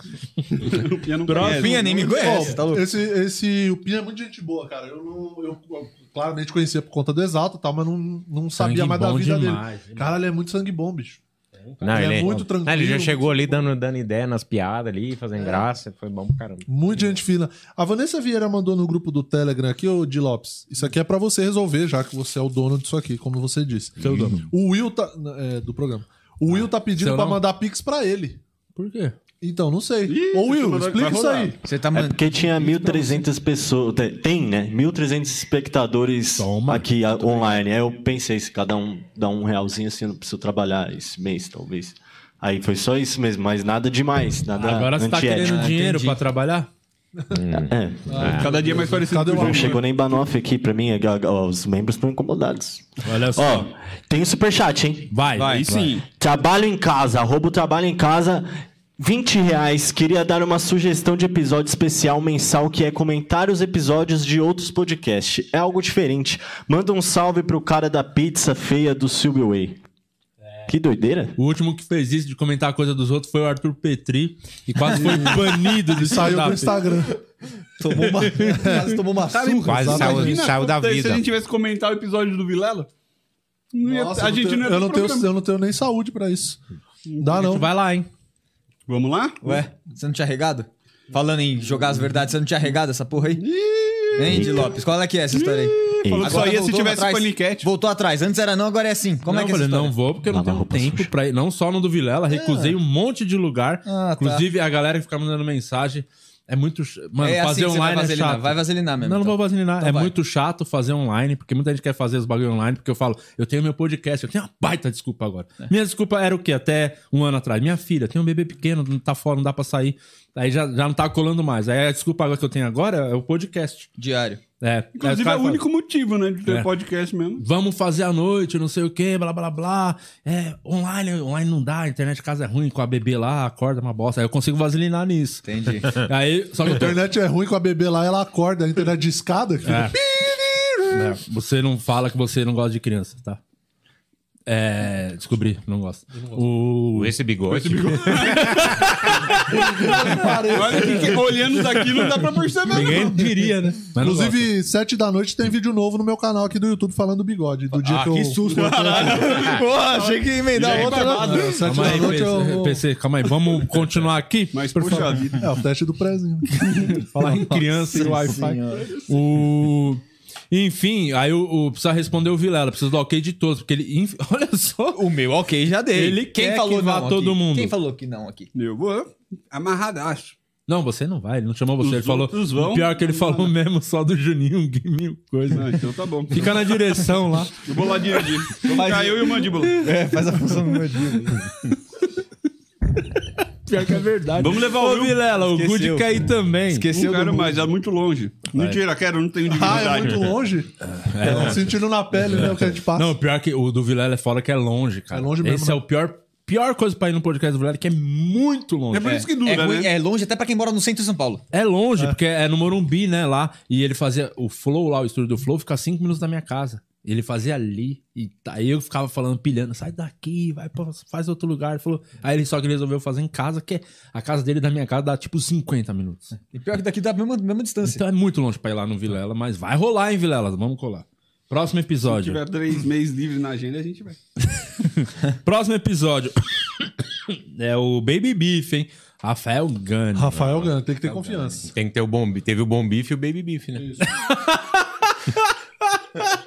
O Pinha não
O Pinha
conhece.
nem me
é
Ó,
conhece, tá louco?
esse, esse, o Pinha é muito gente boa, cara. Eu, não, eu, eu claramente conhecia por conta do Exalta e tal, mas não, não sabia mais da
bom
vida
demais,
dele.
demais.
Cara, ele é muito sangue bom, bicho.
Não,
Ele
ele,
é muito
não, ele já
tranquilo,
chegou ali dando, dando ideia nas piadas ali, fazendo graça. Foi bom pra caramba.
Muito
é.
gente fina. A Vanessa Vieira mandou no grupo do Telegram aqui, ô Di Lopes. Isso aqui é pra você resolver, já que você é o dono disso aqui, como você disse. O Will tá. é, do programa. O Will tá
Ah,
pedindo
seu
pra
não?
mandar pix pra ele.
Por quê?
Então, não sei.
Ih,
Ô Will,
vai
explica isso
rodar.
aí.
Você tá
É
mandando.
porque tinha 1.300 pessoas. te- Tem, né? 1.300 espectadores
Toma.
aqui a- online. Aí eu pensei, se cada um dá um realzinho assim, eu não preciso trabalhar esse mês, talvez. Aí foi só isso mesmo, mas nada demais. Nada
Agora você tá
Ah, antiético.
querendo Ah, dinheiro
Ah, entendi.
pra trabalhar?
É.
Cada dia mais parecido
Cadê
com
o
o
Não
jogo.
chegou nem Banoff aqui pra mim. ó, Os membros estão incomodados.
Olha só.
Ó, tem o superchat, hein?
vai,
Vai, sim.
Trabalho em casa, arroba o trabalho em casa. 20 reais. Queria dar uma sugestão de episódio especial mensal que é comentar os episódios de outros podcasts. É algo diferente. Manda um salve pro cara da pizza feia do Subway. Que doideira.
O último que fez isso de comentar a coisa dos outros foi o Arthur Petri e quase foi banido do
Saiu do
stand-up.
Instagram.
Tomou uma, quase tomou uma surra.
Quase saiu,
Imagina
saiu da
se Se a
vida.
gente tivesse comentado o episódio do Vilela, não ia- a
Nossa, eu não
gente
tenho-
não ia
eu,
ter
não tenho,
programa.
eu não tenho nem saúde pra isso. Dá não.
Uhum. Vai lá, hein?
Vamos lá?
Ué, você não tinha regado? Falando em jogar as verdades, você não tinha regado essa porra aí? Hein, de Lopes? Qual é que é essa história aí?
Falou que só ia se
voltou
tivesse
atrás.
paniquete.
Voltou atrás. Antes era não, agora é assim. Como
não,
é que é
eu
essa
falei,
história? É.
não vou porque eu não
Lavar
tenho
roupa
tempo
suja.
pra ir. Não só no do Vilela, recusei um monte de lugar.
Ah, tá.
Inclusive, a galera que fica mandando mensagem é muito. ch- Mano,
É assim
fazer
que você vai
online é
vaselinar.
chato.
Vai vaselinar mesmo,
Não, não
então.
vou vaselinar.
Então
é
vai.
muito chato fazer online, porque muita gente quer fazer os bagulho online, porque eu falo, eu tenho meu podcast, eu tenho uma baita desculpa agora.
É.
Minha desculpa era o quê? Até um ano atrás. Minha filha, tem um bebê pequeno, não tá fora, não dá pra sair. Aí já, já não tá colando mais. Aí a desculpa agora que eu tenho agora é o podcast.
Diário.
É, Aí
Inclusive, é
cara
o
fala,
único motivo, né? De ter
É.
podcast mesmo.
Vamos fazer à noite, não sei o que, blá blá blá. É, online, online não dá, a internet de casa é ruim, com a bebê lá, acorda uma bosta. Aí eu consigo vaselinar nisso.
Entendi.
Aí, só que eu
A
tô...
internet é ruim com a bebê lá, ela acorda, a internet de escada.
É. É, você não fala que você não gosta de criança, tá? É. Descobri, não gosto. O...
Esse bigode.
Olha que, que- olhando daqui não dá pra perceber.
Ninguém diria, né? Mas não gosto.
Inclusive, sete da noite tem vídeo novo no meu canal aqui do YouTube falando do bigode. Do dia
Ah,
que eu.
que susto,
Porra, achei que ia emendar outra.
É, sete
calma
da
aí,
noite
PC,
eu vou-
PC, calma aí, vamos continuar aqui?
Mas, puxa vida.
É o teste do prezinho.
Falar em criança e Wi-Fi. O... Enfim, aí o, o precisa responder o Vilela, precisa do ok de todos, porque ele. inf- Olha só.
O meu, ok, já dei.
Ele quer que vá todo
aqui?
mundo.
Quem falou que não aqui?
Eu vou amarradaço.
Não, você não vai, ele não chamou você.
Os
ele falou.
outros vão.
o pior é que ele falou mesmo só do Juninho, que mil coisa.
Ah, então tá bom.
Fica na direção lá.
Eu vou lá dirigir. Caiu e o mandíbula.
É, faz a função do meu
Pior que é verdade.
Vamos levar o
Ô,
Will.
Vilela, o
Esqueceu.
Good quer ir também.
Não
Esqueceu
quero
do
mais, é muito longe. Mentira, quero, não tenho
Ah,
dignidade.
é muito longe? É, Sentindo na pele, né? O que a gente passa.
Não, o pior que o do Vilela é fora que é longe, cara.
É longe mesmo,
Esse
né?
é o pior, pior coisa pra ir no podcast do Vilela, que é muito longe.
É por isso que
é,
dura,
ruim-
né?
é longe até pra quem mora no centro de São Paulo.
É longe, porque é no Morumbi, né, lá. E ele fazia o Flow lá, o estúdio do Flow, fica a cinco minutos da minha casa. Ele fazia ali. E tá- aí eu ficava falando, pilhando, sai daqui, vai, pra- faz outro lugar. Ele falou. Aí ele só que ele resolveu fazer em casa, que é- a casa dele da minha casa dá tipo 50 minutos.
E pior que daqui dá a mesma, mesma distância.
Então é muito longe pra ir lá no Vilela, mas vai rolar, hein, Vilela? Vamos colar. Próximo
Se
episódio.
tiver três meses livre na agenda, a gente vai.
Próximo episódio. é o Baby Beef, hein? Rafael Gani.
Rafael Gana, tem que ter confiança.
Tem que ter o bom, teve o bom bife e o baby bife, né?
Tá.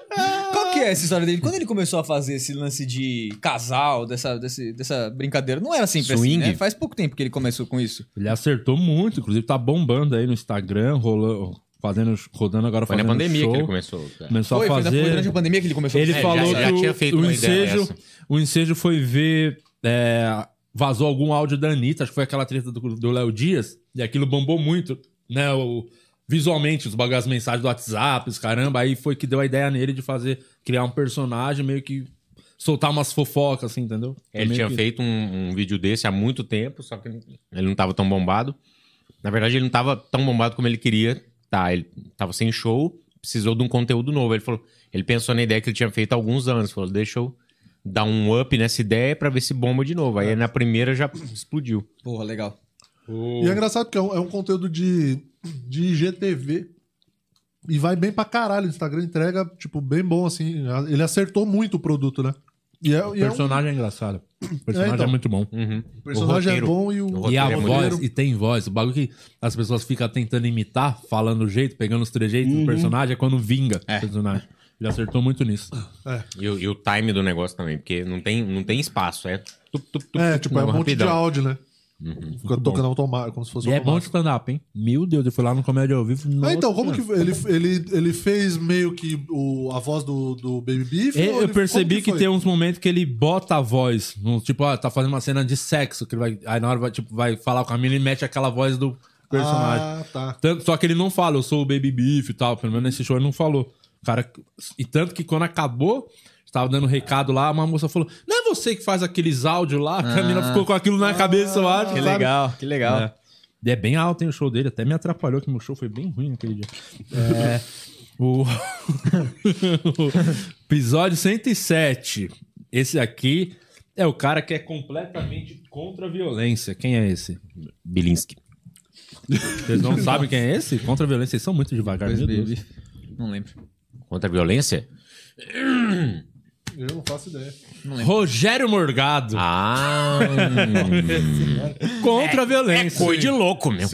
Qual que é essa história dele? Quando ele começou a fazer esse lance de casal, dessa, desse- dessa brincadeira, não era sempre
Swing?
assim, né? Faz pouco tempo que ele começou com isso.
Ele acertou muito, inclusive tá bombando aí no Instagram, rolando, fazendo, rodando agora
Foi na
fazendo
pandemia
show.
que ele começou. cara.
Começou
foi,
a
foi, na- foi durante
fazer.
a pandemia que ele começou
ele
com
É,
isso.
falou
já- já
que o-
tinha feito
o
uma ideia
ensejo,
dessa.
o ensejo foi ver é, vazou algum áudio da Anitta, acho que foi aquela treta do do Léo Dias, e aquilo bombou muito, né, o- visualmente os bagulho, as mensagens do WhatsApp, os caramba, aí foi que deu a ideia nele de fazer criar um personagem meio que soltar umas fofocas assim, entendeu?
Ele
Meio
tinha
que-
feito um, um vídeo desse há muito tempo, só que ele não tava tão bombado. Na verdade, ele não tava tão bombado como ele queria. Tá, ele tava sem show, precisou de um conteúdo novo. Ele falou, ele pensou na ideia que ele tinha feito há alguns anos. Falou, deixa eu dar um up nessa ideia pra ver se bomba de novo. Aí na primeira já explodiu.
Porra, legal.
E é engraçado porque é um, é um conteúdo de, de IGTV. E vai bem pra caralho. O Instagram entrega, tipo, bem bom, assim. Ele acertou muito o produto, né? E é,
O
e é um-
personagem é engraçado. O personagem é,
então.
muito bom.
o personagem é
roteiro.
bom e o.
O
E a
roteiro é
voz,
maneiro.
e tem voz. O bagulho que as pessoas ficam tentando imitar, falando o jeito, pegando os trejeitos
Uhum.
do personagem, é Ah, quando vinga o personagem. Ele acertou muito nisso.
E, o- e o time do negócio também, porque não tem, não tem espaço, é... tup, tup, tup,
É,
tup,
tipo, é um
tup,
monte
rapidão.
de áudio, né?
Uhum.
Fica tocando automático, como se fosse
E é bom de
automático.
stand-up, hein? Meu Deus, eu fui lá no Comédia ao Vivo.
Ah,
nossa
então, como que
senhora.
ele, ele, ele fez meio que o, a voz do, do Baby Beef? ou
É, Eu,
ele-
eu
como
percebi que,
foi?
tem um uns momentos que ele bota a voz. no- tipo, ó, tá fazendo uma cena de sexo. Que ele vai, aí na hora vai, tipo, vai falar com a mina e mete aquela voz do personagem.
Ah, tá.
Tanto, só que ele não fala, eu sou o Baby Beef e tal. Pelo menos nesse show ele não falou. O Cara, e tanto que quando acabou, estava dando recado lá, uma moça falou: Não é você que faz aqueles áudios lá? A mina ficou com aquilo na cabeça, eu acho.
Ah, Que
sabe?
legal, que legal.
É. E é bem alto, hein, o show dele. Até me atrapalhou, que meu show foi bem ruim naquele dia. É, o... o episódio 107. Esse aqui é o cara que é completamente contra a violência. Quem é esse?
Bilinski.
Vocês não sabem quem é esse? Contra a violência. Vocês são muito devagar, meu Deus.
Não lembro.
Contra a violência?
Eu não faço ideia.
Rogério Morgado.
Ah,
Contra a violência.
foi de louco, meu.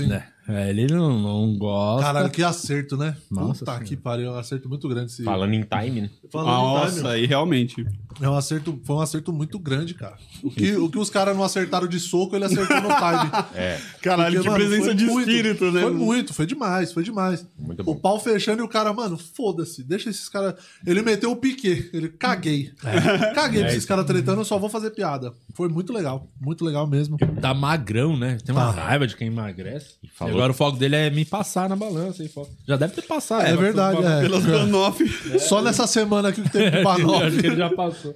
É, ele não, não gosta.
Caralho, que acerto, né?
tá. Nossa
Puta que pariu, é um acerto muito grande. Esse...
Falando em time, né?
Falando em time,
Nossa, e realmente.
é um acerto, foi um acerto muito grande, cara. O que, o que os caras não acertaram de soco, ele acertou no time.
É.
Caralho, que
mano,
presença
foi
de
muito,
espírito, né?
Foi muito, foi demais, foi demais.
Muito
O
bom.
pau fechando e o cara, mano, foda-se, deixa esses caras. Ele meteu o piquê, ele caguei.
É.
Caguei pra esses caras tretando, eu só vou fazer piada. Foi muito legal, muito legal mesmo.
Tá magrão, né? Tem uma raiva de quem emagrece. E
falou-
agora o foco dele é me passar na balança. hein, foco. Já deve ter passado.
É
né?
verdade,
Pelas
é.
Banoff.
Só nessa semana aqui que
É,
Acho
teve
que
Banoff.
ele já passou.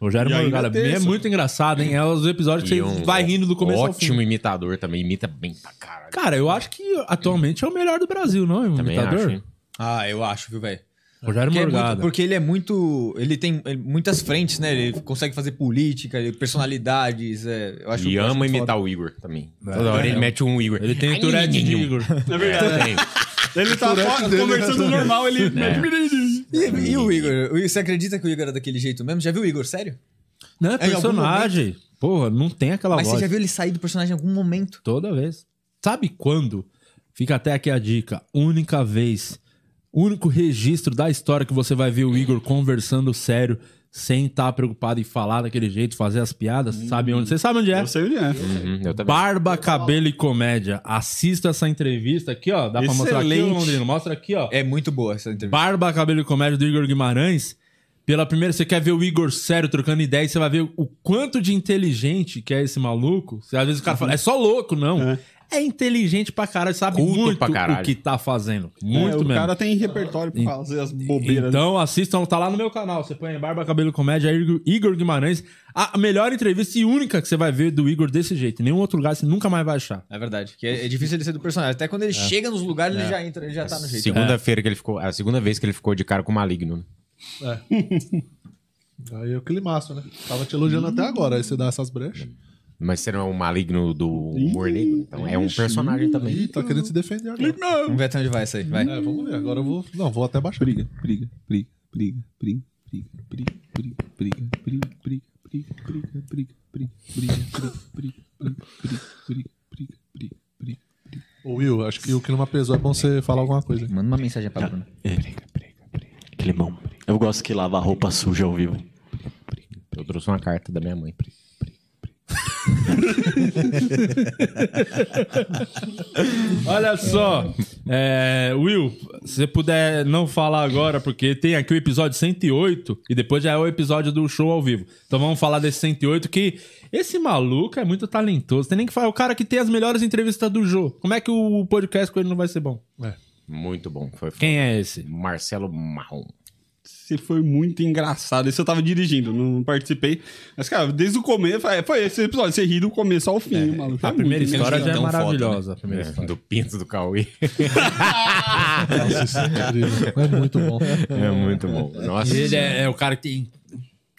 Rogério
E ainda
Morgado.
tem
É
isso.
muito engraçado, hein? É os episódios que
E
você
um
vai rindo do começo ao
Ótimo
fim.
imitador também, imita bem pra caralho.
Cara, eu acho que atualmente é o melhor do Brasil, não é? O
Também
imitador?
acho, hein?
Ah, eu acho, viu, velho?
Rogério
Porque, é muito-
Morgado.
porque ele é muito. Ele tem ele- muitas frentes, né? Ele consegue fazer política, ele- personalidades. é, eu acho
E
eu acho
ama
foda.
imitar o Igor também. Toda hora ele mete um Igor.
É. Ele tem o Tourette de Igor.
É verdade.
Tem.
Ele tá fora,
dele,
conversando
né?
normal, ele.
E, e o Igor? O- Você acredita que o Igor era daquele jeito mesmo? Já viu o Igor, sério?
Não, é
algum
personagem. Porra, não tem aquela
Mas
voz.
você já viu ele sair do personagem em algum momento?
Toda vez. Sabe quando? Fica até aqui a dica. Única vez. Único registro da história que você vai ver o Igor conversando sério, sem estar preocupado em falar daquele jeito, fazer as piadas. Sabe onde? Você sabe onde é?
Eu sei onde é.
Uhum, eu também.
Barba, cabelo e comédia. Assista essa entrevista aqui, ó. Dá pra mostrar aqui,
Excelente.
ô, Londrino. Mostra aqui, ó.
É muito boa essa entrevista.
Barba, cabelo e comédia do Igor Guimarães. Pela primeira, você quer ver o Igor sério trocando ideia e você vai ver o quanto de inteligente que é esse maluco. Você, às vezes o cara fala, é só louco, não. É, inteligente pra caralho, sabe
Culto
muito
pra caralho.
o que tá fazendo.
É,
Muito
o
mesmo.
cara é né? tem repertório pra
é
fazer as bobeiras.
Então assistam, tá lá no meu canal. Você põe Barba, Cabelo e Comédia, Igor- Igor Guimarães. A melhor entrevista e única que você vai ver do Igor desse jeito. Em nenhum outro lugar você nunca mais vai achar.
É verdade, que é, é difícil ele ser do personagem. Até quando ele chega nos lugares, ele já entra, ele já tá no jeito.
Segunda-feira que ele ficou. A segunda vez que ele ficou de cara com o maligno. né?
Aí é o climaço, né? Tava te elogiando até agora, aí você dá essas brechas.
Mas você não é um maligno do humor negro? Então é um personagem também.
Ih, tá querendo se defender agora.
Ah, Vamos ver até onde vai isso aí, vai.
É, vamos ver. Agora eu vou. Não, vou até baixar.
briga, briga, briga, briga, briga, briga, briga, briga, briga, briga, briga, briga, briga, briga, briga, briga, briga, briga, briga, briga, briga, briga, briga, briga.
Ô, Will, acho que o que não pesou é bom você falar alguma coisa.
Manda uma mensagem pra Bruna.
Que limão. Eu gosto que lava a roupa suja ao vivo.
Eu trouxe uma carta da minha mãe.
Olha só, é, Will, se você puder não falar agora, porque tem aqui o episódio 108 e depois já é o episódio do show ao vivo. Então vamos falar desse 108 que esse maluco é muito talentoso. Tem nem que falar, é o cara que tem as melhores entrevistas do jogo. Como é que o podcast com ele não vai ser bom?
Muito bom. Foi
Quem é esse?
Marcelo Marrom.
Você foi muito engraçado. Isso eu tava dirigindo, não participei. Mas, cara, desde o começo, é, foi esse episódio. Você ri do começo ao fim, maluco.
A
É
primeira
muito
história já
engraçado.
é
Então foda,
maravilhosa. É. a primeira história.
né, Do Pinto do Cauê.
Nossa, isso é incrível. É muito bom.
É muito bom. Nossa.
Ele é, é o cara que tem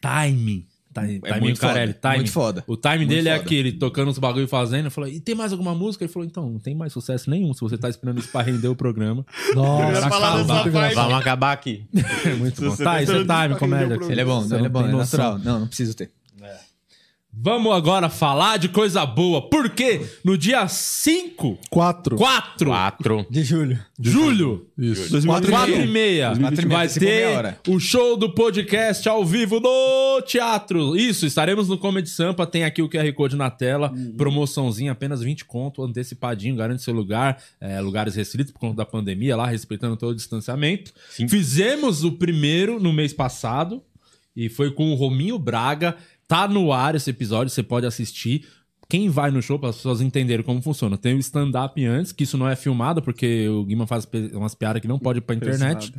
time. Tá,
É
é
muito
muito Carelli,
foda,
time.
muito foda.
O time
Muito
dele é
foda.
aquele tocando os bagulho e fazendo. Eu falei, e tem mais alguma música? Ele falou, então, não tem mais sucesso nenhum se você tá esperando isso pra render o programa.
Nossa,
Primeira palavra
cara.
dessa parte.
Vamos acabar aqui.
É muito bom.
você
Tá,
tá
isso é
esperando
time,
isso pra render
comédia.
o
que
programa.
você-
Ele é bom,
você
ele é
não
bom,
tem
é
noção.
natural. Não, não preciso ter.
Vamos agora falar de coisa boa, porque no dia 5,
Quatro.
4
Quatro.
De julho.
de julho,
Isso.
4 e meia,
4 e meia,
vai
se for meia
ter
hora.
o show do podcast ao vivo no teatro. Isso, estaremos no Comedy Sampa, tem aqui o QR Code na tela, promoçãozinha, apenas 20 conto, antecipadinho, garante seu lugar, é, lugares restritos por conta da pandemia lá, respeitando todo o distanciamento. Fizemos o primeiro no mês passado, e foi com o Rominho Braga. Tá no ar esse episódio, você pode assistir. Quem vai no show, para as pessoas entenderem como funciona. Tem o stand-up antes, que isso não é filmado, porque o Guima faz pe- umas piadas que não pode ir pra internet.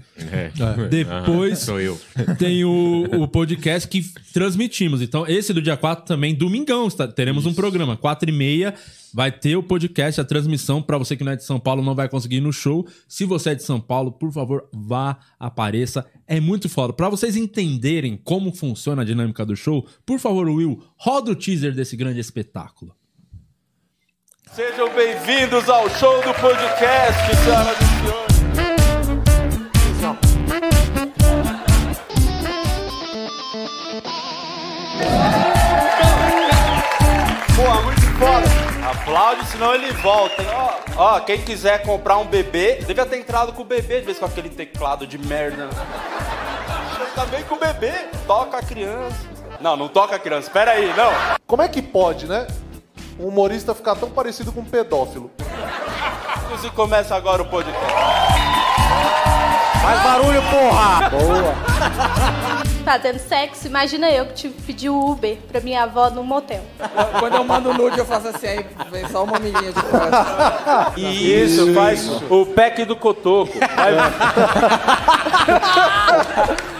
Depois
É, Sou eu.
tem o, o podcast que transmitimos. Então, esse do dia 4 também, domingão, está- teremos um programa. 4 e meia vai ter o podcast, a transmissão. Pra você que não é de São Paulo, não vai conseguir ir no show. Se você é de São Paulo, por favor, vá, apareça. É muito foda. Pra vocês entenderem como funciona a dinâmica do show, por favor, Will, roda o teaser desse grande espetáculo.
Sejam bem-vindos ao show do podcast, senhoras e senhores. Porra, muito foda. Aplaude, senão ele volta. hein? Ó, ó, quem quiser comprar um bebê, devia ter entrado com o bebê, de vez com aquele teclado de merda. Também com o bebê, toca a criança. Não, não toca a criança, espera aí, não.
Como é que pode, né? Um humorista ficar tão parecido com um pedófilo?
Amigos, E começa agora o podcast.
Fazendo sexo, imagina eu que tive que pedir o Uber pra minha avó num motel.
Quando eu mando nude, eu faço assim, aí vem só uma menina de fora.
Isso, faz o pack do cotoco. Vai-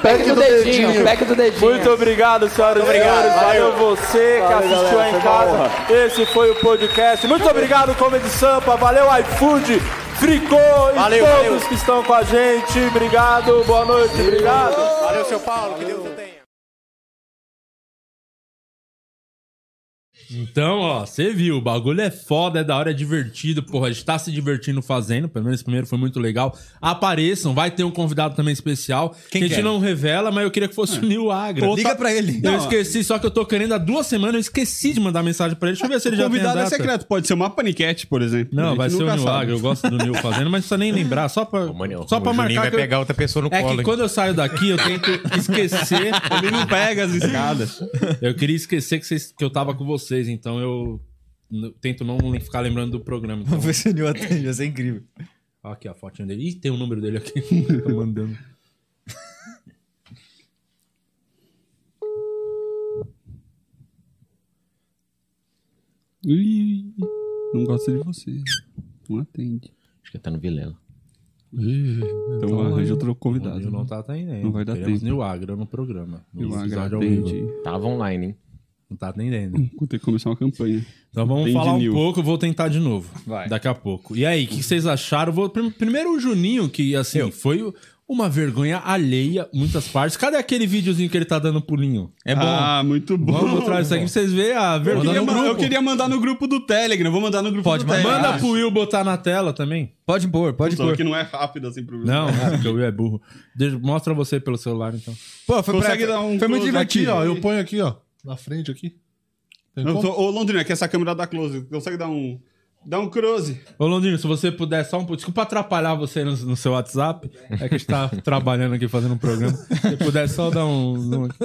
Pegue do dedinho.
Pega do dedinho.
Muito obrigado, senhoras e senhores. Valeu você que assistiu aí em casa. Esse foi o podcast. Muito obrigado, Comedy Sampa. Valeu, iFood, Fricô e todos que estão com a gente. Obrigado, boa noite, obrigado. Valeu, seu Paulo. Que Deus tenha.
Então, ó, você viu, o bagulho é foda, é da hora, é divertido, porra, a gente tá se divertindo fazendo, pelo menos esse primeiro foi muito legal. Apareçam, vai ter um convidado também especial, que a gente
que é?
não revela, mas eu queria que fosse o Nil Agra.
Liga pra ele.
Eu esqueci, só que eu tô querendo há duas semanas, eu esqueci de mandar mensagem pra ele, deixa eu ver se ele já tem a
Convidado é
data.
secreto, pode ser uma paniquete, por exemplo. A
Não,
gente
vai ser um o
nunca
Nil
sabe.
Agra, eu gosto do Nil fazendo, mas não precisa nem lembrar, só pra,
Ô, Manel,
só pra
o Juninho
marcar.
vai
que eu-
pegar outra pessoa no
É
colo.
que
hein?
quando eu saio daqui, eu tento esquecer.
Ele não pega as escadas.
Eu queria esquecer que, vocês- que eu tava com vocês, então eu n- tento não ficar lembrando do programa. Então,
Vamos ver se o Nil atende, vai ser incrível.
Ó aqui a fotinha dele. Ih, tem o número dele aqui. Tá mandando.
Ih, não gosta de você. Não atende.
Acho que tá no Vilela.
Então, arranja outro convidado.
O Nil não tá atendendo.
né? Não vai dar
Teremos
tempo.
Nil Agra no programa. No
Eu
episódio ao vivo.
atende.
Tava online, hein?
Não tá atendendo.
Vou ter que começar uma campanha.
Então vamos
Atende
falar um
Nil.
pouco, eu vou tentar de novo. Daqui a pouco. E aí, o que vocês acharam? Vou- prim- primeiro o Juninho, que assim, foi uma vergonha alheia, muitas partes. Cadê aquele videozinho que ele tá dando pulinho?
É bom.
Ah, muito bom.
Vamos mostrar isso aqui pra vocês verem a
Eu
vergonha.
queria,
no
ma- eu
grupo.
queria mandar no grupo do Telegram. eu Vou mandar no grupo
Pode
do
mandar.
Telegram.
Manda pro Will botar na tela também.
Pode pôr, pode
Só
Tipo,
pôr.
que não é rápido assim pro
Não, é, porque o Will é burro. Deixa- mostra você pelo celular, então.
Pô, foi,
Consegue
pra...
dar um
foi muito
close
Aqui,
divertido.
ó. Eu ponho aqui, ó. Na frente aqui. Tem
Eu
como?
tô, ô, Londrina, que essa câmera da close. Consegue dar um. Dá um close.
Ô, Londrino, se você puder só um pouco. Desculpa atrapalhar você no, no seu WhatsApp. É que a gente tá trabalhando aqui fazendo um programa. Se puder só dar um. zoom aqui.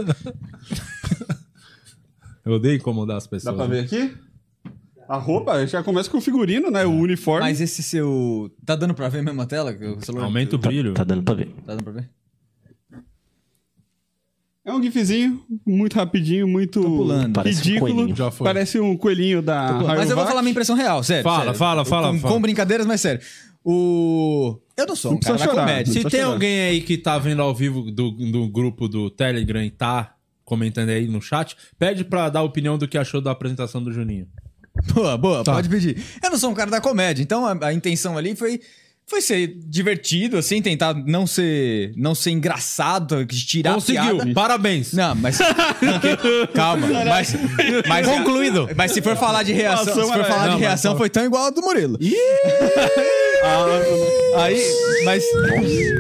Eu odeio incomodar as
Dá
pessoas.
pra
né?
ver aqui? A roupa já começa com o figurino, né? O uniforme.
É. Mas esse seu. Tá dando pra ver mesmo a tela? que O celular...
Aumenta o brilho.
Tá dando pra ver.
Tá dando pra ver?
É um gifzinho, muito rapidinho, muito
pulando.
Parece um
ridículo.
coelhinho.
Já foi.
Parece um coelhinho da Rayovac.
Mas eu vou falar minha impressão real, sério.
Fala,
sério.
fala,
Eu-
fala,
Com,
fala.
com brincadeiras, mas sério. O. Eu não sou
Não
um cara
precisa
da
chorar.
comédia.
Não
Se
tô
tem
chegando.
alguém aí que tá vendo ao vivo do, do grupo do Telegram e tá comentando aí no chat, pede pra dar a opinião do que achou da apresentação do Juninho.
Boa, boa, pode pedir. Eu não sou um cara da comédia, então a, a intenção ali foi Foi ser divertido, assim, tentar não ser, não ser engraçado, tirar a
Conseguiu,
É piada.
parabéns.
Não, mas. Calma. Mas, mas-
Concluído.
Mas se for falar de reação,
Reação
se for
era-
falar de
Não, mas
reação,
fala.
foi tão igual a do Murilo. Ah, Aí, mas.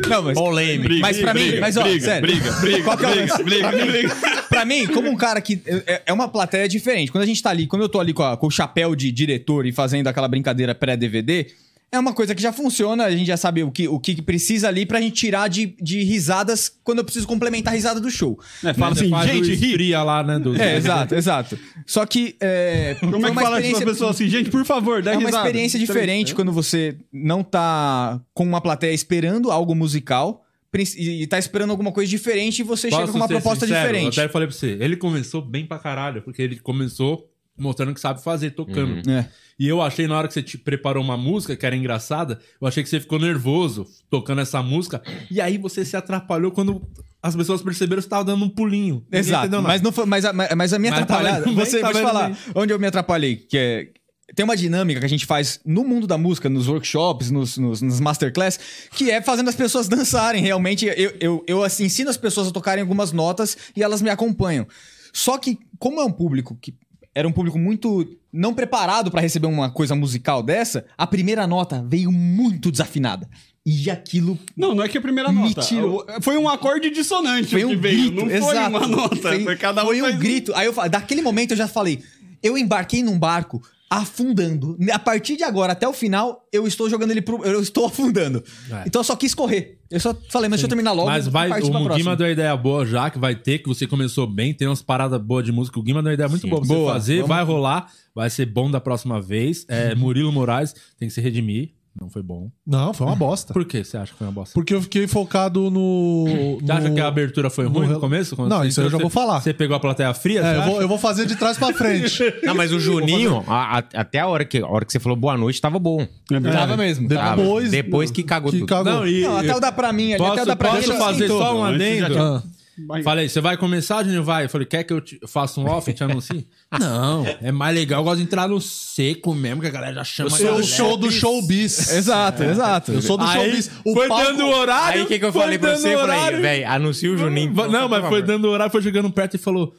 Não, mas.
Polêmica.
Mas pra
Briga,
mim, mas ó,
briga,
sério.
briga, briga,
qual que é o
briga,
lance?
briga,
pra, mim,
briga.
pra mim, como um cara que. é- É uma plateia diferente. Quando a gente tá ali, quando eu tô ali com, a- com o chapéu de diretor e fazendo aquela brincadeira pré-DVD. É uma coisa que já funciona, a gente já sabe o que, o que precisa ali pra gente tirar de, de risadas quando eu preciso complementar a risada do show.
É, fala
Né?
assim,
Faz o
gente, ri.
esfria
lá, né?
É, exato, exato. Só que. É,
Como é que fala isso pra pessoa assim, gente, por favor,
É
dá
uma
risada.
experiência
Tá
diferente
ligado?
quando você não tá com uma plateia esperando algo musical prin- e e tá esperando alguma coisa diferente e você chega com uma proposta diferente.
Eu até falei pra você, ele começou bem pra caralho, porque ele começou mostrando que sabe fazer, tocando.
Uhum. É.
E eu achei, na hora que você te preparou uma música que era engraçada, eu achei que você ficou nervoso tocando essa música, e aí você se atrapalhou quando as pessoas perceberam que você tava dando um pulinho. Ninguém
Exato.
entendeu nada.
Mas, não foi, mas, a, mas- mas a minha
Mas tá
atrapalhada.
vendo bem,
você
tá
vai
vendo
falar
bem.
onde eu me atrapalhei, que é. Tem uma dinâmica que a gente faz no mundo da música, nos workshops, nos, nos, nas masterclass, que é fazendo as pessoas dançarem. Realmente, eu, eu, eu assim, ensino as pessoas a tocarem algumas notas e elas me acompanham. Só que, como é um público que era um público muito não preparado pra receber uma coisa musical dessa, a primeira nota veio muito desafinada. E aquilo.
Não, não é que a primeira
Me
nota.
tirou.
O- Foi um acorde dissonante
Foi
o que
um
veio.
grito,
não foi
exato.
uma nota. Foi, cada um
foi um
faz
grito. Aí eu fa- daquele momento eu já falei, eu embarquei num barco afundando. A partir de agora até o final, eu estou jogando ele pro eu estou afundando. Então eu só quis correr. Eu só falei, mas deixa eu terminar logo.
É. Mas
e
vai,
partir
o
pra próxima.
Guima deu uma ideia boa já, que vai ter, que você começou bem, tem umas paradas boas de música. O Guima deu uma ideia muito boa pra
Boa,
você fazer,
vamos-
vai rolar, vai ser bom da próxima vez.
Uhum.
É, Murilo Moraes tem que se redimir, não foi bom.
Não, foi uma bosta.
Por que você acha que foi uma bosta?
Porque eu fiquei focado no.
Você acha
no-
que a abertura foi
no
ruim no
rel-
começo? Quando
Não,
você
isso eu
entrou,
já vou
você-
falar.
Você pegou a plateia fria?
É,
você
eu vou,
acha?
eu vou fazer de trás pra frente. É.
Não, mas o Juninho, a- a- até a hora, que, a hora que você falou boa noite, tava bom.
Tava mesmo.
Tava.
Depois-
Depois, que cagou tudo.
Não, e-
Não, até o da pra mim ali,
posso,
até o da pra mim,
posso
ele
fazer
esquentou.
só um
Antes já
adendo?
tinha-
Ah. Falei, você vai começar, Juninho? Vai. Eu falei, quer que eu te- faça um off e te anuncie? Não, é mais legal. Eu gosto de entrar no seco mesmo, que a galera já chama.
Eu sou o show do showbiz. É.
Exato, exato.
Eu sou do
Aí,
showbiz.
foi dando horário.
Aí o que, que eu
foi
falei pra
dando
você? Eu
horário.
falei, velho, anuncia o Juninho.
Va- Não, mas foi dando horário, foi chegando perto e falou.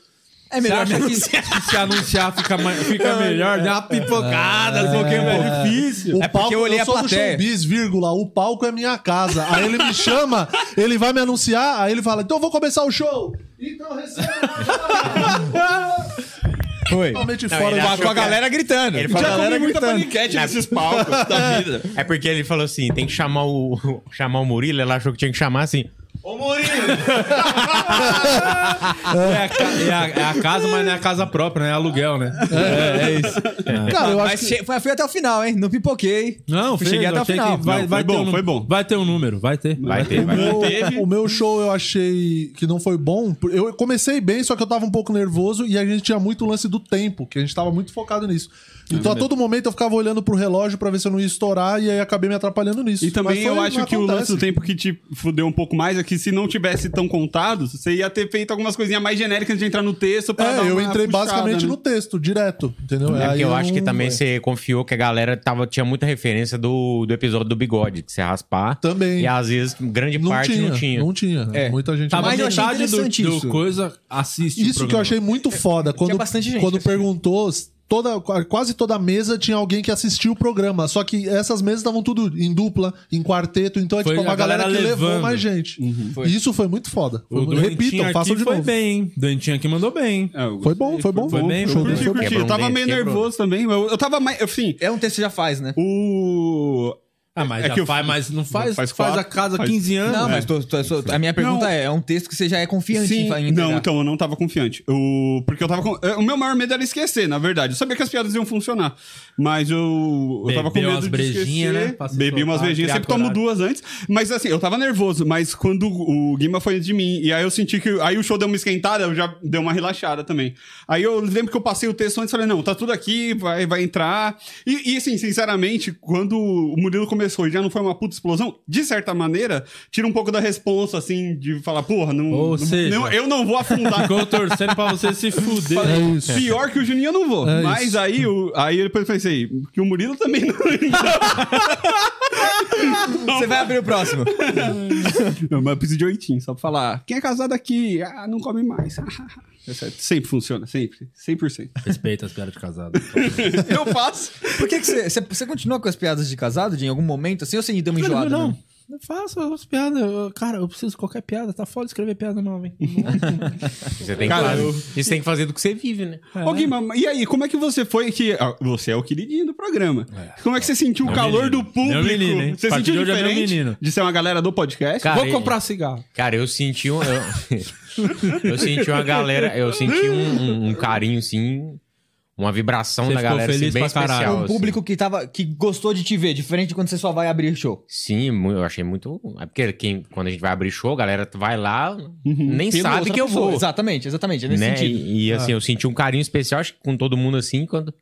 É melhor
"Você acha
me
que se anunciar fica, mais- fica melhor, deu uma pipocada, não sei o que, é difícil.
O
É porque
palco,
eu olhei a
sou
plateia.
do showbiz, vírgula, o palco é minha casa. Aí ele me chama, ele vai me anunciar, aí ele fala, então eu vou começar o show. Então recebe.
Foi.
Totalmente
Não,
fora
ele
do
Com a galera gritando.
Ele falou-
Já comi muita
paniquete nesses palcos da vida.
É porque ele falou assim: tem que chamar o, chamar o Murilo, ela achou que tinha que chamar assim.
Ô, Murilo!
É a, ca- é a- é a casa, mas não é a casa própria, né? É aluguel, né? É, é isso.
Cara, eu
Mas
acho que...
che- foi- fui até o final, hein? Não pipoquei.
Não,
Fui-
fez,
cheguei
eu
até o
achei que
final.
Vai,
Não,
vai
foi
ter um
bom,
nu-
foi bom.
Vai ter um número, vai ter.
Vai ter,
O
vai ter.
meu-
Teve.
o meu show eu achei que não foi bom. por- Eu comecei bem, só que eu tava um pouco nervoso e a gente tinha muito lance do tempo, que a gente tava muito focado nisso.
É
Então a todo momento eu ficava olhando pro relógio pra ver se eu não ia estourar e aí acabei me atrapalhando nisso.
E também
Mas foi-
eu acho que o lance
acontece.
do tempo que te fudeu um pouco mais é que se não tivesse tão contado, você ia ter feito algumas coisinhas mais genéricas de entrar no texto pra dar
É, eu
uma
entrei
puxada,
basicamente
né?
no texto, direto, entendeu?
É
Aí
porque eu acho que
não-
também você confiou que a galera tava, tinha muita referência do, do episódio do bigode, que você raspar.
Também.
E às vezes, grande
Não
parte
tinha,
não tinha.
Não tinha.
É.
Muita gente
Tá,
não
mas
Mas eu achei
metade do,
interessante
do
isso.
coisa assiste o
Isso que eu
programa.
achei muito foda. Quando,
bastante gente
quando
assistindo.
perguntou, toda, quase toda mesa tinha alguém que assistiu o programa. Só que essas mesas estavam tudo em dupla, em quarteto. Então é
Foi
tipo uma
a
galera,
galera
que levou
levando. Uhum.
mais gente.
Foi.
Isso foi muito foda. Foi
O
muito-
Doentinho
Repitam,
aqui
façam de
foi
novo.
bem. hein? Doentinho aqui mandou bem.
É, eu
Foi bom, foi bom.
Foi bem,
O
foi
show
bem.
dele
Curti,
foi bom.
curti. Eu
Quebrou
tava
um
meio
dedo,
nervoso também. Eu, eu tava mais. Assim,
É um texto que já faz, né?
o.
Ah, mas
É
já
que eu-
faz, mas não faz,
Faz
faz,
quatro,
a casa
faz-
15 anos.
Não,
É.
mas tô- tô- tô- a minha pergunta
Não.
é: é um texto que você já é confiante
Sim,
em fa- em
não,
entregar?
então eu não tava confiante. Eu, porque eu tava com, eh, o meu maior medo era esquecer, na verdade. Eu sabia que as piadas iam funcionar, mas eu, eu tava com
Bebeu
medo
umas
de
brejinha,
esquecer.
né? Pra se
Bebi umas
soltar,
brejinhas,
criar
sempre tomo
coragem.
duas antes, mas assim, eu tava nervoso, mas quando o Guima foi de mim e aí eu senti que aí o show deu uma esquentada, eu já deu uma relaxada também. Aí eu lembro que eu passei o texto antes e falei: "Não, tá tudo aqui, vai vai entrar". E, e assim, sinceramente, quando o Murilo começou e já não foi uma puta explosão, de certa maneira, tira um pouco da responsa assim de falar, porra, não
Ou
não-
seja-
não- eu não vou afundar.
Ficou torcendo pra você se fuder.
Falei,
É isso.
Pior que o Juninho eu não vou.
É
Mas
isso.
assim, então." aí, o, aí depois eu pensei, que o Murilo também não.
Você vai abrir o próximo.
Não, mas eu preciso de oitinho, só pra falar. Quem é casado aqui? Ah, não come mais. É certo. Sempre funciona, sempre. 100%.
Respeita as piadas de casado.
Tá.
Eu faço.
Por que que você- você você continua com as piadas de casado de em algum momento assim ou você deu uma
Não,
enjoada?
não.
mesmo?
Eu faço as piadas. Eu- Cara, eu preciso de qualquer piada. Tá foda escrever piada nova, hein?
Você tem,
Cara,
que fazer,
eu-
Isso tem que fazer do que você vive, né?
Ô, Guima, e aí, como é que você foi que... ah, você é o queridinho do programa. Como é que você sentiu o calor
menino.
do público?
Meu menino, hein?
Você
A partir
sentiu
de hoje é meu
diferente
menino.
de ser uma galera do podcast?
Cara,
Vou
e-
comprar cigarro.
Cara, eu senti um. Eu, eu senti uma galera. Eu senti um, um- um carinho, assim. Uma vibração
Você
da
ficou
galera assim,
feliz
bem
pra caralho.
especial.
Um público que, tava, que gostou de te ver, diferente de quando você só vai abrir show.
assim. Sim, mu- eu achei muito. É porque quem, quando a gente vai abrir show, a galera vai lá,
Uhum.
nem
Pela
sabe
outra
que eu
pessoa.
vou.
Exatamente, exatamente. É nesse
né?
sentido.
E, e, assim,
Ah.
eu senti um carinho especial acho que com todo mundo assim, quando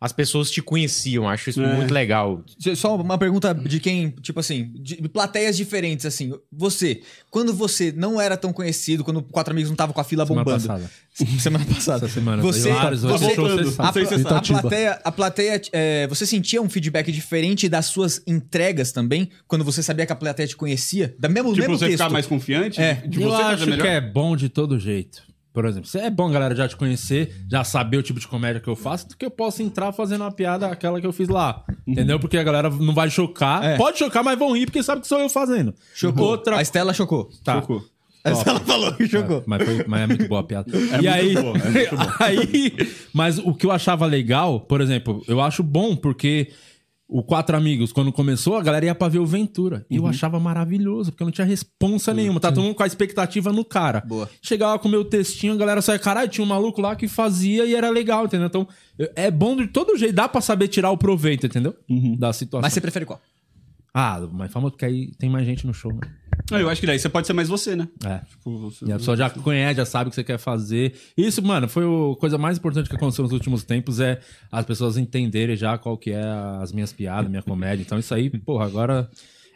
as pessoas te conheciam. Acho isso
É.
muito legal.
Se- Só uma pergunta de quem, tipo assim, de plateias diferentes, assim. Você, quando você não era tão conhecido, quando o Quatro Amigos não tava com a fila
Semana
bombando.
passada.
Semana passada.
semana.
Você, tá
Tem vários, hoje
você,
eu sou
a, pla-
sexta-
a
Itatiba.
plateia, a plateia é, você sentia um feedback diferente das suas entregas também, quando você sabia que a plateia te conhecia? Da mesmo,
Tipo,
mesmo
você
texto.
ficar mais confiante?
É.
De
eu
você fazer
acho
melhor?
que é bom de todo jeito. Por exemplo, se é bom a galera já te conhecer, já saber o tipo de comédia que eu faço, do que eu posso entrar fazendo uma piada, aquela que eu fiz lá. Entendeu? Porque a galera não vai chocar.
É.
Pode chocar, mas vão rir, porque sabe que sou eu fazendo.
Chocou.
Outra...
A Estela chocou.
Tá.
Chocou.
Top.
A Estela falou que chocou.
É, mas, foi- mas é muito boa a piada. e
muito
aí,
boa, é muito boa.
aí, mas o que eu achava legal, por exemplo, eu acho bom porque o Quatro Amigos, quando começou, a galera ia pra ver o Ventura.
Uhum.
E eu achava maravilhoso, porque eu não tinha responsa nenhuma. Tá todo mundo com a expectativa no cara. Boa. Chegava com o meu textinho, a galera saia, caralho, tinha um maluco lá que fazia e era legal, entendeu? Então, eu- é bom de todo jeito, dá pra saber tirar o proveito, entendeu?
Uhum.
Da situação. Mas você
prefere qual?
Ah, o mais famoso, porque aí tem mais gente no show, né?
Ah, Eu acho que daí você pode ser mais você, né?
É.
Tipo, você...
E a pessoa já conhece, já sabe o que você quer fazer. Isso, mano, foi a coisa mais importante que aconteceu nos últimos tempos é as pessoas entenderem já qual que é as minhas piadas, minha comédia. Então isso aí, porra, agora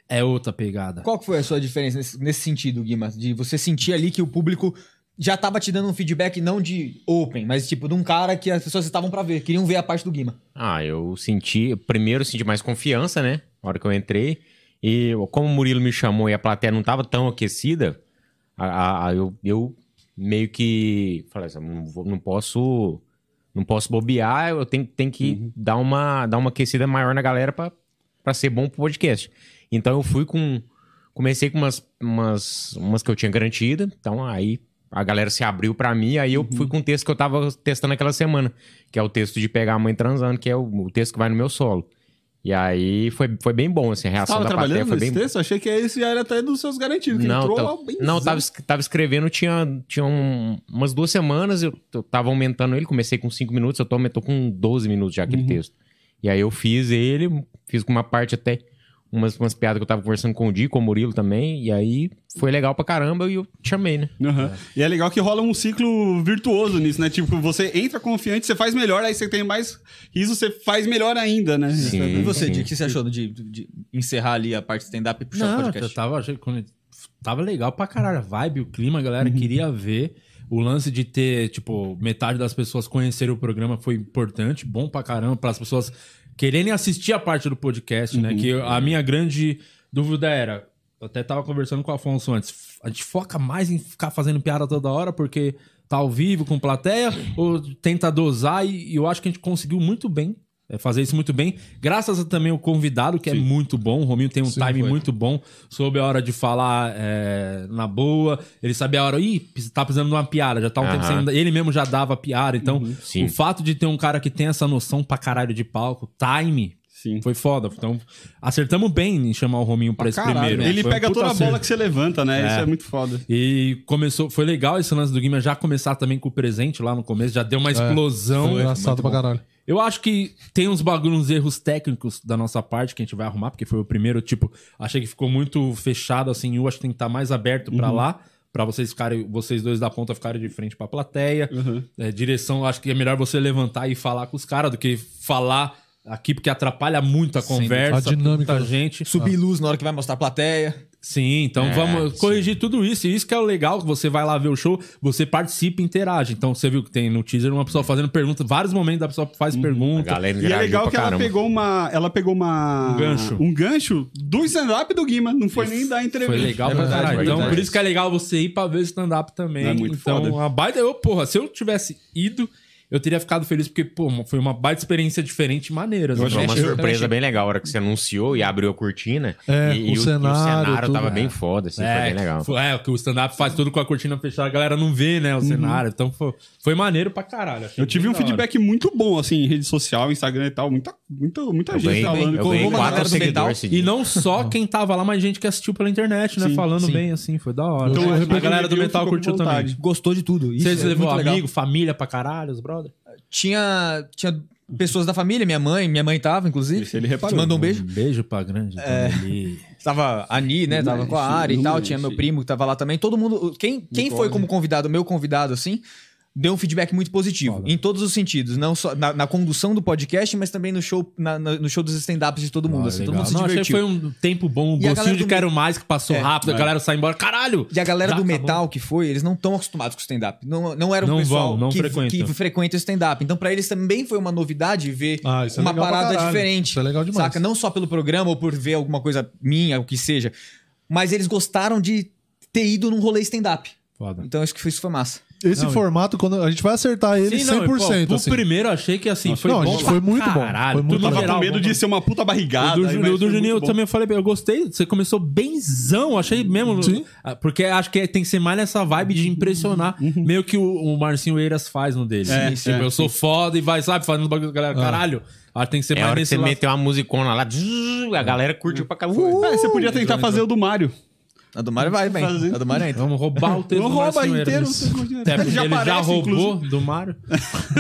é outra pegada.
Qual que foi a sua diferença nesse, nesse sentido, Guima? De você sentir ali que o público já tava te dando um feedback não de open, mas tipo de um cara que as pessoas estavam pra ver, queriam ver a parte do Guima.
Ah, eu senti. Primeiro, eu senti mais confiança, né? Na hora que eu entrei. E como o Murilo me chamou e a plateia não tava tão aquecida, a, a- a- eu, eu meio que falei assim: não, vou- não posso. Não posso bobear, eu tenho, tenho que
Uhum.
dar, uma, dar uma aquecida maior na galera pra, pra ser bom pro podcast. Então eu fui com. Comecei com umas, umas, umas que eu tinha garantida, então aí a galera se abriu pra mim, aí eu
Uhum.
fui com o texto que eu tava testando aquela semana, que é o texto de pegar a mãe transando, que é o, o texto que vai no meu solo. E aí foi, foi bem bom, assim, a reação
Tava
da plateia
trabalhando
foi
nesse
bem
texto? Achei que esse já era até dos seus garantidos. Que
não,
entrou
tava,
lá bem
não tava, es- tava escrevendo, tinha, tinha um- umas duas semanas, eu, t- eu tava aumentando ele, comecei com cinco minutos, eu tô, aumentou com 12 minutos já
Uhum.
aquele texto. E aí eu fiz ele, fiz com uma parte até, umas, umas piadas que eu tava conversando com o Di, com o Murilo também, e aí foi legal pra caramba e eu te chamei, né?
Aham. E é legal que rola um ciclo virtuoso nisso, né? Tipo, você entra confiante, você faz melhor, aí você tem mais riso, você faz melhor ainda, né?
e você, Di, o que você achou de, de encerrar ali a parte stand-up e puxar o
Não, eu
podcast?
tava, achando- quando- tava legal pra caralho. A vibe, o clima, a
Uhum.
galera queria ver. O lance de ter, tipo, metade das pessoas conhecerem o programa foi importante, bom pra caramba, pras pessoas quererem assistir a parte do podcast, né?
Uhum.
Que eu- a minha grande dúvida era. Eu até tava conversando com o Afonso antes. A gente foca mais em ficar fazendo piada toda hora porque tá ao vivo com plateia ou tenta dosar e, e eu acho que a gente conseguiu muito bem é, fazer isso muito bem. Graças a também o convidado, que é muito bom. O Rominho tem um time muito bom. Soube a hora de falar é, na boa. Ele sabia a hora. Ih, pis- tá precisando de uma piada. Já tá um tempo
Aham. Uhum,
sem. Ele mesmo já dava piada. Então,
Sim.
o fato de ter um cara que tem essa noção pra caralho de palco, time. Foi foda. Então, acertamos bem em chamar o Rominho pra, esse
Caralho,
primeiro.
Ele
Foi um
pega
puta
toda a bola
acerto.
que você levanta, né? Isso é muito foda.
E começou, foi legal esse lance do Guima já começar também com o presente lá no começo, já deu uma
É,
explosão.
foi engraçado
Muito
pra
bom.
caralho.
Eu acho que tem uns bagulhos, uns erros técnicos da nossa parte que a gente vai arrumar, porque foi o primeiro, tipo, achei que ficou muito fechado assim, eu acho que tem que estar mais aberto pra
Uhum.
lá. Pra vocês ficarem, vocês dois da ponta ficarem de frente pra plateia. É, direção, eu acho que é melhor você levantar e falar com os caras do que falar aqui, porque atrapalha muito a
Sem
conversa,
dúvida. A dinâmica. Ah.
muita gente.
Subir luz na hora que vai mostrar a plateia.
Sim, então
É,
vamos corrigir tudo isso. E isso que é o legal, que você vai lá ver o show, você participa e interage. Então você viu que tem no teaser uma pessoa fazendo pergunta, vários momentos da pessoa faz pergunta.
E é legal que ela pegou uma. Ela pegou uma.
Um gancho.
Um gancho do stand-up do Guima. Não foi nem da entrevista.
Foi legal pra
verdade,
caralho. Então,
verdade.
por isso que é legal você ir pra ver o stand-up também.
É muito
então,
foda.
a baita. Eu, porra, se eu tivesse ido, eu teria ficado feliz, porque, pô, foi uma baita experiência diferente e maneira.
Foi
assim.
uma
Eu- eu
surpresa
achei-
bem legal a hora que você anunciou e abriu a cortina.
É,
e,
o
e e
cenário, tudo.
tava
É.
bem foda, assim, foi bem legal.
foi- é, que o stand-up faz tudo com a cortina fechada, a galera não vê, né, o cenário. Então foi, foi maneiro pra caralho. achei
Uhum. Eu tive
bem
um
da hora.
feedback muito bom, assim, em rede social, Instagram e tal. Muita, muita, muita
Eu
gente
ganhei-
falando.
eu ganhei
Uma
quatro
galera do
seguidores
metal.
esse dia. E não só quem tava lá, mas gente que assistiu pela internet, né?
Uhum. Sim,
falando
sim.
bem, assim, foi da hora.
Então,
a
eu repito,
galera do
eu
metal
fico com
curtiu
vontade.
também.
Gostou de tudo. Isso
Vocês
é
levou
muito legal.
amigo, família pra caralho, os brother?
Tinha, tinha pessoas da família, minha mãe, minha mãe tava, inclusive. ele
reparou. né?
Mandou um beijo.
beijo pra grande.
É. Tava a Ni, né? Tava com a Ari e tal. Tinha meu primo que tava lá também. Todo mundo. Quem, quem foi como convidado, meu convidado, assim, deu um feedback muito positivo. Em todos os sentidos. Não só na, na condução do podcast, mas também no show, na- na- no show dos stand-ups de todo mundo. assim, todo mundo se
Ah, Não, é achei
divertiu.
que foi um tempo bom, um
E a
gostinho
galera
de
do-
quero mais que passou
É.
rápido, a
É.
galera sai embora, caralho!
E a galera
Já
do
acabou.
metal que foi, eles não estão acostumados com stand-up. Não, não era um
Não
pessoal
vão, não
que,
frequentam.
que frequenta o stand-up. Então, pra eles também foi uma novidade ver
Ah, isso é
uma
legal pra
parada
caralho.
diferente.
Isso é legal demais.
Saca? Não só pelo programa ou por ver alguma coisa minha, o que seja. Mas eles gostaram de ter ido num rolê stand-up.
Foda.
Então, isso, que foi- isso foi massa.
Esse formato, quando a gente vai acertar ele
Sim, não, e,
100%.
pô,
assim.
O primeiro eu achei que assim, foi
Não, a
bom.
gente
pra
foi muito bom.
caralho,
Foi muito
tudo
bom.
no
Tava
geral,
Com medo
bom
de
pra
ser uma puta barrigada.
O do,
mas
Ju-
foi
o do
muito
Juninho eu
bom.
também eu falei, eu gostei, você começou bemzão, achei mesmo. Ah, Porque acho que tem que ser mais nessa vibe de impressionar,
Uhum.
meio que o, o Marcinho Eiras faz no dele.
É,
Tipo,
é,
eu sou foda e vai, sabe, fazendo bagulho galera, caralho. Ah, tem que ser
É a
mais
hora que
nesse
você
lado.
meteu uma musicona lá, zzz, a galera curtiu pra Uh! caralho.
É, você podia tentar
né?
fazer o do Mário.
A do Mário vai, bem. A do Mário entra.
Vamos roubar o texto
Então, Não
do
rouba
Marcinho
inteiro
Eiras.
o texto do Marcinho Eiras.
É, porque
Já
ele já
aparece,
roubou
inclusive.
do Mário.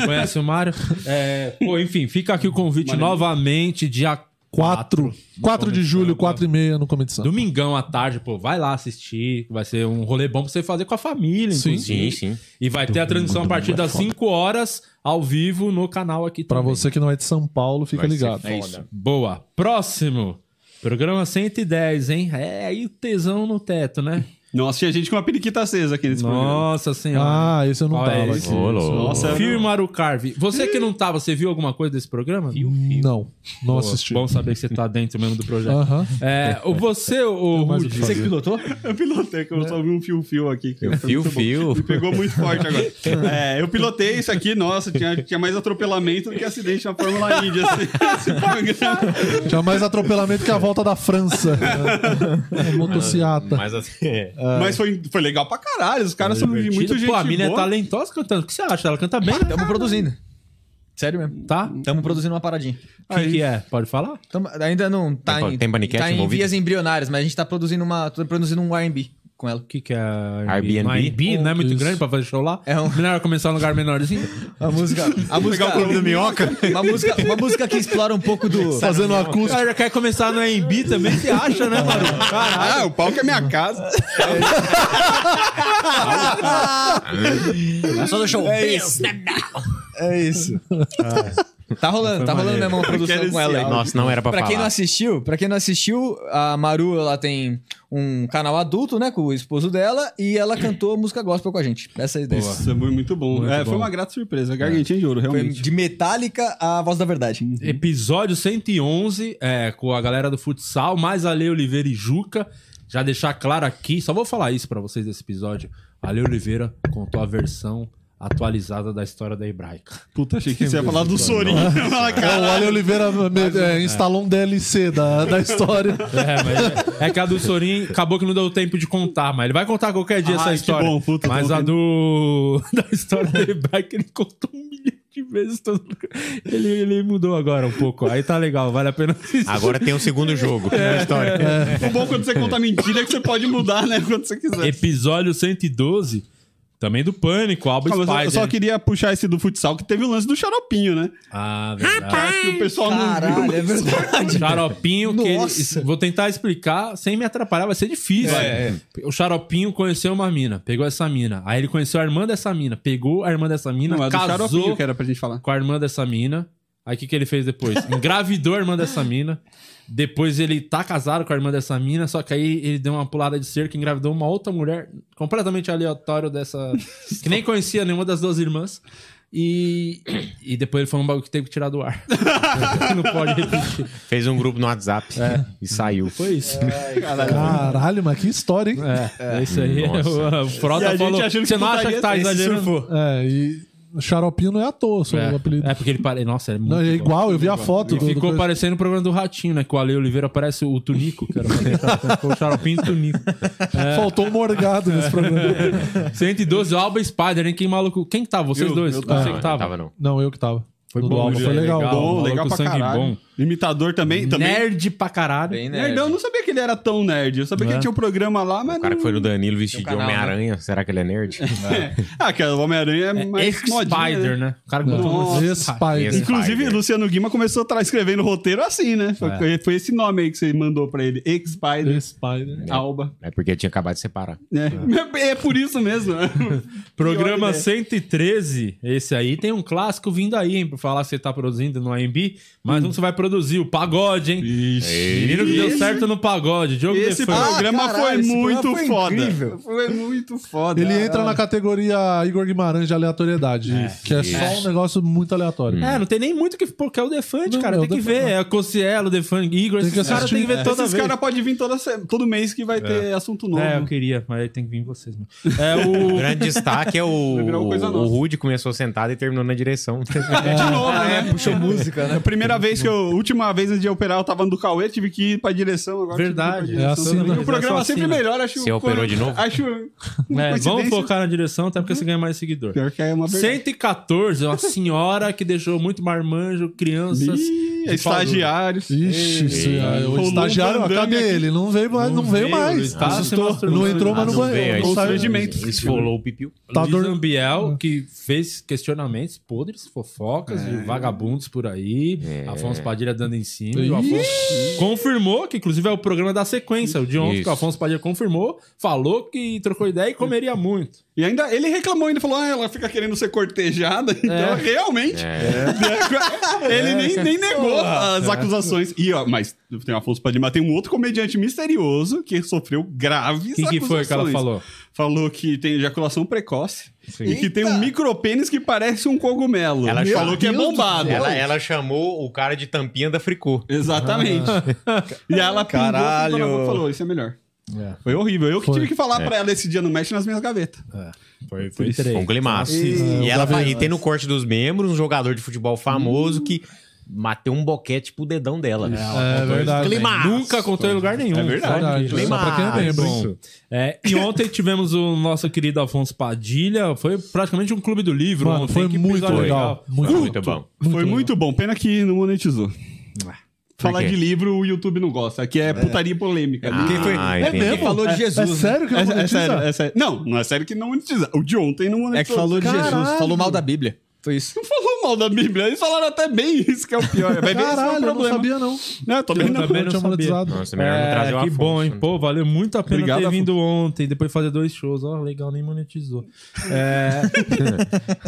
Conhece o Mário? É, pô, enfim, fica aqui o convite novamente, dia 4.
4 de julho, 4 e meia no Comedy Sampa.
Domingão à tarde, pô, vai lá assistir. Vai ser um rolê bom pra você fazer com a família,
Sim.
inclusive.
Sim, sim.
E vai ter a transmissão a partir
é
das
foda.
5 horas, ao vivo, no canal aqui
Pra
também.
você que não é de São Paulo, fica
Vai ser
ligado.
foda.
É
Boa. Próximo. Programa 110, hein? É aí o tesão no teto, né?
Nossa, tinha gente com uma periquita acesa aqui nesse programa.
Nossa senhora.
Ah, esse eu não
Olha
tava
esse.
aqui. Ô, louco.
Nossa, eu não-
Fio Marucarve. Você que não tava, você viu alguma coisa desse programa? Viu?
Não, não
Boa,
assisti. Ah.
Bom saber que você tá dentro mesmo do projeto.
Aham.
É, o você, o Rudy.
Você que pilotou? Eu pilotei, que eu só vi um fio-fio aqui. que foi muito bom.
Fio-fio.
Me pegou muito forte agora. É, eu pilotei isso aqui, nossa, tinha, tinha mais atropelamento do que acidente na Fórmula Índia. Esse, esse programa.
Tinha mais atropelamento que a volta da França. É, motociata.
Mas assim, é.
Mas foi, foi legal pra caralho. Os caras são
Ah. Divertido.
muito gente
Pô, a mina é
boa.
talentosa cantando. O que você acha? Ela canta bem? né?
Tamo produzindo. Sério mesmo.
Tá?
Tamo produzindo uma paradinha.
O que, que é? Pode falar?
Tamo- ainda não tá
Tem-
em,
tem Bunnycat
tá em
envolvido?
vias embrionárias, mas a gente tá produzindo uma. tô produzindo um R&B com ela.
O que, que é
Airbnb?
Airbnb não é muito
Isso.
grande pra fazer show lá?
É um-
Melhor começar num lugar menorzinho?
A música. A música Uma música, uma música que explora um pouco do.
Fazendo um
O
acústico.
cara já quer começar no Airbnb também, você acha, né, mano?
Ah, o palco é minha casa.
Só do show.
É
isso. É isso.
Ah.
Tá rolando, tá rolando mesmo uma produção com ela aí.
Nossa, não era pra,
Pra
falar.
quem não assistiu, para quem não assistiu, a Maru ela tem um canal adulto, né, com o esposo dela e ela cantou a música gospel com a gente. Essa é a ideia.
Nossa, foi muito bom.
Muito
É,
bom.
Foi uma grata surpresa. Gargantinha de ouro,
Foi
realmente.
de Metallica a voz da verdade.
Episódio 111, é, com a galera do futsal, mais Ale Oliveira e Juca. Já deixar claro aqui, só vou falar isso pra vocês desse episódio. Ale Oliveira contou a versão atualizada da história da Hebraica.
Puta, achei que você ia falar do Sorinho.
É, o Ale Oliveira me- é, instalou um DLC da, da história.
É, mas é, é que a do Sorin acabou que não deu tempo de contar, mas ele vai contar qualquer dia
Ai,
essa
que
história.
bom, puta,
mas
tô
a do da história da Hebraica ele contou um milhão de vezes. todo- Ele, ele mudou agora um pouco. Aí tá legal, vale a pena assistir.
Agora tem um segundo jogo na história.
O bom quando você conta mentira é que você pode mudar, né? Quando você
é
quiser.
Episódio 112, também do Pânico, Alba
Calma, eu só-
Spider.
eu só queria puxar esse do futsal, que teve o lance do xaropinho, né?
Ah, verdade.
Acho que o pessoal não
Caralho,
viu.
é verdade.
Xaropinho que ele-
Nossa.
Vou tentar explicar sem me atrapalhar, vai ser difícil.
É,
O Xaropinho conheceu uma mina, pegou essa mina. Aí ele conheceu a irmã dessa mina, pegou a irmã dessa mina,
Não, é do
casou
xaropinho que era pra gente falar.
com a irmã dessa mina. Aí o que, que ele fez depois? Engravidou a irmã dessa mina. Depois ele tá casado com a irmã dessa mina, só que aí ele deu uma pulada de cerca, engravidou uma outra mulher completamente aleatório dessa. que nem conhecia nenhuma das duas irmãs. E, e depois ele falou um bagulho que teve que tirar do ar. Não pode repetir.
Fez um grupo no WhatsApp e saiu.
Foi isso.
Caralho, mas que história, hein?
É, é isso aí.
Nossa.
O Frota falou. Você não acha que tá exagerando?
É, e o Xaropinho não é à toa, só
É,
o apelido.
é porque ele pare... Nossa, é muito
Não, é
bom.
igual, eu vi a foto
E
do- do
ficou
coisa.
parecendo o programa do Ratinho, né? Que o Ale Oliveira parece o Tunico, que era pra- ficou o Xaropinho e o Tunico. É.
Faltou um morgado nesse programa.
112, Alba e Spider, hein? Quem maluco? Quem que tava? Vocês
Eu-
dois?
eu
não sei
tava.
que tava.
Tava, não.
Não, eu que tava.
Foi
Do
bom,
Alba,
Juliano,
foi legal.
legal.
Bom,
Maluco,
legal pra
sangue
caralho.
bom.
Imitador também. também...
Nerd pra caralho.
Nerdão, eu não sabia que ele era tão nerd. Eu sabia
Né?
que ele tinha um programa lá, mas.
O cara que
não-
foi no Danilo vestido de
canal,
Homem-Aranha, será que ele é nerd?
Ah, que o Homem-Aranha é,
É
mais modinha.
ex-Spider, né? O cara que botou
Nossa.
um-
Spider.
Inclusive, Luciano Guima começou a tra- escrevendo o roteiro assim, né? Foi,
É.
foi esse nome aí que você mandou pra ele. Ex-Spider,
Spider.
Alba.
É porque tinha acabado de separar.
É. É por isso mesmo. né?
Programa 113, esse aí tem um clássico vindo aí, hein? Pra falar que você tá produzindo no AMB, mas um que você vai produzir, o pagode, hein? Menino que deu
Esse-
certo no pagode, Diogo
Esse
Defante.
programa
Ah, caralho,
foi
esse
muito
programa foi
foda.
incrível.
Foi muito foda. É.
Ele entra na categoria Igor Guimarães de aleatoriedade, que é só um negócio muito aleatório.
É, não tem nem muito o que porque é o Defante,
Não,
cara.
é o
Tem que
Defante.
ver. É o Cocielo, o Defante, Igor.
Tem que
Esses caras tem que ver toda
é. Esses
vez.
caras podem vir toda se- todo mês que vai ter assunto novo.
É, eu queria, mas aí tem que vir vocês, mano. É o.
O grande destaque é o.
Vai virar uma coisa
O
nossa.
Rude começou sentado e terminou na direção.
De novo, né?
Puxou música,
A
né?
primeira vez que eu, última vez antes de eu operar, eu tava no Cauê, tive que ir pra direção. Agora tive que ir pra
Verdade,
direção.
é assim, né?
E o programa
É só
sempre
assim, né?
melhor, acho.
Você operou de novo?
Acho.
É, vamos
coincidência.
focar na direção, até porque você ganha mais seguidor.
Pior que é uma verdade.
114, uma senhora que deixou muito marmanjo, crianças.
Ih,
de
estagiários.
Ixi, isso, aí, o
Rolou um
estagiário, ó,
Van Damme
cadê
aqui.
ele? Não veio, mais- não
Não
veio
veio,
mais.
ele tá se
Assustou.
masturbando.
não entrou,
Ah,
mas não,
não
banhou.
veio,
não
aí
saiu.
Constrangimento.
Esfolou o pipiu.
Tá
Luiz
dor-
Ambiel, que fez questionamentos podres, fofocas
É.
de vagabundos por aí. Afonso Padilha dando em cima. E o Afonso confirmou, que inclusive é o programa da sequência, o de ontem, que
Isso.
o Afonso Padilha confirmou, falou que trocou ideia e comeria muito.
E ainda ele reclamou, ainda falou: ah, ela fica querendo ser cortejada.
É.
Então, realmente. Ele nem, nem negou as acusações. E, ó, mas tem o Afonso Padilha, mas tem um outro comediante misterioso que sofreu graves
O que, que foi que ela
acusações.
falou?
Falou que tem ejaculação precoce e que tem um
Eita!
micropênis que parece um cogumelo.
Ela
falou
achou-
que é
Meu Deus
bombado.
do céu.
Ela, ela chamou o cara de tampinha da Fricô.
Exatamente. e aí ela pingou,
Caralho.
pingou na boca e falou, isso é melhor.
Ah. É.
Foi horrível. Eu que
Foi.
tive que falar pra ela esse dia no mexe nas minhas gavetas.
Foi, foi
Foi um climaço. E, ela fa- e tem no corte dos membros um jogador de futebol famoso que bateu um boquete pro dedão dela. um
É verdade.
Climaço.
Nunca contou em lugar nenhum. É
Verdade. Só pra quem é membro. hein?
Bom, é, e ontem tivemos o nosso querido Afonso Padilha. Foi praticamente um clube do livro.
Mano,
ontem,
foi
que
muito
episódio
legal.
Foi
Muito
Tá muito bom.
Foi muito bom. Pena que não monetizou. Falar
quê?
de livro, o YouTube não gosta. Aqui é, putaria e polêmica.
Quem foi?
Ah,
é
entendi.
mesmo? Falou de Jesus. né?
É sério que
É,
não
é
monetiza?
sério, é sério. Não, não é sério que não monetiza. O de ontem não
né? É
monetizou.
que falou de Jesus,
Caralho.
falou mal da Bíblia. Foi isso.
Não falou mal da Bíblia. Eles falaram até bem isso que é o pior. Vai ver, esse é o
Caralho, eu não
problema.
sabia não.
Não, eu também
Eu também
não.
não
não
tinha
sabia.
monetizado.
Nossa, melhor não trazer
É,
o
que
Afonso,
bom, hein?
né?
Pô, valeu muito a pena
Obrigado,
ter
Afonso.
vindo ontem, depois fazer dois shows. Ó, legal, nem monetizou. É,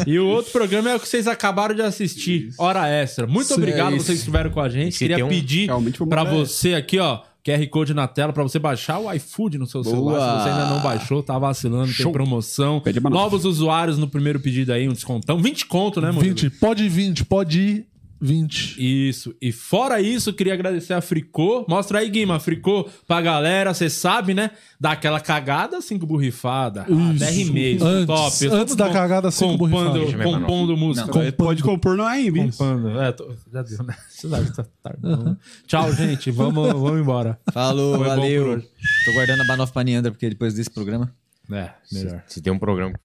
e o outro programa é o que vocês acabaram de assistir, Hora Extra. Muito
Isso,
obrigado
é
vocês que
isso.
estiveram com a gente.
Esse tem
Queria
um-
pedir
Realmente foi muito
pra
bom.
você aqui, ó, QR Code na tela, pra você baixar o iFood no seu celular. Se você ainda não baixou, tá vacilando, tem promoção.
Pede pra nós.
Novos usuários no primeiro pedido aí, um descontão. 20 conto, né, mano?
20, pode ir 20, pode ir 20.
Isso. E fora isso, queria agradecer a Fricô. Mostra aí, Guima, Fricô pra galera. Você sabe, né? Dá aquela cagada, cinco borrifadas. Ah,
Isso.
10 e meio.
Antes-
top. Eu tô
antes da
com-
cagada, cinco
compondo,
borrifadas.
Compondo música.
É, Pode compor no AIMB.
Compondo. É, tô- já deu, né? Cidade tá tardando. né? Tchau, gente. Vamos, vamos embora.
Falou,
Foi bom por
valeu.
hoje.
Tô guardando a banofa pra Niandra, porque depois desse programa.
É, melhor.
Se tem um programa